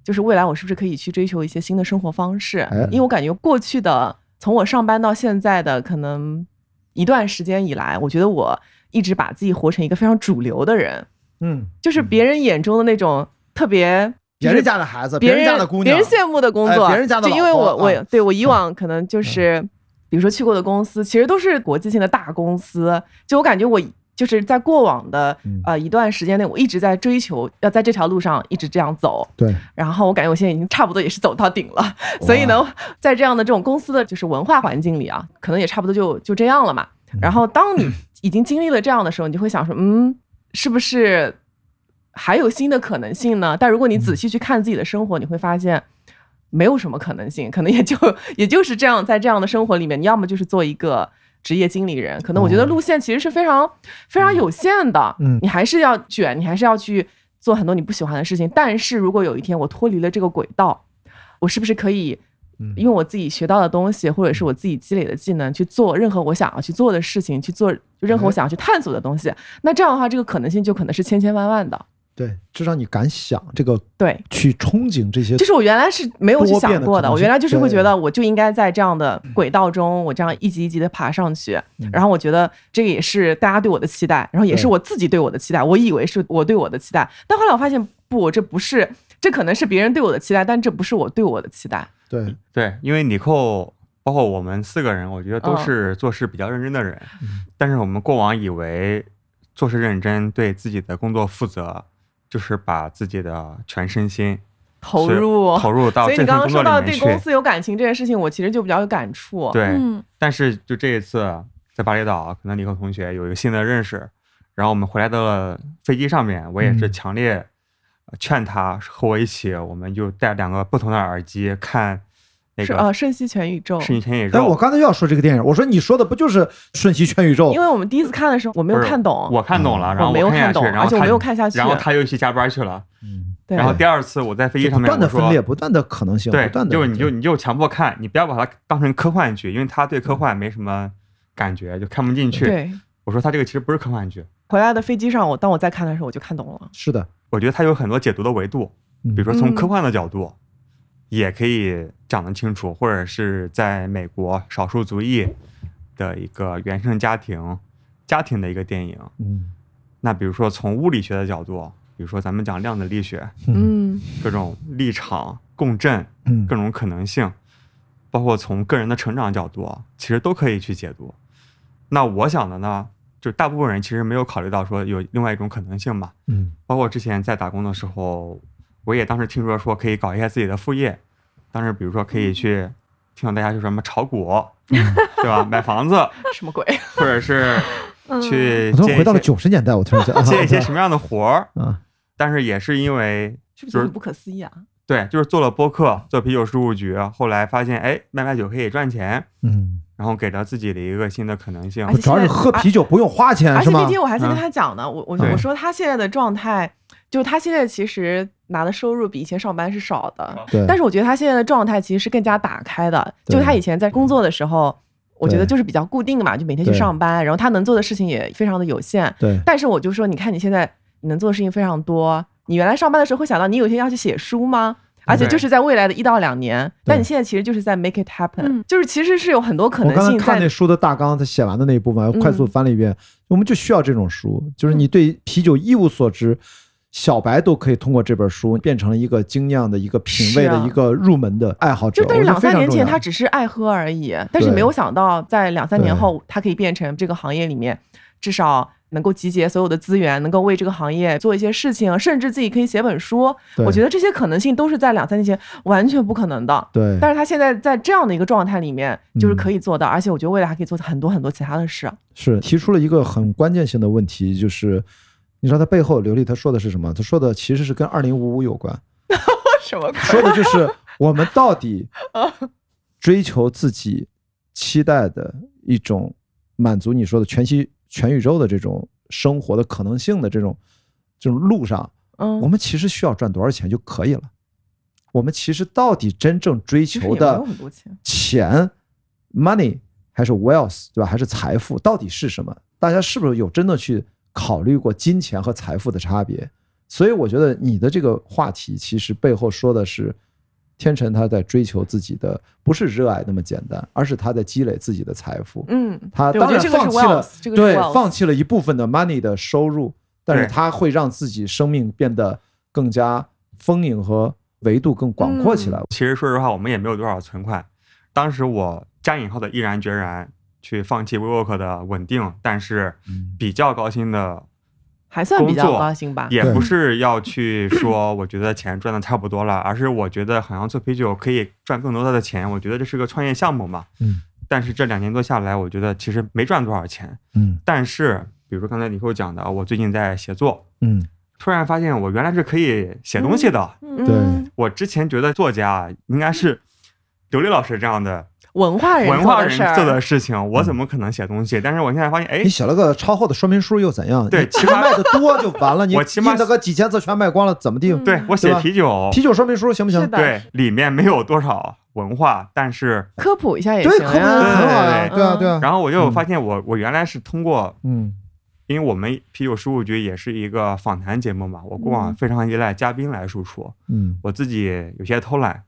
Speaker 5: 就是未来我是不是可以去追求一些新的生活方式
Speaker 2: 哎？
Speaker 5: 因为我感觉过去的，从我上班到现在的可能一段时间以来，我觉得我一直把自己活成一个非常主流的人，
Speaker 2: 嗯，
Speaker 5: 就是别人眼中的那种特别。
Speaker 2: 别人家的孩子，
Speaker 5: 别
Speaker 2: 人
Speaker 5: 人
Speaker 2: 家的姑
Speaker 5: 别
Speaker 2: 娘
Speaker 5: 人，羡慕的工作，
Speaker 2: 哎别人家的
Speaker 5: 就因
Speaker 2: 老
Speaker 5: 为
Speaker 2: 婆
Speaker 5: 我我、
Speaker 2: 啊
Speaker 5: 对我以往可能就是，比如说去过的公司，其实都是国际性的大公司，就我感觉我。就是在过往的
Speaker 2: 嗯
Speaker 5: 呃一段时间内，我一直在追求要在这条路上一直这样走，
Speaker 2: 对，
Speaker 5: 然后我感觉我现在已经差不多也是走到顶了，所以呢，在这样的这种公司的就是文化环境里啊，可能也差不多就就这样了嘛。
Speaker 2: 嗯
Speaker 5: 然后当你已经经历了这样的时候，你就会想说，嗯，是不是还有新的可能性呢？但如果你
Speaker 2: 嗯
Speaker 5: 仔细去看自己的生活，你会发现没有什么可能性，可能也就也就是这样，在这样的生活里面，你要么就是做一个。职业经理人，可能我觉得
Speaker 2: 哦
Speaker 5: 路线其实是非常、非常有限的，
Speaker 2: 嗯
Speaker 5: 你还是要卷，你还是要去做很多你不喜欢的事情。但是如果有一天我脱离了这个轨道，我是不是可以
Speaker 2: 嗯
Speaker 5: 用我自己学到的东西，或者是我自己积累的技能去做任何我想要去做的事情，去做就任何我想要去探索的东西。那这样的话，这个可能性就可能是千千万万的。
Speaker 2: 对，至少你敢想这个，
Speaker 5: 对，
Speaker 2: 去憧憬这些
Speaker 5: 就，是我原来是没有去
Speaker 2: 多变的
Speaker 5: 想过
Speaker 2: 可能
Speaker 5: 的，
Speaker 2: 性
Speaker 5: 我原来就是会觉
Speaker 2: 对
Speaker 5: 得我就应该在这样的轨道中，我这样一级一级的爬上去。
Speaker 2: 嗯
Speaker 5: 然后我觉得这个也是大家对我的期待，然后也是
Speaker 2: 对
Speaker 5: 我自己对我的期待，我以为是我对我的期待，但后来我发现不，我这不是，这可能是别人对我的期待，但这不是我对我的期待。
Speaker 2: 对，
Speaker 1: 对，因为你扣包括我们四个人，我觉得都
Speaker 5: 嗯
Speaker 1: 是做事比较认真的人，
Speaker 2: 嗯
Speaker 1: 但是我们过往以为做事认真、对自己的工作负责，就是把自己的全身心
Speaker 5: 投
Speaker 1: 所以
Speaker 5: 入。
Speaker 1: 投入到
Speaker 5: 所以
Speaker 1: 这
Speaker 5: 你
Speaker 1: 份
Speaker 5: 刚
Speaker 1: 工作
Speaker 5: 刚说
Speaker 1: 里
Speaker 5: 到
Speaker 1: 面
Speaker 5: 对
Speaker 1: 去。
Speaker 5: 公司有感情这件事情，我其实就比较有感触。
Speaker 1: 对，
Speaker 4: 嗯，
Speaker 1: 但是就这一次啊在巴厘岛，可能李克同学有一个新的认识，然后我们回来的飞机上面，我也是
Speaker 2: 嗯
Speaker 1: 强烈呃劝他和我一起，我们就戴两个不同的耳机看那
Speaker 5: 是
Speaker 1: 个
Speaker 5: 啊，
Speaker 1: 《
Speaker 5: 《瞬息全宇宙》
Speaker 1: 是一天野
Speaker 2: 但
Speaker 1: 肉
Speaker 2: 哎我》。刚才就要说这个电影，我说你说的不就是《瞬息全宇宙
Speaker 5: 因》？为我们第一次看的时候，我没有
Speaker 1: 不是
Speaker 5: 看懂，
Speaker 1: 我看
Speaker 2: 嗯
Speaker 1: 懂了，然后
Speaker 5: 我没有
Speaker 1: 看下
Speaker 5: 看
Speaker 1: 去，
Speaker 5: 懂，
Speaker 1: 然
Speaker 5: 而
Speaker 1: 后
Speaker 5: 且我
Speaker 1: 他
Speaker 5: 没有看下去。
Speaker 1: 然后他又去加班去了。
Speaker 2: 嗯，
Speaker 5: 对
Speaker 1: 然后第二次我在飞机
Speaker 2: 就
Speaker 1: 上
Speaker 2: 不
Speaker 1: 面
Speaker 2: 断
Speaker 1: 我
Speaker 2: 的分
Speaker 1: 说
Speaker 2: 裂，，不断的可能性，
Speaker 1: 对
Speaker 2: 不断，的，
Speaker 1: 就是你就你就强迫看，你不要把它当成科幻剧，因为他对
Speaker 2: 嗯
Speaker 1: 科幻没什么感觉，就看不进去。
Speaker 5: 对
Speaker 1: 我说他这个其实不是科幻剧，
Speaker 5: 回来的飞机上，我当我再看的时候，我就看懂了。
Speaker 2: 是的，
Speaker 1: 我觉得它有很多解读的维度，
Speaker 2: 嗯
Speaker 1: 比如说从
Speaker 5: 嗯
Speaker 1: 科幻的角度，也可以讲得清楚，或者是在美国少数族裔的一个原生家庭家庭的一个电影。
Speaker 2: 嗯，
Speaker 1: 那比如说从物理学的角度，比如说咱们讲量子力学，
Speaker 5: 嗯，
Speaker 1: 各种立场、共振、
Speaker 2: 嗯
Speaker 1: 各种可能性，包括从个人的成长角度，其实都可以去解读。那我想的呢，就是大部分人其实没有考虑到说有另外一种可能性嘛，
Speaker 2: 嗯，
Speaker 1: 包括之前在打工的时候，我也当时听说说可以搞一些自己的副业，当时比如说可
Speaker 5: 嗯
Speaker 1: 以去听到大家就说什么炒股，对吧？买房子，
Speaker 5: 什么鬼？
Speaker 1: 或者是
Speaker 5: 嗯
Speaker 4: 嗯
Speaker 1: 去
Speaker 2: 我都
Speaker 1: 接
Speaker 2: 回
Speaker 1: 一
Speaker 2: 到了
Speaker 1: 些
Speaker 2: 九十年代，我突然间
Speaker 1: 接一些什么样的活儿，
Speaker 2: 啊，
Speaker 1: 但是也是因为
Speaker 5: 是
Speaker 1: 就是
Speaker 5: 不是很不可思议啊？
Speaker 1: 对，就是做了播客，做啤酒事务局，后来发现哎卖卖酒可以赚钱，
Speaker 2: 嗯，
Speaker 1: 然后给了自己的一个新的可能性
Speaker 5: 而。且
Speaker 2: 主要是喝啤酒不用花钱
Speaker 5: 而
Speaker 2: 是
Speaker 5: 且
Speaker 2: 吗
Speaker 5: 那？天我还在
Speaker 1: 嗯
Speaker 5: 跟他讲呢，我我
Speaker 2: 对
Speaker 5: 我说他现在的状态，就他现在其实拿的收入比以前上班是少
Speaker 1: 哦
Speaker 5: 的，
Speaker 2: 对，是
Speaker 5: 但是我觉得他现在的状态其实是更加打开的。
Speaker 2: 对
Speaker 5: 就他以前在工作的时候，我觉得就是比较固定的嘛，就每天去
Speaker 2: 对
Speaker 5: 上班，然后他能做的事情也非常的有限。
Speaker 2: 对
Speaker 5: 但是我就说，你看你现在你能做的事情非常多，你原来上班的时候会想到你有一天要去写书吗？而且就是在未来的一到两年，但你现在其实就是在 make it happen，、
Speaker 4: 嗯
Speaker 5: 就是其实是有很多可
Speaker 2: 我
Speaker 5: 能
Speaker 2: 刚才
Speaker 5: 性
Speaker 2: 看
Speaker 5: 在嗯
Speaker 2: 那书的大纲，他写完的那一部分，我快速翻了一遍。我们就需要这种书，就是你对啤酒一无所知，小白都可以通过这本书变成了一个精酿的一个品味
Speaker 5: 是
Speaker 2: 的
Speaker 5: 啊
Speaker 2: 一个入门的爱好者。
Speaker 5: 就但是
Speaker 2: 我觉得
Speaker 5: 两
Speaker 2: 非
Speaker 5: 三
Speaker 2: 常
Speaker 5: 年前
Speaker 2: 重要
Speaker 5: 他只是爱喝而已，但是
Speaker 2: 对
Speaker 5: 没有想到在两三年后，他可以变成这个行业里面至少能够集结所有的资源，能够为这个行业做一些事情，甚至自己可以写本书。
Speaker 2: 对
Speaker 5: 我觉得这些可能性都是在两三年前完全不可能的。
Speaker 2: 对，
Speaker 5: 但是他现在在这样的一个状态里面，就是
Speaker 2: 嗯
Speaker 5: 可以做到，而且我觉得未来还可以做很多很多其他的事。
Speaker 2: 是提出了一个很关键性的问题，就是你知道他背后刘丽他说的是什么？他说的其实是跟二零五五有关，
Speaker 5: 什么鬼？
Speaker 2: 说的就是我们到底追求自己期待的一种满足你说的全息全宇宙的这种生活的可能性的这种这种路上，我
Speaker 5: 嗯，
Speaker 2: 们其实需要赚多少钱就可以了。我们其实到底真正追
Speaker 5: 其实
Speaker 2: 求
Speaker 5: 也没
Speaker 2: 的
Speaker 5: 有很多钱。
Speaker 2: 钱 money 还是 wealth 对吧？还是财富到底是什么？大家是不是有真的去考虑过金钱和财富的差别？所以我觉得你的这个话题其实背后说的是，天辰他在追求自己的不是热爱那么简单，而是他在积累自己的财富。
Speaker 5: 嗯，
Speaker 2: 他
Speaker 5: 对我
Speaker 2: 当
Speaker 5: 觉得
Speaker 2: 然放
Speaker 5: 这个是
Speaker 2: 弃了
Speaker 5: wealth，这个是
Speaker 2: 对
Speaker 5: wealth
Speaker 2: 放弃了一部分的 money 的收入，但是
Speaker 1: 对
Speaker 2: 他会让自己生命变得更加丰盈和维度更广阔起来。
Speaker 1: 其实说实话，我们也没有多少存款。当时我加引号的毅然决然去放弃 WeWork 的稳定，但是
Speaker 2: 嗯
Speaker 1: 比较高薪的
Speaker 5: 还算比
Speaker 1: 工
Speaker 5: 较
Speaker 1: 作
Speaker 5: 高兴吧。
Speaker 1: 也
Speaker 2: 对
Speaker 1: 不是要去说， 我觉得钱赚的差不多了，而是我觉得好像做啤酒可以赚更多的钱，我觉得这是个创业项目嘛。
Speaker 2: 嗯。
Speaker 1: 但是这两年多下来，我觉得其实没赚多少钱。
Speaker 2: 嗯
Speaker 1: 但是，比如说刚才李寇讲的，我最近在写作，
Speaker 2: 嗯，
Speaker 1: 突然发现我原来是可以写东西的。
Speaker 5: 嗯
Speaker 2: 对
Speaker 1: 我之前觉得作家应该是刘丽老师这样的
Speaker 5: 文化人
Speaker 1: 文
Speaker 5: 做
Speaker 1: 化
Speaker 5: 的
Speaker 1: 人
Speaker 5: 事儿，
Speaker 1: 做的事情，我怎么可能写东西？但是我现在发现，哎
Speaker 2: 你，写了个超厚的说明书又怎样？
Speaker 1: 对
Speaker 2: 你
Speaker 1: 起码
Speaker 2: 卖的多就完了，你
Speaker 1: 我起码
Speaker 2: 印了个几千字全卖光了，怎么地？
Speaker 5: 嗯
Speaker 1: 对我写
Speaker 2: 对吧
Speaker 1: 啤酒
Speaker 2: 啤，酒说明书行不行
Speaker 5: 是？的
Speaker 1: 对里面没有多少文化，但是
Speaker 5: 科普一下也
Speaker 2: 对，
Speaker 5: 行啊
Speaker 2: 科
Speaker 5: 嗯
Speaker 2: 普也很好
Speaker 5: 呀
Speaker 2: 呀，，对啊，对啊，
Speaker 1: 然后我就
Speaker 2: 嗯
Speaker 1: 发现我我原来是通过，
Speaker 2: 嗯
Speaker 1: 因为我们啤酒事务局也是一个访谈节目嘛，我过往
Speaker 4: 嗯
Speaker 1: 非常依赖嘉宾来输出，
Speaker 2: 嗯
Speaker 1: 我自己有些偷懒，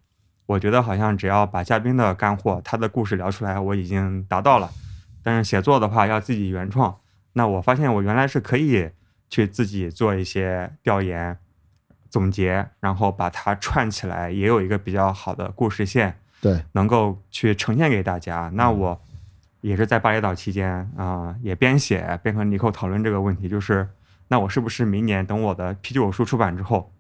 Speaker 1: 我觉得好像只要把嘉宾的干货、他的故事聊出来，我已经达到了。但是写作的话要自己原创，那我发现我原来是可以去自己做一些调研、总结，然后把它串起来，也有一个比较好的故事线。
Speaker 2: 对，
Speaker 1: 能够去呈现给大家。那我也是在巴厘岛期间啊、也边写边和尼寇讨论这个问题，就是那我是不是明年等我的啤酒书出版之后，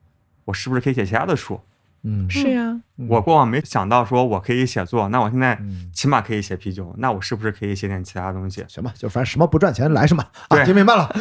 Speaker 1: 我是不是可以写其他的书？
Speaker 2: 嗯
Speaker 5: 是呀，
Speaker 2: 嗯
Speaker 1: 我过往没想到说我可以写作，那我现在
Speaker 2: 嗯？
Speaker 1: 起码可以写啤酒，那我是不是可以写点其他东西
Speaker 2: 行吧，就反正什么不赚钱来什么啊，
Speaker 1: 对
Speaker 2: 听明白了，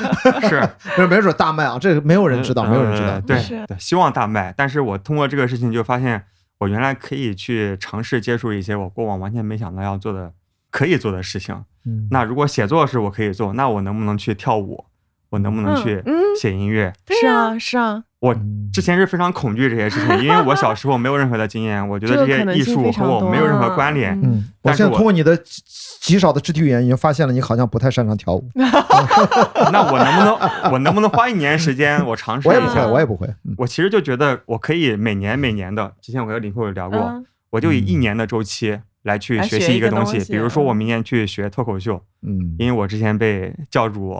Speaker 1: 是，
Speaker 2: 没没准大卖啊，这个没有人知道，
Speaker 1: 嗯
Speaker 2: 没有人知道
Speaker 1: 呃，对
Speaker 5: 是
Speaker 1: 对，希望大卖。但是我通过这个事情就发现，我原来可以去尝试接触一些我过往完全没想到要做的、可以做的事情。
Speaker 2: 嗯
Speaker 1: 那如果写作是我可以做，那我能不能去跳舞？我能不能去
Speaker 5: 嗯
Speaker 1: 写音乐？
Speaker 4: 对
Speaker 5: 是
Speaker 4: 啊
Speaker 5: 啊，是啊，
Speaker 1: 我
Speaker 2: 嗯
Speaker 1: 之前是非常恐惧这些事情，因为我小时候没有任何的经验，我觉得这
Speaker 5: 这个可
Speaker 1: 些
Speaker 5: 能
Speaker 1: 艺
Speaker 5: 性
Speaker 1: 术
Speaker 5: 非
Speaker 1: 和
Speaker 5: 常
Speaker 1: 我
Speaker 5: 多
Speaker 1: 没有任何
Speaker 4: 啊
Speaker 1: 关联。
Speaker 2: 嗯，我
Speaker 1: 但是
Speaker 2: 现在
Speaker 1: 我
Speaker 2: 通过你的极极少的肢体语言，已经发现了你好像不太擅长跳舞，
Speaker 1: 那我能不能，我能不能花一年时间，我尝试
Speaker 2: 我也
Speaker 1: 一
Speaker 2: 不
Speaker 1: 下
Speaker 2: 会，
Speaker 4: 啊？
Speaker 2: 我也不会，嗯
Speaker 1: 我其实就觉得我可以每年每年的，之前我和林寇有聊
Speaker 5: 嗯
Speaker 1: 过，我就以
Speaker 2: 嗯
Speaker 1: 一年的周期来去
Speaker 5: 来
Speaker 1: 学
Speaker 5: 学
Speaker 1: 习
Speaker 5: 一
Speaker 1: 一个
Speaker 5: 个
Speaker 1: 东
Speaker 5: 东
Speaker 1: 西。
Speaker 5: 西
Speaker 1: 比如说，我
Speaker 5: 嗯
Speaker 1: 明年去学脱口秀，
Speaker 2: 嗯
Speaker 1: 因为我之前被教主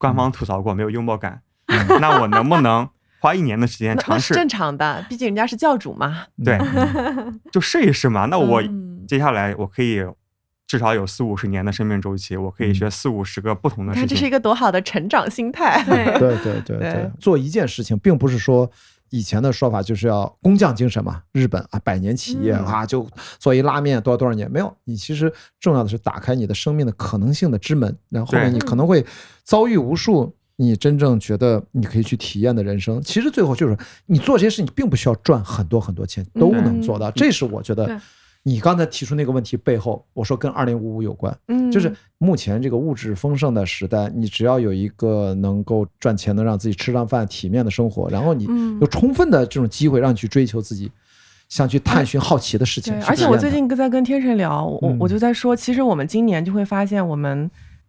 Speaker 1: 官方吐槽过没有幽默感，
Speaker 2: 嗯
Speaker 1: 那我能不能花一年的时间
Speaker 5: 那那
Speaker 1: 尝
Speaker 5: 是
Speaker 1: 试？
Speaker 5: 正常的，毕竟人家是教主嘛。
Speaker 1: 对
Speaker 2: 嗯
Speaker 1: 就试一试嘛。那我
Speaker 4: 嗯
Speaker 1: 接下来我可以至少有四五十年的生命周期，我可以
Speaker 4: 嗯
Speaker 1: 学四五十个不同
Speaker 5: 你
Speaker 1: 的
Speaker 5: 看，
Speaker 1: 事
Speaker 5: 这是一
Speaker 1: 情。
Speaker 5: 个多好的成长心态。
Speaker 4: 对，
Speaker 2: 对对对对
Speaker 5: 对，
Speaker 2: 做一件事情，并不是说以前的说法就是要工匠精神嘛，日本啊百年企业
Speaker 4: 嗯
Speaker 2: 啊，就做一拉面多少多少年，没有，你其实重要的是打开你的生命的可能性的之门，然后后面
Speaker 1: 对
Speaker 2: 你可能会遭遇无数。你真正觉得你可以去体验的人生，其实最后就是你做这些事情，并不需要赚很多很多钱，都能做到。这是我觉
Speaker 4: 嗯对
Speaker 2: 得你刚才提出那个问题背后，我说跟二零五五有关，
Speaker 5: 嗯，
Speaker 2: 就是目前这个物质丰盛的时代，你只要有一个能够赚钱、能让自己吃上饭、体面的生活，然后你
Speaker 4: 嗯
Speaker 2: 有充分的这种机会让你去追求自己，想去探寻好奇的事情
Speaker 5: 对。
Speaker 2: 是。
Speaker 5: 而且我最，近在跟天神聊，我
Speaker 2: 嗯
Speaker 5: 我就在说，其实我们今年就会发现，我们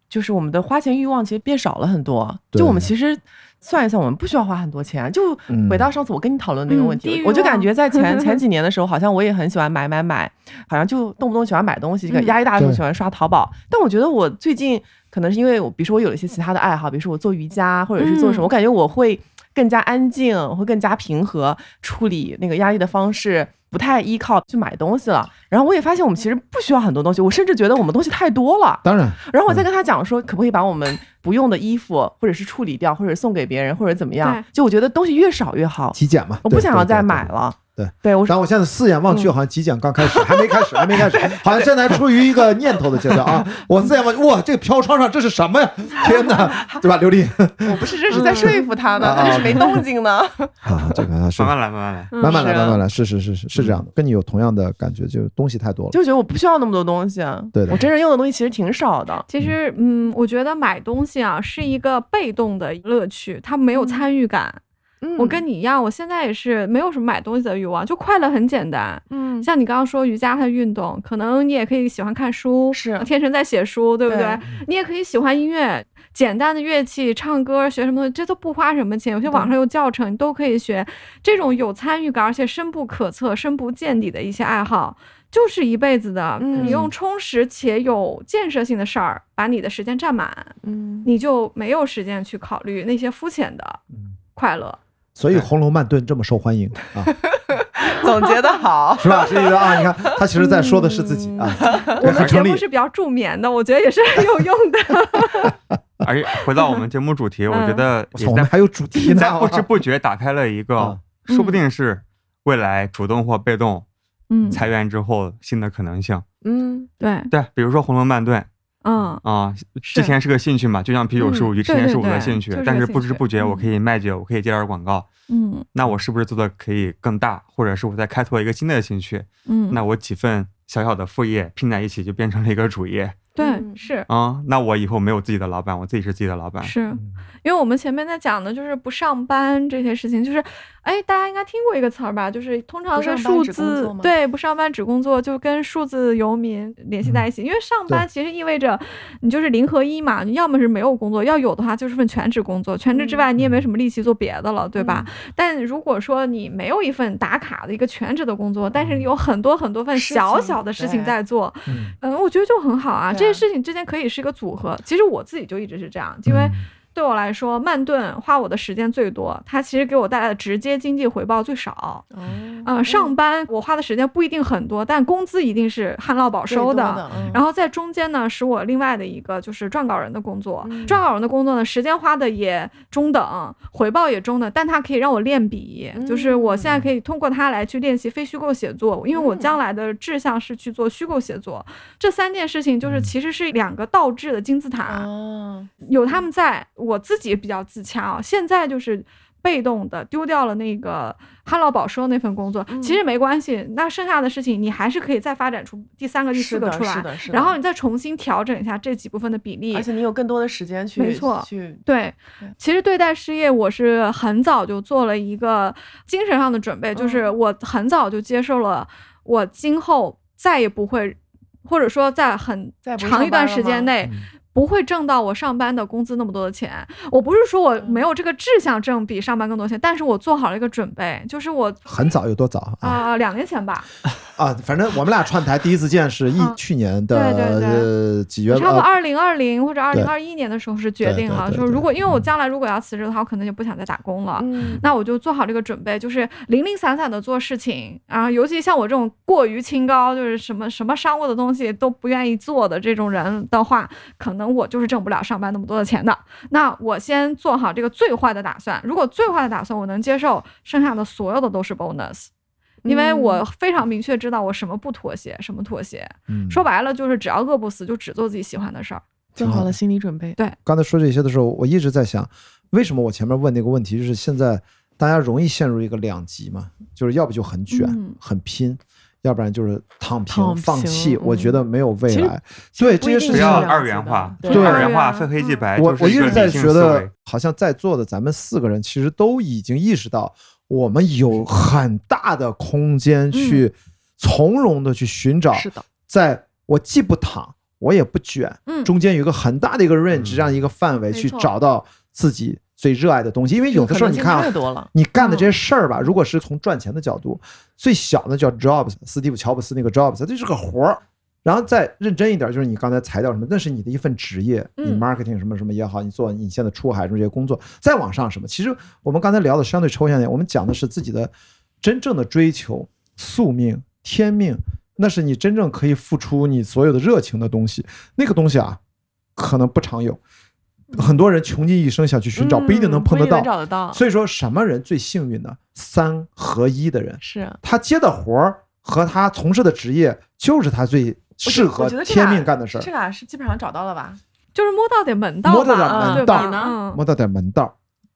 Speaker 5: 就是我们的花钱欲望其实变少了很多。
Speaker 2: 对
Speaker 5: 就我们其实算一算，我们不需要花很多钱。啊就
Speaker 2: 嗯
Speaker 5: 回到上次我跟你讨论那个
Speaker 4: 嗯
Speaker 5: 问题，
Speaker 4: 低欲望
Speaker 5: 我就感觉在前前几年的时候，好像我也很喜欢买买买，好像就动不动喜欢买东西，
Speaker 4: 嗯
Speaker 5: 压力大的时候
Speaker 2: 对
Speaker 5: 喜欢刷淘宝。但我觉得我最近可能是因为我，比如说我有一些其他的爱好，比如说我做瑜伽或者是做什么，
Speaker 4: 嗯
Speaker 5: 我感觉我会更加安静，我会更加平和处理那个压力的方式，不太依靠去买东西了。然后我也发现我们其实不需要很多东西，我甚至觉得我们东西太多了。
Speaker 2: 当然，
Speaker 5: 然后我再跟他讲说，可不可以把我们不用的衣服，或者是处理掉，或者送给别人，或者怎么样
Speaker 4: 对？
Speaker 5: 就我觉得东西越少越好，
Speaker 2: 极简嘛，
Speaker 5: 我
Speaker 2: 对
Speaker 5: 不想要再买。
Speaker 2: 对对对
Speaker 5: 了。嗯
Speaker 2: 对对
Speaker 5: 对，我
Speaker 2: 但我现在四眼望去，好像极简刚开始，还没开始，还没开始，好像现在还处于一个念头的阶段啊！我四眼望，哇，这个飘窗上这是什么呀？天哪，对吧，刘丽
Speaker 5: 我不是这是在说服他呢，
Speaker 2: 嗯
Speaker 5: 他就是没动静呢。
Speaker 2: 啊，这个是
Speaker 1: 慢慢来，慢慢来。
Speaker 2: 慢慢来，
Speaker 5: 是啊
Speaker 2: 慢慢来，是嗯是是是是这样的，跟你有同样的感觉，就东西太多了。
Speaker 5: 就觉得我不需要那么多东西，啊
Speaker 2: 对的
Speaker 5: 我真正用的东西其实挺少的。
Speaker 4: 其实，嗯，我觉得买东西啊是一个被动的乐趣，它没有参与感。
Speaker 5: 嗯
Speaker 4: 我跟你一样，我现在也是没有什么买东西的欲望，就快乐很简单。
Speaker 5: 嗯
Speaker 4: 像你刚刚说瑜伽和运动，可能你也可以喜欢看书，
Speaker 5: 是
Speaker 4: 啊天神在写书，对不对？
Speaker 5: 对
Speaker 4: 你也可以喜欢音乐，简单的乐器、唱歌、学什么东西，这都不花什么钱。有些网上有教程，你都可以学。这种有参与感，而且深不可测、深不见底的一些爱好，就是一辈子的。
Speaker 5: 嗯
Speaker 4: 你用充实且有建设性的事儿把你的时间占满，
Speaker 5: 嗯，
Speaker 4: 你就没有时间去考虑那些肤浅的
Speaker 5: 嗯
Speaker 4: 快乐。
Speaker 2: 所以《红楼梦》顿这么受欢迎 啊，。
Speaker 5: 总结的 好
Speaker 2: 是吧？是一个啊，你看他其实在说的是自己啊，
Speaker 4: 我们节
Speaker 2: 成立
Speaker 4: 目是比较助眠的，我觉得也是很有用的。
Speaker 1: 而且回到我们节目主 题，我
Speaker 4: 嗯
Speaker 1: 觉得
Speaker 2: 我
Speaker 1: 也
Speaker 2: 操我们
Speaker 1: 在
Speaker 2: 还有主题呢
Speaker 1: 在，不知不觉打开了一个
Speaker 2: 啊，
Speaker 1: 说不定是未来主动或被动
Speaker 4: 嗯
Speaker 1: 裁员之后新的可能性。
Speaker 5: 嗯，
Speaker 4: 对，
Speaker 1: 对，比如说红楼曼顿
Speaker 4: 嗯，
Speaker 1: 啊，之前是个兴趣嘛，就像啤酒事务局
Speaker 4: 嗯
Speaker 1: 之前是
Speaker 4: 对对
Speaker 1: 我的
Speaker 4: 对
Speaker 1: 兴趣
Speaker 4: 就是，
Speaker 1: 但
Speaker 4: 个
Speaker 1: 是不
Speaker 4: 兴
Speaker 1: 知
Speaker 4: 趣
Speaker 1: 不觉我
Speaker 4: 嗯
Speaker 1: 可以卖酒，我可以接点广告。
Speaker 4: 嗯
Speaker 1: 那我是不是做的可以更大，或者是我在开拓一个新的兴趣？
Speaker 4: 嗯，
Speaker 1: 那我几份小小的副业拼在一起，就变成了一个主业。
Speaker 4: 对
Speaker 3: 嗯，
Speaker 4: 是
Speaker 1: 啊、那我以后没有自己的老板，我自己是自己的老板。
Speaker 4: 是
Speaker 2: 嗯
Speaker 4: 因为我们前面在讲的就是不上班这些事情，就是，哎，大家应该听过一个词儿吧，就是通常
Speaker 3: 不
Speaker 4: 跟
Speaker 3: 上班
Speaker 4: 数
Speaker 3: 只工
Speaker 4: 字
Speaker 3: 作吗
Speaker 4: 对不上班只工作，就跟数字游民联系在一起，因为上班其实意味着你就是零和一嘛，你要么是没有工作，要有的话就是份全职工作，全职之
Speaker 3: 嗯
Speaker 4: 外你也没什么力气做别的了，对吧？但如果说你没有一份打卡的一个全职的工作，但是你有很多很多份
Speaker 3: 事
Speaker 4: 小
Speaker 3: 情
Speaker 4: 小的事情
Speaker 3: 对
Speaker 4: 在做，
Speaker 2: 嗯
Speaker 4: 嗯，我觉得就很好啊。这
Speaker 3: 对
Speaker 4: 些事情之间可以是一个组合。其实我自己就一直是这样，因
Speaker 2: 嗯
Speaker 4: 为对我来说，慢炖花我的时间最多，它其实给我带来的直接经济回报最少。
Speaker 3: 哦，
Speaker 4: 嗯，上班我花的时间不一定很多，但工资一定是旱涝保收的。
Speaker 5: 嗯
Speaker 4: 然后在中间呢，是我另外的一个就是撰稿人的工作。
Speaker 3: 嗯
Speaker 4: 撰稿人的工作呢，时间花的也中等，回报也中等，但它可以让我练笔，就是我现在可以通过它来去练习非虚构写作，因为我将来的志向是去做虚构写作。这三件事情就是其实是两个倒置的金字塔，
Speaker 3: 哦，
Speaker 4: 有他们在，我自己比较自洽啊。现在就是被动的丢掉了那个旱涝保收那份工作，其实没关系。那剩下的事情，你还是可以再发展出第三个、第四
Speaker 5: 是
Speaker 4: 个
Speaker 5: 的，
Speaker 4: 出
Speaker 5: 是
Speaker 4: 来，
Speaker 5: 的，是的。
Speaker 4: 然后你再重新调整一下这几部分的比例
Speaker 5: 而。且你有更多的时间去，
Speaker 4: 没错
Speaker 5: 去
Speaker 4: 对
Speaker 5: 对，
Speaker 4: 其实对待失业，我是很早就做了一个精神上的准备，就是
Speaker 5: 嗯
Speaker 4: 我很早就接受了，我今后再也不会，或者说在很
Speaker 5: 再也不
Speaker 4: 长一
Speaker 5: 上班
Speaker 4: 段
Speaker 5: 了
Speaker 4: 时间
Speaker 5: 吗
Speaker 4: 内
Speaker 2: 嗯
Speaker 4: 不会挣到我上班的工资那么多的钱。我不是说我
Speaker 5: 嗯
Speaker 4: 没有这个志向挣比上班更多钱，但是我做好了一个准备，就是我
Speaker 2: 很早有多早啊
Speaker 4: 啊、两年前吧，
Speaker 2: 啊！反正我们俩串台第一次见是一
Speaker 4: 嗯
Speaker 2: 去年的
Speaker 4: 对对对
Speaker 2: 呃几月
Speaker 4: 我差不多
Speaker 2: 呃
Speaker 4: 二零二零或者二
Speaker 2: 对
Speaker 4: 零二一年的时候是决
Speaker 2: 对
Speaker 4: 定
Speaker 2: 对
Speaker 4: 了，
Speaker 2: 对
Speaker 4: 说
Speaker 2: 对嗯
Speaker 4: 如果因为我将来如果要辞职的话，我可能就不想再打工了。
Speaker 5: 嗯，
Speaker 4: 那我就做好这个准备，就是零零散散的做事情，然后尤其像我这种过于清高，就是什么什么商务的东西都不愿意做的这种人的话，可能我就是挣不了上班那么多的钱的。那我先做好这个最坏的打算，如果最坏的打算我能接受，剩下的所有的都是 bonus。因为我非常明确知道我什么不妥协，什么妥协。
Speaker 2: 嗯
Speaker 4: 说白了就是只要饿不死，就只做自己喜欢的事儿。
Speaker 5: 做好了心理准备。
Speaker 2: 刚才说这些的时候，我一直在想，为什么我前面问那个问题，就是现在大家容易陷入一个两极嘛，就是要不就很卷、
Speaker 4: 嗯
Speaker 2: 很拼，要不然就是躺平、
Speaker 5: 躺平
Speaker 2: 放弃，
Speaker 5: 嗯
Speaker 2: 我觉得没有未来。
Speaker 5: 其
Speaker 2: 对
Speaker 5: 实不
Speaker 2: 这些
Speaker 5: 一定
Speaker 2: 事
Speaker 1: 不
Speaker 5: 是
Speaker 2: 情
Speaker 1: 要
Speaker 5: 这，样
Speaker 1: 二
Speaker 5: 子
Speaker 1: 元
Speaker 5: 的
Speaker 1: 化，
Speaker 5: 对
Speaker 4: 二
Speaker 1: 二
Speaker 4: 元
Speaker 1: 元化
Speaker 4: 嗯
Speaker 1: 非黑即白，
Speaker 2: 啊我
Speaker 1: 就
Speaker 2: 我
Speaker 1: 是一
Speaker 2: 一
Speaker 1: 个
Speaker 2: 直在
Speaker 1: 理性
Speaker 2: 觉
Speaker 1: 思
Speaker 2: 得
Speaker 1: 维，
Speaker 2: 好像在座的咱们四个人其实都已经意识到，我们
Speaker 1: 嗯
Speaker 2: 有很大的空间去从容的去寻找，
Speaker 5: 嗯是的，
Speaker 2: 在我既不躺，我也不卷，
Speaker 4: 嗯，
Speaker 2: 中间有一个很大的一个 range
Speaker 1: 嗯
Speaker 2: 这样一个范围
Speaker 3: 没
Speaker 2: 去
Speaker 3: 错
Speaker 2: 找到自己最热爱的东西，因为有的时候
Speaker 5: 可能
Speaker 2: 你
Speaker 5: 性
Speaker 2: 看
Speaker 5: 太
Speaker 2: 啊，
Speaker 5: 多了，
Speaker 2: 你干的这些
Speaker 5: 嗯
Speaker 2: 事儿吧，如果是从赚钱的角度，最小的叫 Jobs，斯蒂夫·乔布斯那个 Jobs，它就是个活儿。然后再认真一点，就是你刚才裁掉什么，那是你的一份职业，你
Speaker 4: 嗯
Speaker 2: marketing 什么什么也好，你做你现在出海什么这些工作，再往上什么，其实我们刚才聊的相对抽象一点，我们讲的是自己的真正的追求、宿命、天命，那是你真正可以付出你所有的热情的东西，那个东西啊，可能不常有，很多人穷尽一生想去寻找，不一定能
Speaker 5: 嗯
Speaker 2: 碰得
Speaker 5: 不一
Speaker 2: 到
Speaker 5: 定能，找得到，
Speaker 2: 所以说，什么人最幸运呢？三合一的人，
Speaker 5: 是
Speaker 2: 他接的活儿和他从事的职业，就是他最适
Speaker 5: 我
Speaker 2: 合
Speaker 5: 觉得这
Speaker 2: 天
Speaker 5: 俩
Speaker 2: 命干的事儿
Speaker 5: 这，俩是基本上找到了吧？
Speaker 4: 就是摸到点门道吧，
Speaker 2: 摸到点
Speaker 4: 嗯
Speaker 5: 门
Speaker 4: 对
Speaker 5: 道
Speaker 4: 吧？
Speaker 5: 呢
Speaker 4: 嗯
Speaker 2: 摸到点门道儿。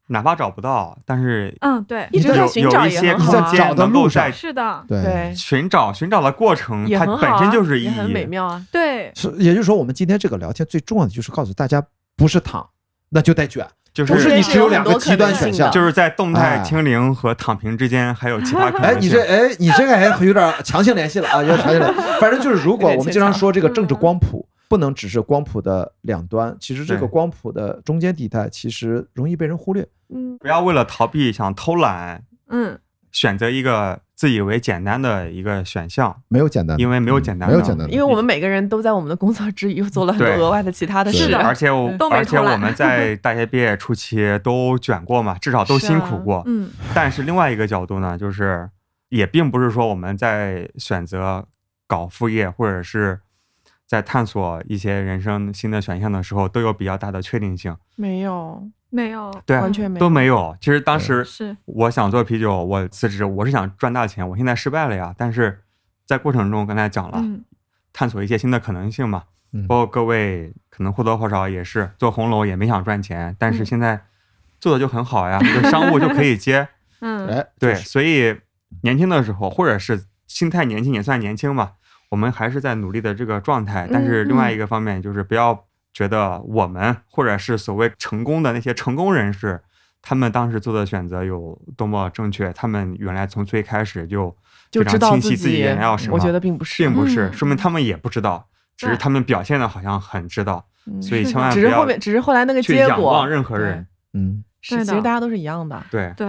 Speaker 1: 哪怕找不到，但是
Speaker 4: 嗯，对，
Speaker 5: 啊一直
Speaker 2: 你在
Speaker 5: 在
Speaker 1: 有
Speaker 5: 寻找
Speaker 1: 有一
Speaker 5: 也
Speaker 1: 些空
Speaker 5: 很好啊，
Speaker 2: 在找
Speaker 1: 间
Speaker 2: 的
Speaker 1: 能
Speaker 2: 路
Speaker 1: 够
Speaker 2: 上
Speaker 1: 在
Speaker 4: 是的，
Speaker 2: 对，
Speaker 5: 对，
Speaker 1: 寻找寻找的过程，嗯
Speaker 5: 也
Speaker 1: 它
Speaker 5: 很好
Speaker 1: 本
Speaker 5: 啊，
Speaker 1: 身就是意
Speaker 5: 也很美
Speaker 1: 义。
Speaker 5: 妙啊。
Speaker 4: 对，
Speaker 2: 是也就是说，我们今天这个聊天最重要的就是告诉大家，不是躺，那就得卷，
Speaker 1: 就
Speaker 2: 不
Speaker 5: 中
Speaker 2: 是
Speaker 5: 间
Speaker 2: 你
Speaker 1: 是
Speaker 2: 只有两个
Speaker 5: 有很多
Speaker 2: 极端
Speaker 5: 可能
Speaker 2: 选
Speaker 5: 性
Speaker 2: 项
Speaker 5: 的。
Speaker 1: 就是在动态
Speaker 2: 哎
Speaker 1: 清零和躺平之间，还有其他可
Speaker 5: 嗯
Speaker 2: 哎，
Speaker 1: 能
Speaker 2: 你
Speaker 1: 性
Speaker 2: 这。哎，你这个哎有点强行联系 了啊，有点强行联系。反正就是，如果我们经常说这个政
Speaker 5: 嗯
Speaker 2: 治光谱不能只是光谱的两端，其实这个
Speaker 1: 对
Speaker 2: 光谱的中间地带其实容易被人忽略。
Speaker 5: 嗯，
Speaker 1: 不要为了逃避想偷懒，
Speaker 4: 嗯，
Speaker 1: 选择一个自以为简单的一个选项，
Speaker 2: 没有简单的，
Speaker 1: 因为没有简单
Speaker 2: 没有
Speaker 1: 的
Speaker 2: 简单的，
Speaker 5: 因为我们每个人都在我们的工作之余又做了很多
Speaker 1: 对
Speaker 5: 额外的其他的
Speaker 2: 是
Speaker 5: 事
Speaker 4: 的，
Speaker 1: 而且
Speaker 5: 嗯
Speaker 1: 我
Speaker 4: 都没
Speaker 1: 而且
Speaker 4: 偷懒
Speaker 1: 我们 在大学毕业初期都卷过嘛，至少都
Speaker 5: 是啊
Speaker 1: 辛苦过。
Speaker 4: 嗯，
Speaker 1: 但是另外一个角度呢，就是也并不是说我们在选择搞副业或者是在探索一些人生新的选项的时候都有比较大的确定性，
Speaker 5: 没有，
Speaker 4: 没有，
Speaker 1: 对啊，
Speaker 5: 完全没
Speaker 1: 都
Speaker 5: 有，
Speaker 1: 没有。其实当时
Speaker 4: 是
Speaker 1: 我想做啤酒，我辞职，我是想赚大钱，我现在失败了呀。但是在过程中，刚才讲了，
Speaker 4: 嗯，
Speaker 1: 探索一些新的可能性嘛
Speaker 2: 嗯。
Speaker 1: 包括各位可能或多或少也是做红楼也没想赚钱，但是现在做的就很好呀，就商务就可以接。
Speaker 4: 嗯，
Speaker 2: 哎，
Speaker 1: 对，
Speaker 2: 就是
Speaker 1: 所以年轻的时候，或者是心态年轻也算年轻嘛，我们还是在努力的这个状态。但是另外一个方面就是不要觉得我们或者是所谓成功的那些成功人士，他们当时做的选择有多么正确，他们原来从最开始就
Speaker 5: 就
Speaker 1: 非
Speaker 5: 知
Speaker 1: 常
Speaker 5: 道
Speaker 1: 清晰自己
Speaker 5: 己
Speaker 1: 原来要什么。
Speaker 5: 我觉得并不是，
Speaker 1: 并不是，
Speaker 4: 嗯
Speaker 1: 说明他们也不知道，只是
Speaker 4: 对
Speaker 1: 他们表现的好像很知道，
Speaker 5: 嗯
Speaker 1: 所以
Speaker 4: 是
Speaker 1: 千
Speaker 4: 的
Speaker 1: 万
Speaker 5: 只
Speaker 1: 不
Speaker 5: 是
Speaker 1: 要
Speaker 5: 后面，只是后来那个
Speaker 1: 去
Speaker 5: 结
Speaker 1: 仰
Speaker 5: 果
Speaker 1: 望，任何人。
Speaker 2: 嗯，
Speaker 5: 是
Speaker 4: 对
Speaker 5: 其
Speaker 4: 的
Speaker 5: 实大家都是一样的。
Speaker 1: 对，
Speaker 4: 对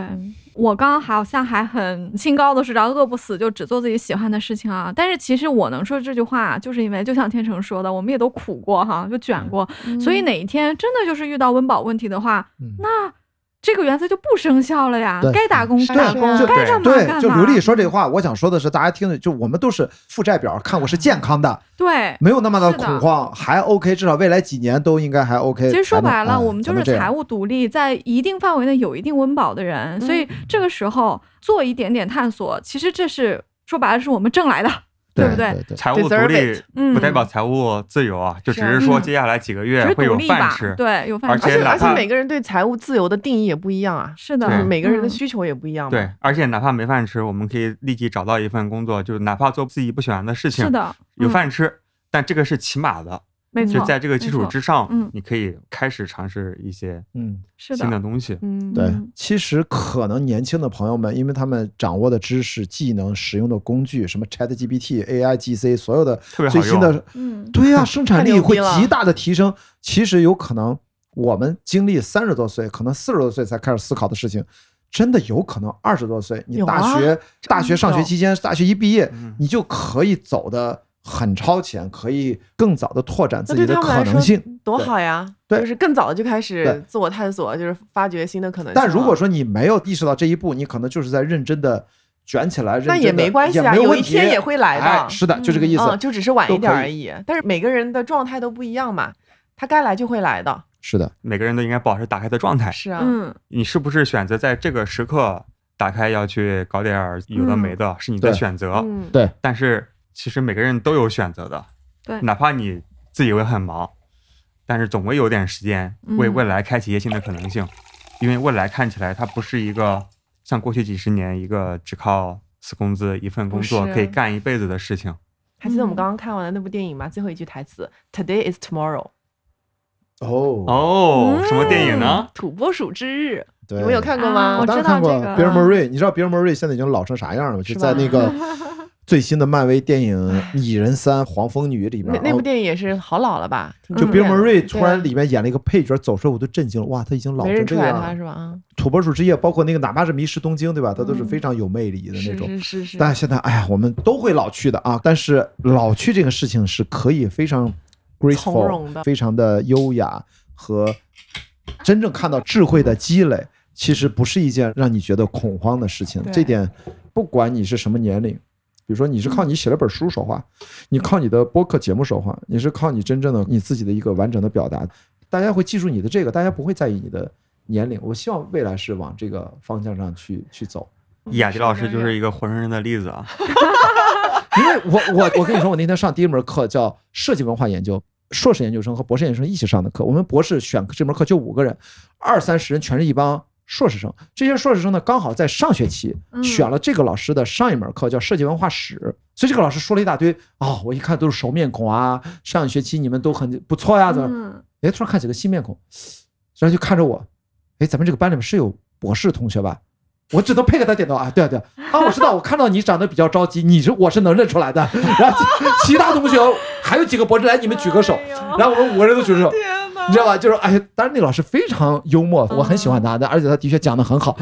Speaker 4: 我刚刚好像还很清高的是，然后饿不死就只做自己喜欢的事情啊。但是其实我能说这句话，就是因为就像天成说的，我们也都苦过哈，就
Speaker 2: 嗯
Speaker 4: 卷过，所以哪一天真的就是遇到温饱问题的话，
Speaker 2: 嗯
Speaker 4: 那这个原则就不生效了呀
Speaker 2: 对，
Speaker 4: 该打工
Speaker 3: 是
Speaker 4: 打
Speaker 3: 啊
Speaker 4: 工
Speaker 2: 就，
Speaker 4: 该干嘛
Speaker 2: 对
Speaker 4: 干，嘛。
Speaker 2: 就刘丽说这话，我想说的是，大家听着，就我们都是负债表，看我是健康的，
Speaker 4: 对，
Speaker 2: 没有那么的
Speaker 4: 啊哎是的
Speaker 2: 恐慌，还 OK，至少未来几年都应该还 OK 才能。
Speaker 4: 其实说白了，
Speaker 2: 嗯
Speaker 4: 我们
Speaker 2: 才
Speaker 4: 就是
Speaker 2: 能这
Speaker 4: 财
Speaker 2: 样
Speaker 4: 务独立，在一定范围内有一定温饱的人，所以这个时候做一点点探索，其实这是说白了是我们挣来的，对不
Speaker 2: 对
Speaker 4: 对？
Speaker 2: 对，
Speaker 1: 财务独
Speaker 5: Deserve
Speaker 1: 立
Speaker 5: it
Speaker 4: 嗯，
Speaker 1: 不代表财务自由啊，就只
Speaker 5: 是啊
Speaker 1: 是说
Speaker 4: 嗯
Speaker 1: 接下来几个月
Speaker 4: 只是
Speaker 1: 啊会
Speaker 4: 独
Speaker 1: 有
Speaker 4: 立
Speaker 1: 饭
Speaker 4: 吧
Speaker 1: 吃，，
Speaker 4: 对，有饭
Speaker 1: 而
Speaker 4: 吃，
Speaker 5: 而且
Speaker 1: 哪
Speaker 5: 而且
Speaker 1: 怕
Speaker 5: 每个人对财务自由的定义也不一样啊，
Speaker 4: 是的，
Speaker 5: 就是每个人的
Speaker 4: 嗯
Speaker 5: 需求也不一样嘛。
Speaker 1: 对，而且哪怕没饭吃，我们可以立即找到一份工作，就哪怕做自己不喜欢的事情
Speaker 4: 是，的，
Speaker 1: 有
Speaker 4: 嗯，
Speaker 1: 饭吃，但这个是起码的，
Speaker 4: 没
Speaker 1: 就
Speaker 4: 错，
Speaker 1: 在这个基础
Speaker 4: 没错
Speaker 1: 之上
Speaker 4: 嗯，
Speaker 1: 你可以开始尝试一些
Speaker 2: 嗯。
Speaker 4: 是
Speaker 1: 新
Speaker 4: 的
Speaker 1: 的，东西。
Speaker 5: 嗯，
Speaker 2: 对
Speaker 4: 嗯，
Speaker 2: 其实可能年轻的朋友们，因为他们掌握的知识、技能、使用的工具，什么 Chat GPT、AI、GC，所有的
Speaker 1: 别好
Speaker 2: 最新的，
Speaker 4: 嗯，
Speaker 2: 对呀、生产力
Speaker 5: 太牛
Speaker 2: 会
Speaker 5: 逼了
Speaker 2: 极大的提升。其实有可能我们经历三十多岁，可能四十多岁才开始思考的事情，真的有可能二十多岁，你
Speaker 5: 有啊
Speaker 2: 大学、大学上学
Speaker 5: 有
Speaker 2: 期间，大学一毕业，
Speaker 1: 嗯
Speaker 2: 你就可以走的很超前，可以更早的拓展自
Speaker 5: 那
Speaker 2: 己
Speaker 5: 对
Speaker 2: 的
Speaker 5: 他们
Speaker 2: 可
Speaker 5: 来
Speaker 2: 能
Speaker 5: 说
Speaker 2: 性。
Speaker 5: 多好呀！
Speaker 2: 对
Speaker 5: 就是更早的就开
Speaker 2: 对
Speaker 5: 始自我探索，就是发掘新的可能性了。
Speaker 2: 但如果说你没有意识到这一步，你可能就是在认真的卷起来，认
Speaker 5: 那
Speaker 2: 真
Speaker 5: 也
Speaker 2: 地
Speaker 5: 没关系
Speaker 2: 也
Speaker 5: 啊，
Speaker 2: 没有
Speaker 5: 有
Speaker 2: 问
Speaker 5: 一
Speaker 2: 题
Speaker 5: 天也会来
Speaker 2: 哎
Speaker 5: 的，
Speaker 2: 是的，就这个意思。
Speaker 5: 嗯，就只是晚
Speaker 2: 都
Speaker 5: 一点
Speaker 2: 可以
Speaker 5: 而已。但是每个人的状态都不一样嘛，他该来就会来的。
Speaker 2: 是的，
Speaker 1: 每个人都应该保持打开的状
Speaker 2: 哎
Speaker 1: 态。
Speaker 5: 是啊，
Speaker 4: 嗯，
Speaker 1: 你是不是选择在这个时刻打开要去搞点儿有的没的，是你的
Speaker 2: 对
Speaker 1: 选择。
Speaker 5: 嗯，
Speaker 2: 对
Speaker 1: 但是其实每个人都有选择的，
Speaker 4: 对
Speaker 1: 哪怕你自以为很忙，但是总会有点时间为
Speaker 4: 嗯
Speaker 1: 未来开启一些新的可能性，因为未来看起来它不是一个像过去几十年一个只靠死工资一份工作
Speaker 5: 不是
Speaker 1: 可以干一辈子的事情。
Speaker 5: 还记得我
Speaker 4: 嗯
Speaker 5: 们刚刚看完的那部电影吗？最后一句台词：“Today is tomorrow。嗯
Speaker 2: 哦，
Speaker 1: 哦，什么”电影呢？？
Speaker 5: 土拨鼠之日，
Speaker 2: 对，
Speaker 5: 你们有看过
Speaker 4: 啊
Speaker 5: 吗
Speaker 2: 我？当
Speaker 4: 知
Speaker 2: 时
Speaker 4: 道
Speaker 2: 看过
Speaker 4: 这个
Speaker 2: Bill
Speaker 4: 嗯
Speaker 2: Murray，你知道 Bill Murray 现在已经老成啥样了吗？就是在
Speaker 5: 吧
Speaker 2: 那 个最新的漫威电影《蚁人三：黄蜂女》里边
Speaker 5: 那，那部电影也是好老了吧？挺
Speaker 2: 就
Speaker 5: 经
Speaker 2: Bill
Speaker 5: 典的
Speaker 2: Murray
Speaker 5: 对啊
Speaker 2: 突然里面演了一个配角走出来，我都震惊了，哇，他已经老
Speaker 5: 没
Speaker 2: 成
Speaker 5: 认
Speaker 2: 这
Speaker 5: 出来
Speaker 2: 样
Speaker 5: 他
Speaker 2: 了。
Speaker 5: 是吧？啊，
Speaker 2: 土拨鼠之夜，包括那个哪怕是迷失东京，对吧？他都是
Speaker 4: 嗯
Speaker 2: 非常有魅力的那
Speaker 5: 是
Speaker 2: 种。
Speaker 5: 是是是，
Speaker 2: 但现在，哎呀，我们都会老去的啊。但是老去这个事情是可以非常
Speaker 5: 从
Speaker 2: graceful
Speaker 5: 容的
Speaker 2: 非常的优雅和真正看到智慧的积累，其实不是一件让你觉得恐慌的事情。
Speaker 5: 对
Speaker 2: 这点，不管你是什么年龄，比如说你是
Speaker 5: 嗯
Speaker 2: 靠你写了本书说话，你靠你的播客节目说话，你是靠你真正的你自己的一个完整的表达，大家会记住你的这个，大家不会在意你的年龄。我希望未来是往这个方向上去去走。
Speaker 1: 雅迪老师
Speaker 5: 是的
Speaker 1: 就是一个活生生的例子啊。
Speaker 2: 因为我我我跟你说，我那天上第一门课叫设计文化研究，硕士研究生和博士研究生一起上的课。我们博士选这门课就五个人，二三十人全是一帮硕士生。这些硕士生呢，刚好在上学期
Speaker 4: 嗯
Speaker 2: 选了这个老师的上一门课叫设计文化史，所以这个老师说了一大堆啊、我一看都是熟面孔啊，上学期你们都很不错呀，怎么？
Speaker 4: 嗯
Speaker 2: 哎，突然看几个新面孔，然后就看着我，哎，咱们这个班里面是有博士同学吧？我只能配合他点头啊，对啊对啊，啊，我知道，我看到你长得比较着急，你是我是能认出来的。然后其其他同学还有几个博士来，你们举个手，
Speaker 5: 哦
Speaker 2: 然后我们五个人都举手，
Speaker 5: 哎天哪
Speaker 2: 你知道吧？就是哎，当然那老师非常幽默，我很喜欢
Speaker 5: 嗯
Speaker 2: 他的，而且他的确讲得很好。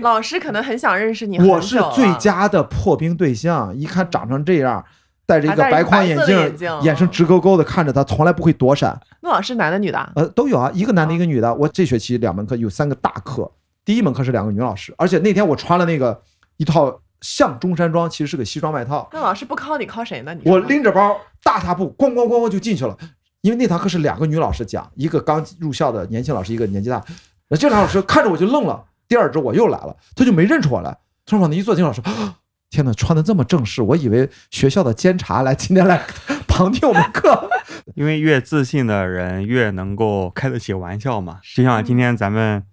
Speaker 5: 老师可能很啊想认识你，
Speaker 2: 我是最，佳的破冰对象，一看长成这样，戴着一个
Speaker 5: 啊还戴着
Speaker 2: 白框眼
Speaker 5: 白色
Speaker 2: 镜
Speaker 5: 的眼镜，嗯
Speaker 2: 眼神直勾勾的看着他，从来不会躲闪。
Speaker 5: 那老师男的女的啊？
Speaker 2: 呃，都有啊，一个男的，一个女的。我这学期两门课有三个大课，第一门课是两个女老师，而且那天我穿了那个一套像中山装，其实是个西装外套，
Speaker 5: 那老师不靠你，靠谁呢？你说
Speaker 2: 我拎着包大踏步咣咣咣咣就进去了，因为那堂课是两个女老师讲，一个刚入校的年轻老师，一个年纪大，然后这俩老师看着我就愣了。第二周我又来了，他就没认出我来，他说往那一坐，金老师。啊天哪，穿的这么正式，我以为学校的监察来今天来 旁听我们课。
Speaker 1: 因为越自信的人越能够开得起玩笑嘛。就像今天咱们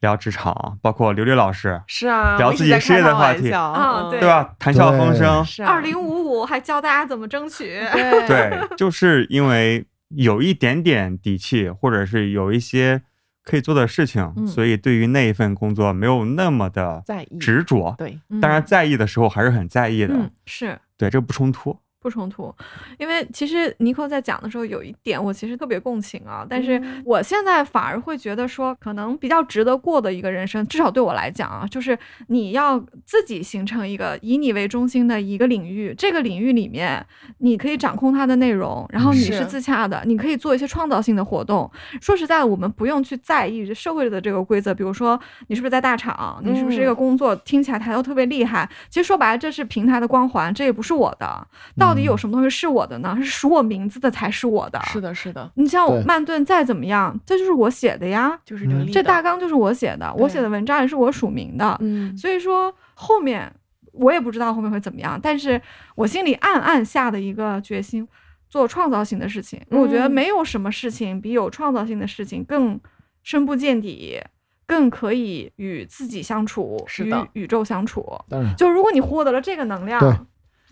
Speaker 1: 聊职场，包括刘刘老师，
Speaker 5: 是啊，
Speaker 1: 聊
Speaker 5: 我一直
Speaker 1: 自己
Speaker 5: 在
Speaker 1: 事业
Speaker 5: 开
Speaker 1: 的
Speaker 5: 他
Speaker 1: 话
Speaker 5: 玩
Speaker 1: 题
Speaker 5: 笑
Speaker 4: 啊
Speaker 5: 嗯
Speaker 4: 对
Speaker 1: 对吧？谈笑风生，
Speaker 5: 是啊
Speaker 4: 二零五五还教大家怎么争取，
Speaker 5: 对
Speaker 1: 对，就是因为有一点点底气，或者是有一些可以做的事情，
Speaker 5: 嗯
Speaker 1: 所以对于那一份工作没有那么的
Speaker 5: 在意
Speaker 1: 执着。
Speaker 5: 对，
Speaker 1: 当然，在意的时候还是很在意的，
Speaker 4: 嗯是
Speaker 1: 对，这不冲突。
Speaker 4: 不冲突，因为其实尼克在讲的时候有一点我其实特别共情啊，但是我现在反而会觉得说，可能比较值得过的一个人生，至少对我来讲啊，就是你要自己形成一个以你为中心的一个领域，这个领域里面你可以掌控它的内容，然后你
Speaker 5: 是
Speaker 4: 是自洽的，你可以做一些创造性的活动。说实在的，我们不用去在意社会的这个规则，比如说你是不是在大厂，你是不是这个工作听起来抬头特别厉害，其实说白了，这是平台的光环，这也不是我的。到底有什么东西是我的呢？是属我名字的才是我的。
Speaker 5: 嗯是的，是的，
Speaker 4: 你像我
Speaker 2: 对
Speaker 4: 曼顿再怎么样，这就是我写的呀，
Speaker 5: 就是流
Speaker 2: 嗯
Speaker 5: 利的。
Speaker 4: 这大纲就是我写的，我写的文章也是我署名的。
Speaker 5: 嗯，
Speaker 4: 所以说后面我也不知道后面会怎么样，但是我心里暗暗下的一个决心，做创造性的事情。
Speaker 5: 嗯
Speaker 4: 我觉得没有什么事情比有创造性的事情更深不见底，更可以与自己相处，
Speaker 5: 是的
Speaker 4: 与宇宙相处。
Speaker 2: 当然，
Speaker 4: 就如果你获得了这个能
Speaker 2: 对
Speaker 4: 量，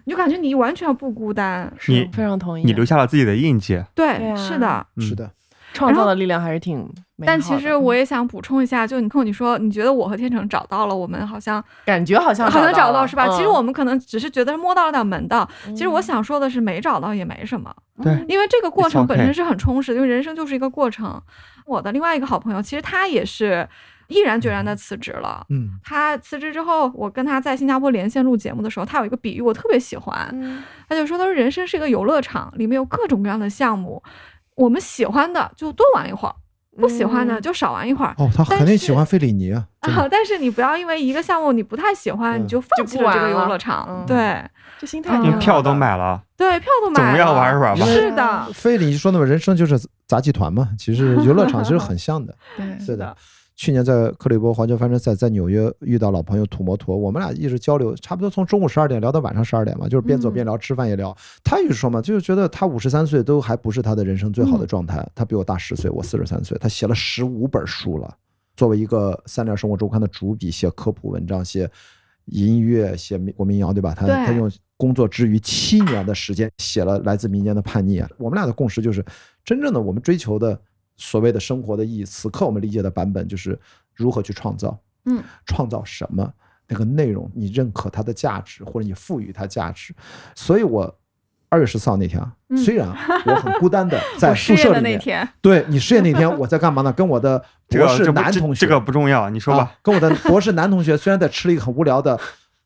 Speaker 4: 你就感觉你完全不孤单。
Speaker 5: 是
Speaker 1: 你
Speaker 5: 非常同意的，
Speaker 1: 你留下了自己的印记，
Speaker 4: 对，
Speaker 5: 对啊
Speaker 4: 是的。
Speaker 1: 嗯
Speaker 2: 是的，
Speaker 5: 创造的力量还是挺美好的。
Speaker 4: 但其实我也想补充一下，就你跟你说，你觉得我和天成找到了，我们好像
Speaker 5: 感觉好像
Speaker 4: 好像找
Speaker 5: 嗯到
Speaker 4: 到
Speaker 5: 了
Speaker 4: 是吧？其实我
Speaker 5: 嗯
Speaker 4: 们可能只是觉得摸到了点门道。
Speaker 5: 嗯
Speaker 4: 其实我想说的是，没找到也没什么，
Speaker 1: 对
Speaker 4: 因为这个过
Speaker 1: It's okay
Speaker 4: 程本身是很充实的，因为人生就是一个过程。我的另外一个好朋友，其实他也是毅然决然的辞职了。
Speaker 2: 嗯，
Speaker 4: 他辞职之后，我跟他在新加坡连线录节目的时候，他有一个比喻我特别喜欢，
Speaker 5: 嗯
Speaker 4: 他就说：“他说人生是一个游乐场，里面有各种各样的项目，我们喜欢的就多玩一会儿，不喜欢的
Speaker 5: 嗯
Speaker 4: 就少玩一会 儿。
Speaker 2: 哦，他
Speaker 4: 但
Speaker 2: 肯定
Speaker 4: 是
Speaker 2: 喜欢费里尼啊，真的
Speaker 4: 啊，但是你不要因为一个项目你不太喜欢，
Speaker 2: 对
Speaker 4: 你就放
Speaker 5: 就
Speaker 4: 弃
Speaker 5: 不
Speaker 4: 了
Speaker 5: 玩
Speaker 4: 这个游
Speaker 5: 了
Speaker 4: 乐场。
Speaker 5: 嗯
Speaker 4: 对
Speaker 5: 这心态
Speaker 1: 因
Speaker 5: 挺好
Speaker 1: 为
Speaker 4: 嗯
Speaker 5: 的，
Speaker 1: 票都买了，
Speaker 4: 对，票都买
Speaker 1: 总
Speaker 4: 了，
Speaker 1: 要玩一玩吧。
Speaker 2: 因为
Speaker 4: 是的，
Speaker 2: 费里尼说那么人生就是杂技团嘛，其 实游乐场其实很像 的。
Speaker 5: 对，
Speaker 2: 是的，去年在克利伯环球帆船赛在纽约遇到老朋友土摩托，我们俩一直交流，差不多从中午十二点聊到晚上十二点嘛，就是边走边聊，吃饭也聊。他也说嘛，就是觉得他五十三岁都还不是他的人生最好的状态，他比我大十岁，我四十三岁，他写了十五本书了。作为一个三联生活周刊的主笔，写科普文章，写音乐，写民国民谣，对吧？他
Speaker 4: 对
Speaker 2: 他用工作之余七年的时间写了《来自民间的叛逆》。我们俩的共识就是，真正的我们追求的所谓的生活的意义，此刻我们理解的版本就是如何去创造，
Speaker 4: 嗯，
Speaker 2: 创造什么那个内容，你认可它的价值，或者你赋予它价值。所以我。二月十四号那天啊，
Speaker 4: 嗯
Speaker 2: 虽然我很孤单 的在
Speaker 4: 我失
Speaker 2: 宿
Speaker 4: 业
Speaker 2: 舍
Speaker 4: 的
Speaker 2: 里
Speaker 4: 那
Speaker 2: 面，
Speaker 4: 天，
Speaker 2: 对你失业那天我在干嘛呢？跟我的
Speaker 1: 这
Speaker 2: 博
Speaker 1: 个
Speaker 2: 士
Speaker 1: 这不
Speaker 2: 男
Speaker 1: 这
Speaker 2: 同学，
Speaker 1: 这个不重要，你说
Speaker 2: 啊
Speaker 1: 吧。
Speaker 2: 跟我的博士男同学虽然在吃了一个很无聊的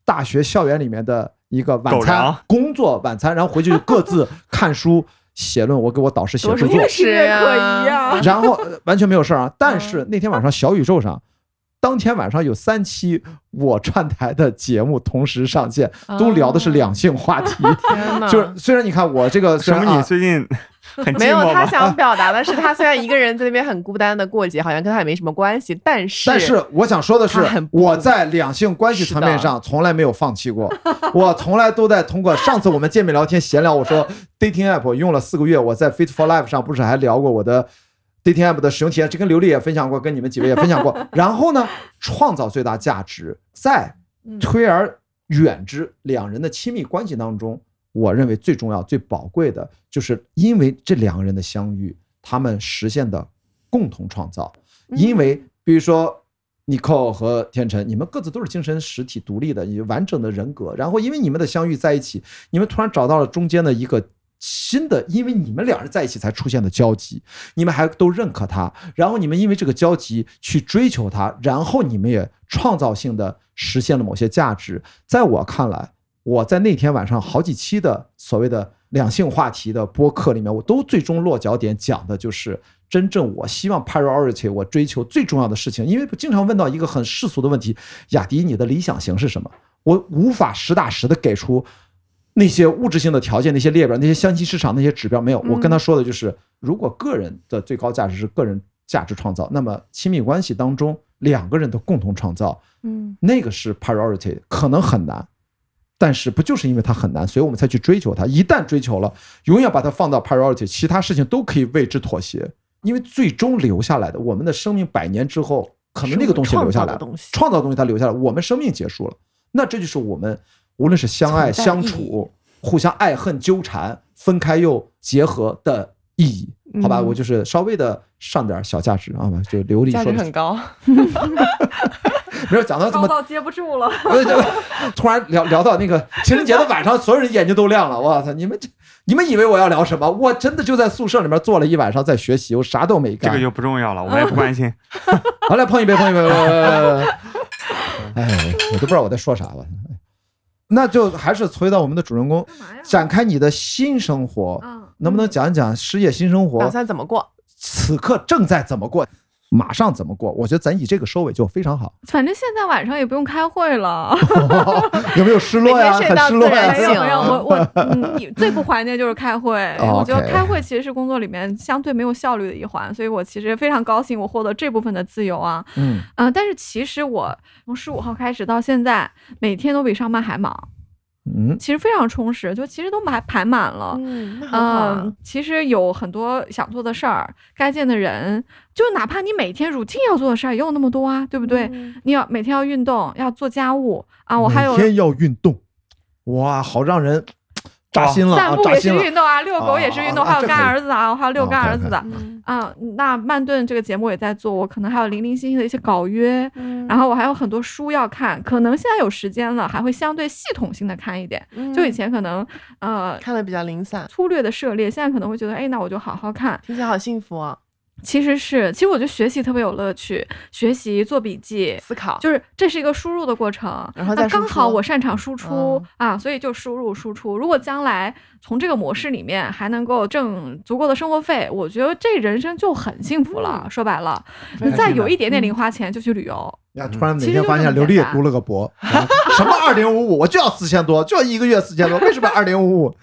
Speaker 2: 大学校园里面的一个晚
Speaker 1: 狗
Speaker 2: 餐
Speaker 1: 粮
Speaker 2: 工作晚餐，然后回去就 各自看书写论，我给我导师写著作
Speaker 5: 越，
Speaker 4: 是越可疑啊
Speaker 2: 然后呃完全没有事儿啊。但是那天晚上小宇宙上。当天晚上有三期我串台的节目同时上线，
Speaker 5: 嗯
Speaker 2: 都聊的是两性话题，
Speaker 5: 天呐
Speaker 2: 就是虽然你看我这个虽
Speaker 1: 什
Speaker 2: 然
Speaker 1: 么？你
Speaker 2: 啊，
Speaker 1: 最 近很
Speaker 5: 没
Speaker 1: 寂
Speaker 5: 有
Speaker 1: 寞
Speaker 5: 他
Speaker 1: 吗？
Speaker 5: 想表达的是，他虽然一个人在那边很孤单的过节，好像跟他也没什么关系，但是
Speaker 2: 但是我想说的是
Speaker 5: 他很，不
Speaker 2: 我在两性关系层面上从来没有放弃过， 我从来都在通过上次我们见面聊天闲聊，我说 dating app 我用了四个月，我在 Fit for Life 上不是还聊过我的 dating app 的使用体验，这跟刘丽也分享过，跟你们几位也分享 过。然后呢，创造最大价值，在推而远之两人的亲密关系当中，我认为最重要、最宝贵的就是因为这两个人的相遇，他们实现的共同创造。因为比如说。尼寇和天成，你们各自都是精神实体独立的，有完整的人格。然后因为你们的相遇在一起，你们突然找到了中间的一个新的，因为你们两人在一起才出现的交集，你们还都认可他，然后你们因为这个交集去追求他，然后你们也创造性的实现了某些价值。在我看来，我在那天晚上好几期的所谓的两性话题的播客里面，我都最终落脚点讲的就是真正我希望 priority 我追求最重要的事情，因为经常问到一个很世俗的问题：雅迪，你的理想型是什么？我无法实打实的给出那些物质性的条件、那些列表、那些相亲市场那些指标没有。我跟他说的就是，如果个人的最高价值是个人价值创造，那么亲密关系当中两个人的共同创造，
Speaker 5: 嗯，
Speaker 2: 那个是 priority，可能很难，但是不就是因为它很难，所以我们才去追求它。一旦追求了，永远把它放到 priority，其他事情都可以为之妥协，因为最终留下来的，我们的生命百年之后，可能这个东西留下来
Speaker 5: 是我创造的
Speaker 2: 了，
Speaker 5: 东西
Speaker 2: 创造的东西它留下来，我们生命结束了，那这就是我们无论是相爱、
Speaker 5: 存在
Speaker 2: 相
Speaker 5: 的意义
Speaker 2: 处、互相爱恨纠缠、分开又结合的意义，好吧？
Speaker 5: 嗯
Speaker 2: 我就是稍微的上点小价值啊，就琉璃
Speaker 5: 价值
Speaker 2: 说的
Speaker 5: 很
Speaker 2: 是
Speaker 5: 高，
Speaker 2: 没有讲到这
Speaker 4: 高
Speaker 2: 么
Speaker 4: 到接不住了。
Speaker 2: 呃，这突然聊聊到那个情人节的晚上，所有人眼睛都亮了。我操，你们这，你们以为我要聊什么？我真的就在宿舍里面坐了一晚上，在学习，我啥都没
Speaker 1: 这
Speaker 2: 干。
Speaker 4: 啊
Speaker 1: 个就不重要了，我们 也不关心。
Speaker 2: 好，来碰一杯，碰一杯。来来来来来来哎，我都不知道我在说啥了。那就还是回到我们的主人公，
Speaker 4: 干嘛呀？
Speaker 2: 展开你的新生活，
Speaker 4: 嗯，
Speaker 2: 能不能讲一讲失业新生
Speaker 5: 打
Speaker 2: 活？
Speaker 5: 算怎么过？
Speaker 2: 此刻正在怎么过？马上怎么过？我觉得咱以这个收尾就非常好。
Speaker 4: 反正现在晚上也不用开会了。
Speaker 2: 有没有失落呀？
Speaker 5: 每天睡
Speaker 2: 很
Speaker 5: 到
Speaker 2: 失落
Speaker 5: 自
Speaker 2: 呀。
Speaker 5: 然
Speaker 4: 哎没？有
Speaker 5: 醒
Speaker 4: 没有，我我嗯你最不怀念就是开会
Speaker 2: OK
Speaker 5: 哦
Speaker 4: 我觉得开会其实是工作里面相对没有效率的一环，所以我其实非常高兴我获得这部分的自由啊。
Speaker 2: 嗯，
Speaker 4: 嗯、但是其实我从十五号开始到现在，每天都比上班还忙，
Speaker 2: 嗯，
Speaker 4: 其实非常充实，就其实都排排满了。
Speaker 5: 嗯，那很好啊
Speaker 4: 嗯，其实有很多想做的事儿，该见的人，就哪怕你每天 routine 要做的事儿也有那么多啊，对不对？
Speaker 5: 嗯
Speaker 4: 你要每天要运动，要做家务啊，我还有
Speaker 2: 每天要运动，哇，好让人扎心了
Speaker 4: 散
Speaker 2: 啊，
Speaker 4: 步
Speaker 2: 扎
Speaker 4: 也是
Speaker 2: 心了。
Speaker 4: 运动啊，遛狗也是运动，
Speaker 2: 啊啊啊
Speaker 4: 还有干儿子啊，我还
Speaker 2: 哦
Speaker 4: 有遛干儿子的
Speaker 5: 嗯
Speaker 4: 啊。那曼顿这个节目也在做，我可能还有零零星星的一些稿约，
Speaker 5: 嗯
Speaker 4: 然后我还有很多书要看，可能现在有时间了，还会相对系统性的看一点。就以前可能呃
Speaker 5: 嗯看的比较零散，
Speaker 4: 粗略的涉猎，现在可能会觉得，哎，那我就好好看。
Speaker 5: 听起来好幸福啊！
Speaker 4: 其实是，其实我觉得学习特别有乐趣，学习做笔记，
Speaker 5: 思考
Speaker 4: 就是这是一个输入的过程，
Speaker 5: 然后
Speaker 4: 那
Speaker 5: 再输
Speaker 4: 刚好
Speaker 5: 出嗯
Speaker 4: 我擅长输出、啊，所以就输入输出。如果将来从这个模式里面还能够挣足够的生活费，我觉得这人生就很幸福
Speaker 5: 嗯
Speaker 4: 了。说白了，
Speaker 1: 非
Speaker 4: 你
Speaker 1: 常
Speaker 4: 再
Speaker 1: 幸
Speaker 4: 有
Speaker 1: 福
Speaker 4: 一点点零花钱就去旅游，
Speaker 2: 呀，突然哪天发现
Speaker 4: 其实就这么
Speaker 2: 刘丽也
Speaker 4: 简单
Speaker 2: 读了个博，啊 什么二零五五，我就要四千多，就要一个月四千多，为什么二零五五？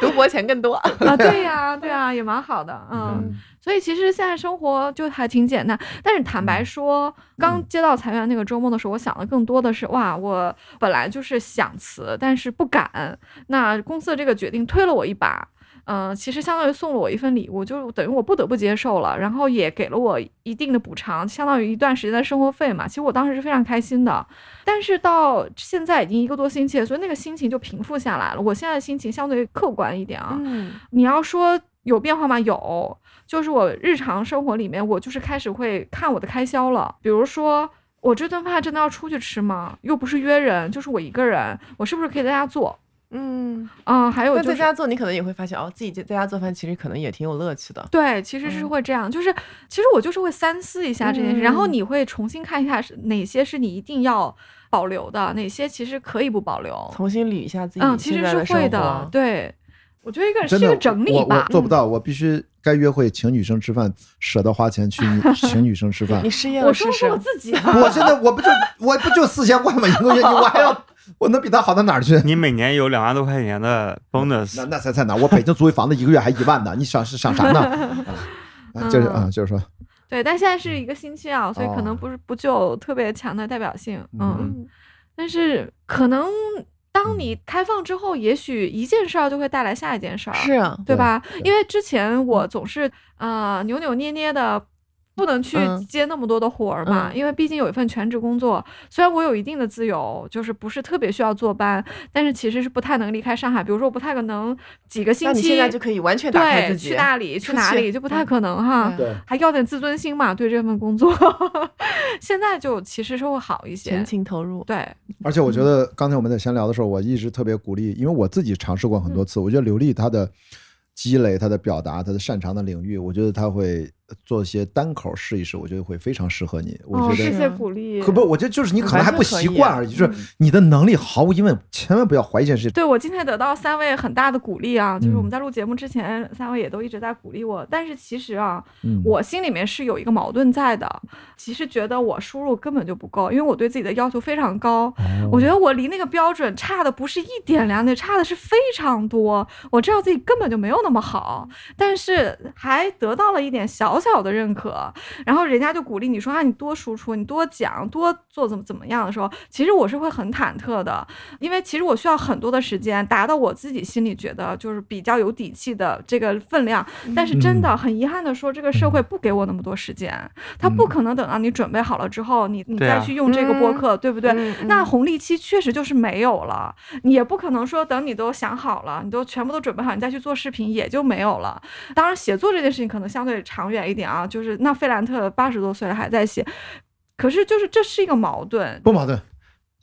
Speaker 5: 读博钱更多，
Speaker 4: 啊，对呀、对呀、也蛮好的，嗯。
Speaker 2: 嗯
Speaker 4: 所以其实现在生活就还挺简单，但是坦白说，刚接到裁员那个周末的时候，我想的更多的是，哇，我本来就是想辞，但是不敢，那公司的这个决定推了我一把。嗯、其实相当于送了我一份礼物，就等于我不得不接受了，然后也给了我一定的补偿，相当于一段时间的生活费嘛。其实我当时是非常开心的，但是到现在已经一个多星期了，所以那个心情就平复下来了。我现在心情相对客观一点啊，
Speaker 5: 嗯，
Speaker 4: 你要说有变化吗？有，就是我日常生活里面，我就是开始会看我的开销了，比如说。我这顿饭真的要出去吃吗？又不是约人，就是我一个人，我是不是可以在家做？
Speaker 5: 嗯，
Speaker 4: 嗯，还有
Speaker 5: 那
Speaker 4: 就
Speaker 5: 在
Speaker 4: 是，
Speaker 5: 家做，你可能也会发现哦，自己在在家做饭其实可能也挺有乐趣的。
Speaker 4: 对，其实是
Speaker 5: 嗯
Speaker 4: 会这样，就是其实我就是会三思一下这件事，
Speaker 5: 嗯
Speaker 4: 然后你会重新看一下是哪些是你一定要保留的，哪些其实可以不保留。
Speaker 5: 重新捋一下自己
Speaker 4: 哦嗯，其
Speaker 5: 现
Speaker 4: 实
Speaker 5: 在
Speaker 4: 是会
Speaker 5: 生
Speaker 4: 的
Speaker 5: 活，。
Speaker 4: 对，我觉得一个 是
Speaker 2: 真
Speaker 4: 一
Speaker 2: 的
Speaker 4: 个整理
Speaker 2: 我我
Speaker 4: 吧。嗯
Speaker 2: 做不到，我必须该约会请女生吃饭，舍得花钱 去女请女生吃饭
Speaker 5: 你。失业
Speaker 4: 我
Speaker 5: 了
Speaker 4: 说的
Speaker 5: 试试
Speaker 4: 是我，自己啊，
Speaker 2: 我现在我不就我不就四千块吗？一 个月你我还要我能比他好到哪儿去？
Speaker 1: 你每年有两万多块钱的 bonus，
Speaker 2: 那那才在哪？我北京租一房子一个月还一万呢，你想是想 啥呢？啊啊，就是
Speaker 4: 嗯
Speaker 2: 啊，就是说，
Speaker 4: 对，但现在
Speaker 5: 嗯
Speaker 4: 是一个星期啊，所以可
Speaker 2: 哦
Speaker 4: 能不是不具有特别强的代表性，嗯，
Speaker 5: 嗯
Speaker 4: 但是可能当你开放之后，也许一件事儿就会带来下一件事儿，
Speaker 5: 是嗯啊，
Speaker 4: 对吧？
Speaker 2: 对
Speaker 4: 因为之前我总是啊、呃扭扭捏捏的。不能去
Speaker 5: 嗯
Speaker 4: 接那么多的活儿嘛，
Speaker 5: 嗯
Speaker 4: 因为毕竟有一份全职工作。虽然我有一定的自由，就是不是特别需要坐班，但是其实是不太能离开上海。比如说，我不太可能几个
Speaker 5: 那
Speaker 4: 星
Speaker 5: 你
Speaker 4: 期
Speaker 5: 现在就可以完全打开
Speaker 4: 对
Speaker 5: 自己，
Speaker 4: 去那里去
Speaker 5: 出
Speaker 4: 哪
Speaker 5: 去
Speaker 4: 里就不太可能哈。
Speaker 5: 嗯
Speaker 2: 对，
Speaker 4: 还要点自尊心嘛，对这份工作， 现在就其实是会好一些
Speaker 5: 全。情投入。
Speaker 4: 对，
Speaker 2: 而且我觉得刚才我们在闲聊的时候，我一直特别鼓励，因为我自己尝试过很多次，我觉得刘丽她的积累、她的表达、她的擅长的领域，我觉得她会做一些单口试一试，我觉得会非常适合你。我
Speaker 4: 哦，
Speaker 2: 觉
Speaker 4: 谢
Speaker 2: 得。
Speaker 4: 谢鼓励。
Speaker 2: 可不，我觉得就是你可能还不习惯而已，就
Speaker 5: 完全
Speaker 2: 是
Speaker 5: 可以
Speaker 2: 你的能力毫无疑问，千万不要怀疑这件事情。
Speaker 4: 对我今天得到三位很大的鼓励啊，就是
Speaker 2: 嗯
Speaker 4: 我们在录节目之前，三位也都一直在鼓励我。但是其实啊，
Speaker 2: 嗯，
Speaker 4: 我心里面是有一个矛盾在的，其实觉得我输入根本就不够，因为我对自己的要求非常高。我觉得我离那个标准差的不是一点两点，差的是非常多。我知道自己根本就没有那么好，但是还得到了一点小小的认可，然后人家就鼓励你说啊，你多输出，你多讲，多做怎么怎么样的时候，其实我是会很忐忑的，因为其实我需要很多的时间达到我自己心里觉得就是比较有底气的这个分量。但是真的很遗憾的说，这个社
Speaker 1: 嗯
Speaker 4: 会不给我那么多时间，他不可能等到你准备好了之后，你你
Speaker 1: 对啊
Speaker 4: 再去用这个播客，对不对？
Speaker 5: 嗯嗯
Speaker 4: 那红利期确实就是没有了，你也不可能说等你都想好了，你都全部都准备好，你再去做视频也就没有了。当然，写作这件事情可能相对长远一点啊，就是那费兰特八十多岁了还在写，可是就是这是一个矛盾，
Speaker 2: 不矛盾。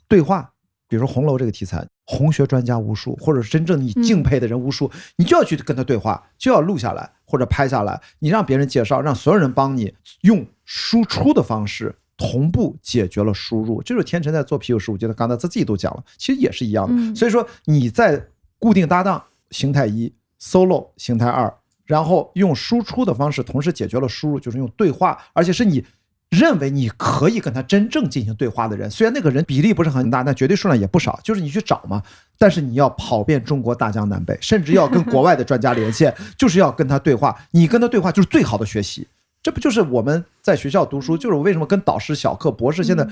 Speaker 2: 对话，比如说《红楼》这个题材，红学专家无数，或者是真正你敬佩的人无数，你就要去跟他对话，就要录下来或者拍下来，你让别人介绍，让所有人帮你用输出的方式。同步解决了输入，这就是天成在做啤酒十五届的，刚才他自己都讲了，其实也是一样的。
Speaker 4: 嗯
Speaker 2: 所以说你在固定搭档形态一，solo 形态二，然后用输出的方式同时解决了输入，就是用对话，而且是你认为你可以跟他真正进行对话的人，虽然那个人比例不是很大，但绝对数量也不少，就是你去找嘛。但是你要跑遍中国大江南北，甚至要跟国外的专家连线，就是要跟他对话。你跟他对话就是最好的学习，这不就是我们在学校读书？就是我为什么跟导师、小课、博士现在。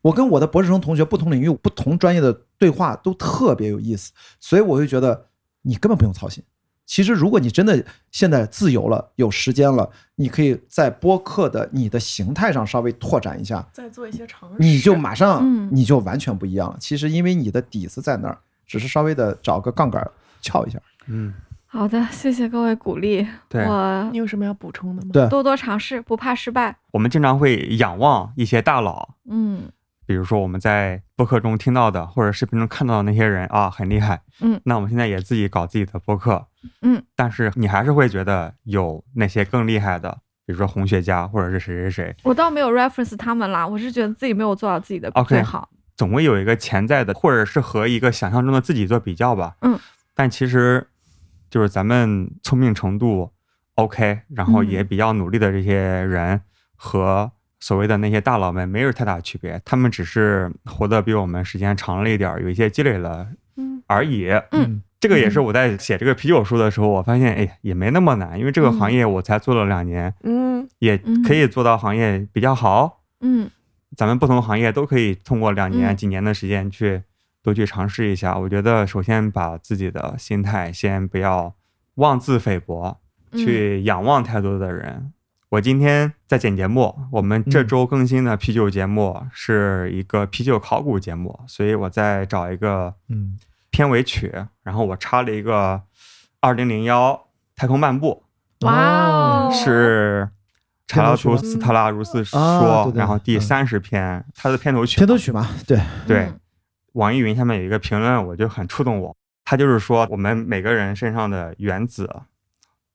Speaker 2: 我跟我的博士生同学不同领域、不同专业的对话都特别有意思，所以我就觉得你根本不用操心。其实，如果你真的现在自由了，有时间了，你可以在播客的你的形态上稍微拓展一下，
Speaker 5: 再做一些尝试，
Speaker 2: 你就马上
Speaker 4: 嗯
Speaker 2: 你就完全不一样了。其实，因为你的底子在那儿，只是稍微的找个杠杆撬一下。
Speaker 1: 嗯，
Speaker 4: 好的，谢谢各位鼓励，
Speaker 1: 对
Speaker 4: 我
Speaker 5: 你有什么要补充的吗？
Speaker 2: 对
Speaker 4: 多多尝试，不怕失败。
Speaker 1: 我们经常会仰望一些大佬，
Speaker 4: 嗯
Speaker 1: 比如说我们在播客中听到的或者视频中看到的那些人啊，很厉害。
Speaker 4: 嗯，
Speaker 1: 那我们现在也自己搞自己的播客。
Speaker 4: 嗯，
Speaker 1: 但是你还是会觉得有那些更厉害的，比如说红学家或者是谁谁谁，
Speaker 4: 我倒没有 reference 他们啦，我是觉得自己没有做到自己的
Speaker 1: OK
Speaker 4: 最好。
Speaker 1: 总会有一个潜在的，或者是和一个想象中的自己做比较吧。
Speaker 4: 嗯，
Speaker 1: 但其实就是咱们聪明程度 OK，然后
Speaker 4: 嗯
Speaker 1: 也比较努力的这些人和所谓的那些大佬们没有太大区别，他们只是活得比我们时间长了一点儿，有一些积累了
Speaker 5: 嗯
Speaker 1: 而已。
Speaker 4: 嗯，
Speaker 1: 这个也是我在写这个啤酒书的时候，我发现哎也没那么难，因为这
Speaker 4: 嗯
Speaker 1: 个行业我才做了两年，
Speaker 5: 嗯
Speaker 1: 也可以做到行业比较好。
Speaker 4: 嗯
Speaker 1: 咱们不同行业都可以通过两年、
Speaker 4: 嗯
Speaker 1: 几年的时间去多去尝试一下。我觉得首先把自己的心态先不要妄自菲薄，
Speaker 4: 嗯
Speaker 1: 去仰望太多的人。我今天在剪节目，我们这
Speaker 2: 嗯
Speaker 1: 周更新的啤酒节目是一个啤酒考古节目，所以我在找一个
Speaker 2: 嗯
Speaker 1: 片尾曲，然后我插了一个二零零幺太空漫步，
Speaker 4: 哇哦
Speaker 1: 是查拉图斯特拉如斯说，
Speaker 2: 啊对对
Speaker 1: 然后第
Speaker 2: 嗯
Speaker 1: 三十篇，它的片头曲嘛，
Speaker 2: 片头曲嘛，对，
Speaker 1: 对，网易云下面有一个评论，我就很触动我。他就是说，我们每个人身上的原子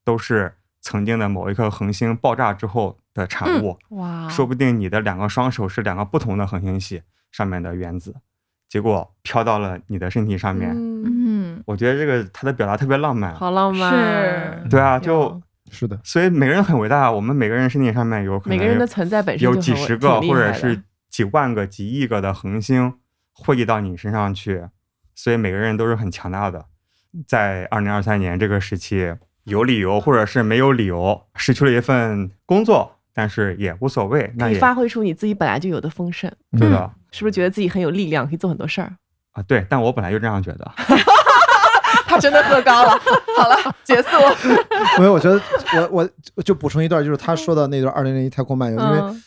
Speaker 1: 都是曾经的某一颗恒星爆炸之后的
Speaker 5: 嗯
Speaker 1: 产物，
Speaker 5: 哇，
Speaker 1: 说不定你的两个双手是两个不同的恒星系上面的原子，结果飘到了你的身体上面。
Speaker 5: 嗯，
Speaker 4: 嗯
Speaker 1: 我觉得这个他的表达特别浪漫。
Speaker 5: 好浪漫，
Speaker 4: 是
Speaker 1: 对啊，
Speaker 5: 有
Speaker 1: 就是
Speaker 2: 的，
Speaker 1: 所以每个人很伟大，我们每个人身体上面有可能
Speaker 5: 每个人的存在本身
Speaker 1: 有
Speaker 5: 就
Speaker 1: 几
Speaker 5: 很
Speaker 1: 十
Speaker 5: 挺
Speaker 1: 个
Speaker 5: 厉
Speaker 1: 或者
Speaker 5: 害的
Speaker 1: 是几万个、几亿个的恒星汇集到你身上去，所以每个人都是很强大的。在二零二三年这个时期，有理由或者是没有理由失去了一份工作，但是也无所谓，那
Speaker 5: 可以
Speaker 1: 也
Speaker 5: 发嗯挥出你自己本来就有的丰盛，
Speaker 2: 嗯
Speaker 1: 对的、
Speaker 5: 是不是觉得自己很有力量，可以做很多事 儿？
Speaker 1: 啊。对，但我本来就这样觉得。
Speaker 5: 他真的喝 高了，好了，结束。
Speaker 2: 因为我觉得我我就补充一段，就是他说的那段二零零一太空漫游，因为
Speaker 5: 嗯，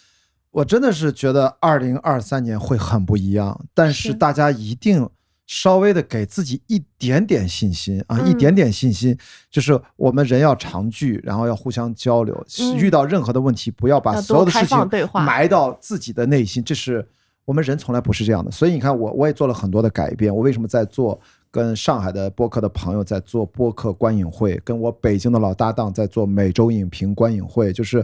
Speaker 2: 我真的是觉得二零二三年会很不一样，但是
Speaker 5: 是
Speaker 2: 大家一定稍微的给自己一点点信心啊，一
Speaker 5: 嗯
Speaker 2: 点点信心，就是我们人要常聚，然后要互相交流，
Speaker 5: 嗯
Speaker 2: 遇到任何的问题不要把
Speaker 5: 要
Speaker 2: 所有
Speaker 5: 多
Speaker 2: 的
Speaker 5: 开
Speaker 2: 事情
Speaker 5: 放对话，
Speaker 2: 埋到自己的内心，这是我们人从来不是这样的。所以你看我，我也做了很多的改变。我为什么在做跟上海的播客的朋友在做播客观影会，跟我北京的老搭档在做每周影评观影会，就是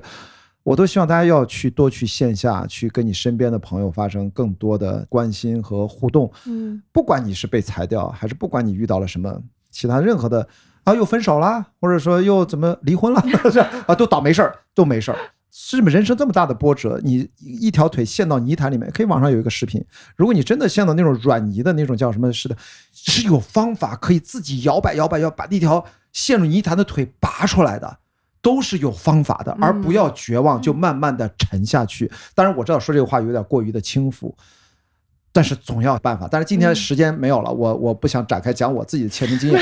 Speaker 2: 我都希望大家要去多去线下去跟你身边的朋友发生更多的关心和互动。
Speaker 5: 嗯，
Speaker 2: 不管你是被裁掉，还是不管你遇到了什么其他任何的啊，又分手啦，或者说又怎么离婚了，是吧 啊，都倒霉事儿，都没事儿。是人生这么大的波折，你一条腿陷到泥潭里面，可以网上有一个视频。如果你真的陷到那种软泥的那种叫什么似的，是有方法可以自己摇摆摇摆摇摆把那条陷入泥潭的腿拔出来的。都是有方法的，而不要绝望，就慢慢的沉下去。当然，我知道说这个话有点过于的轻浮，但是总要有办法。但是今
Speaker 5: 嗯
Speaker 2: 天时间没有了，我我不想展开讲我自己的切身 经验，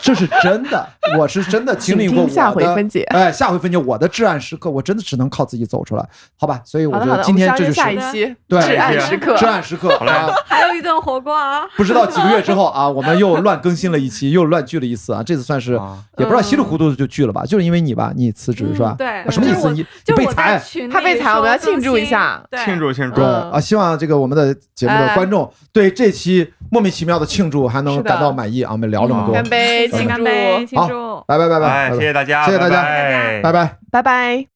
Speaker 2: 这是真的，我是真的经历过
Speaker 5: 请
Speaker 2: 我的。
Speaker 5: 听下回分解
Speaker 2: 哎，下回分解我的至暗时刻，我真的只能靠自己走出来，好吧？所以我
Speaker 5: 好
Speaker 2: 觉
Speaker 5: 的好
Speaker 2: 得
Speaker 5: 的，
Speaker 2: 今天
Speaker 5: 我
Speaker 2: 这就
Speaker 5: 们
Speaker 2: 是
Speaker 5: 相约下一期
Speaker 2: 对
Speaker 5: 至暗时刻
Speaker 2: 至。暗时刻。
Speaker 1: 好嘞
Speaker 2: 啊
Speaker 4: 还有一顿火锅啊，
Speaker 2: 不知道几个月之后啊，我们又乱更新了一期，又乱聚了一次啊。这次算是
Speaker 1: 啊
Speaker 2: 也不知道稀里糊涂的就聚了吧，就是因为你吧，你辞职是
Speaker 5: 嗯
Speaker 2: 吧？
Speaker 4: 嗯对
Speaker 2: 啊，什么意
Speaker 4: 就是
Speaker 2: 思？
Speaker 4: 我
Speaker 2: 你你
Speaker 4: 就
Speaker 2: 被
Speaker 4: 我
Speaker 2: 裁？
Speaker 4: 在群里
Speaker 5: 他被裁
Speaker 4: 说
Speaker 5: 我们要
Speaker 4: 更
Speaker 5: 庆祝一
Speaker 4: 新
Speaker 5: 下，
Speaker 4: 对
Speaker 1: 庆祝庆祝
Speaker 2: 对，
Speaker 5: 嗯
Speaker 2: 啊，希望这个我们的节目的观众对这期莫名其妙的庆祝还能
Speaker 5: 哎是的嗯
Speaker 2: 感到满意啊！我们聊这么多，
Speaker 5: 干杯，
Speaker 4: 一起
Speaker 5: 庆
Speaker 4: 干
Speaker 5: 祝，
Speaker 4: 哎杯，庆
Speaker 2: 好
Speaker 4: 祝。
Speaker 2: 拜拜拜拜
Speaker 1: 哎，
Speaker 2: 拜
Speaker 1: 谢
Speaker 2: 拜
Speaker 1: 谢大家，
Speaker 2: 谢谢大家
Speaker 1: 拜拜
Speaker 2: 拜拜。
Speaker 5: 拜拜。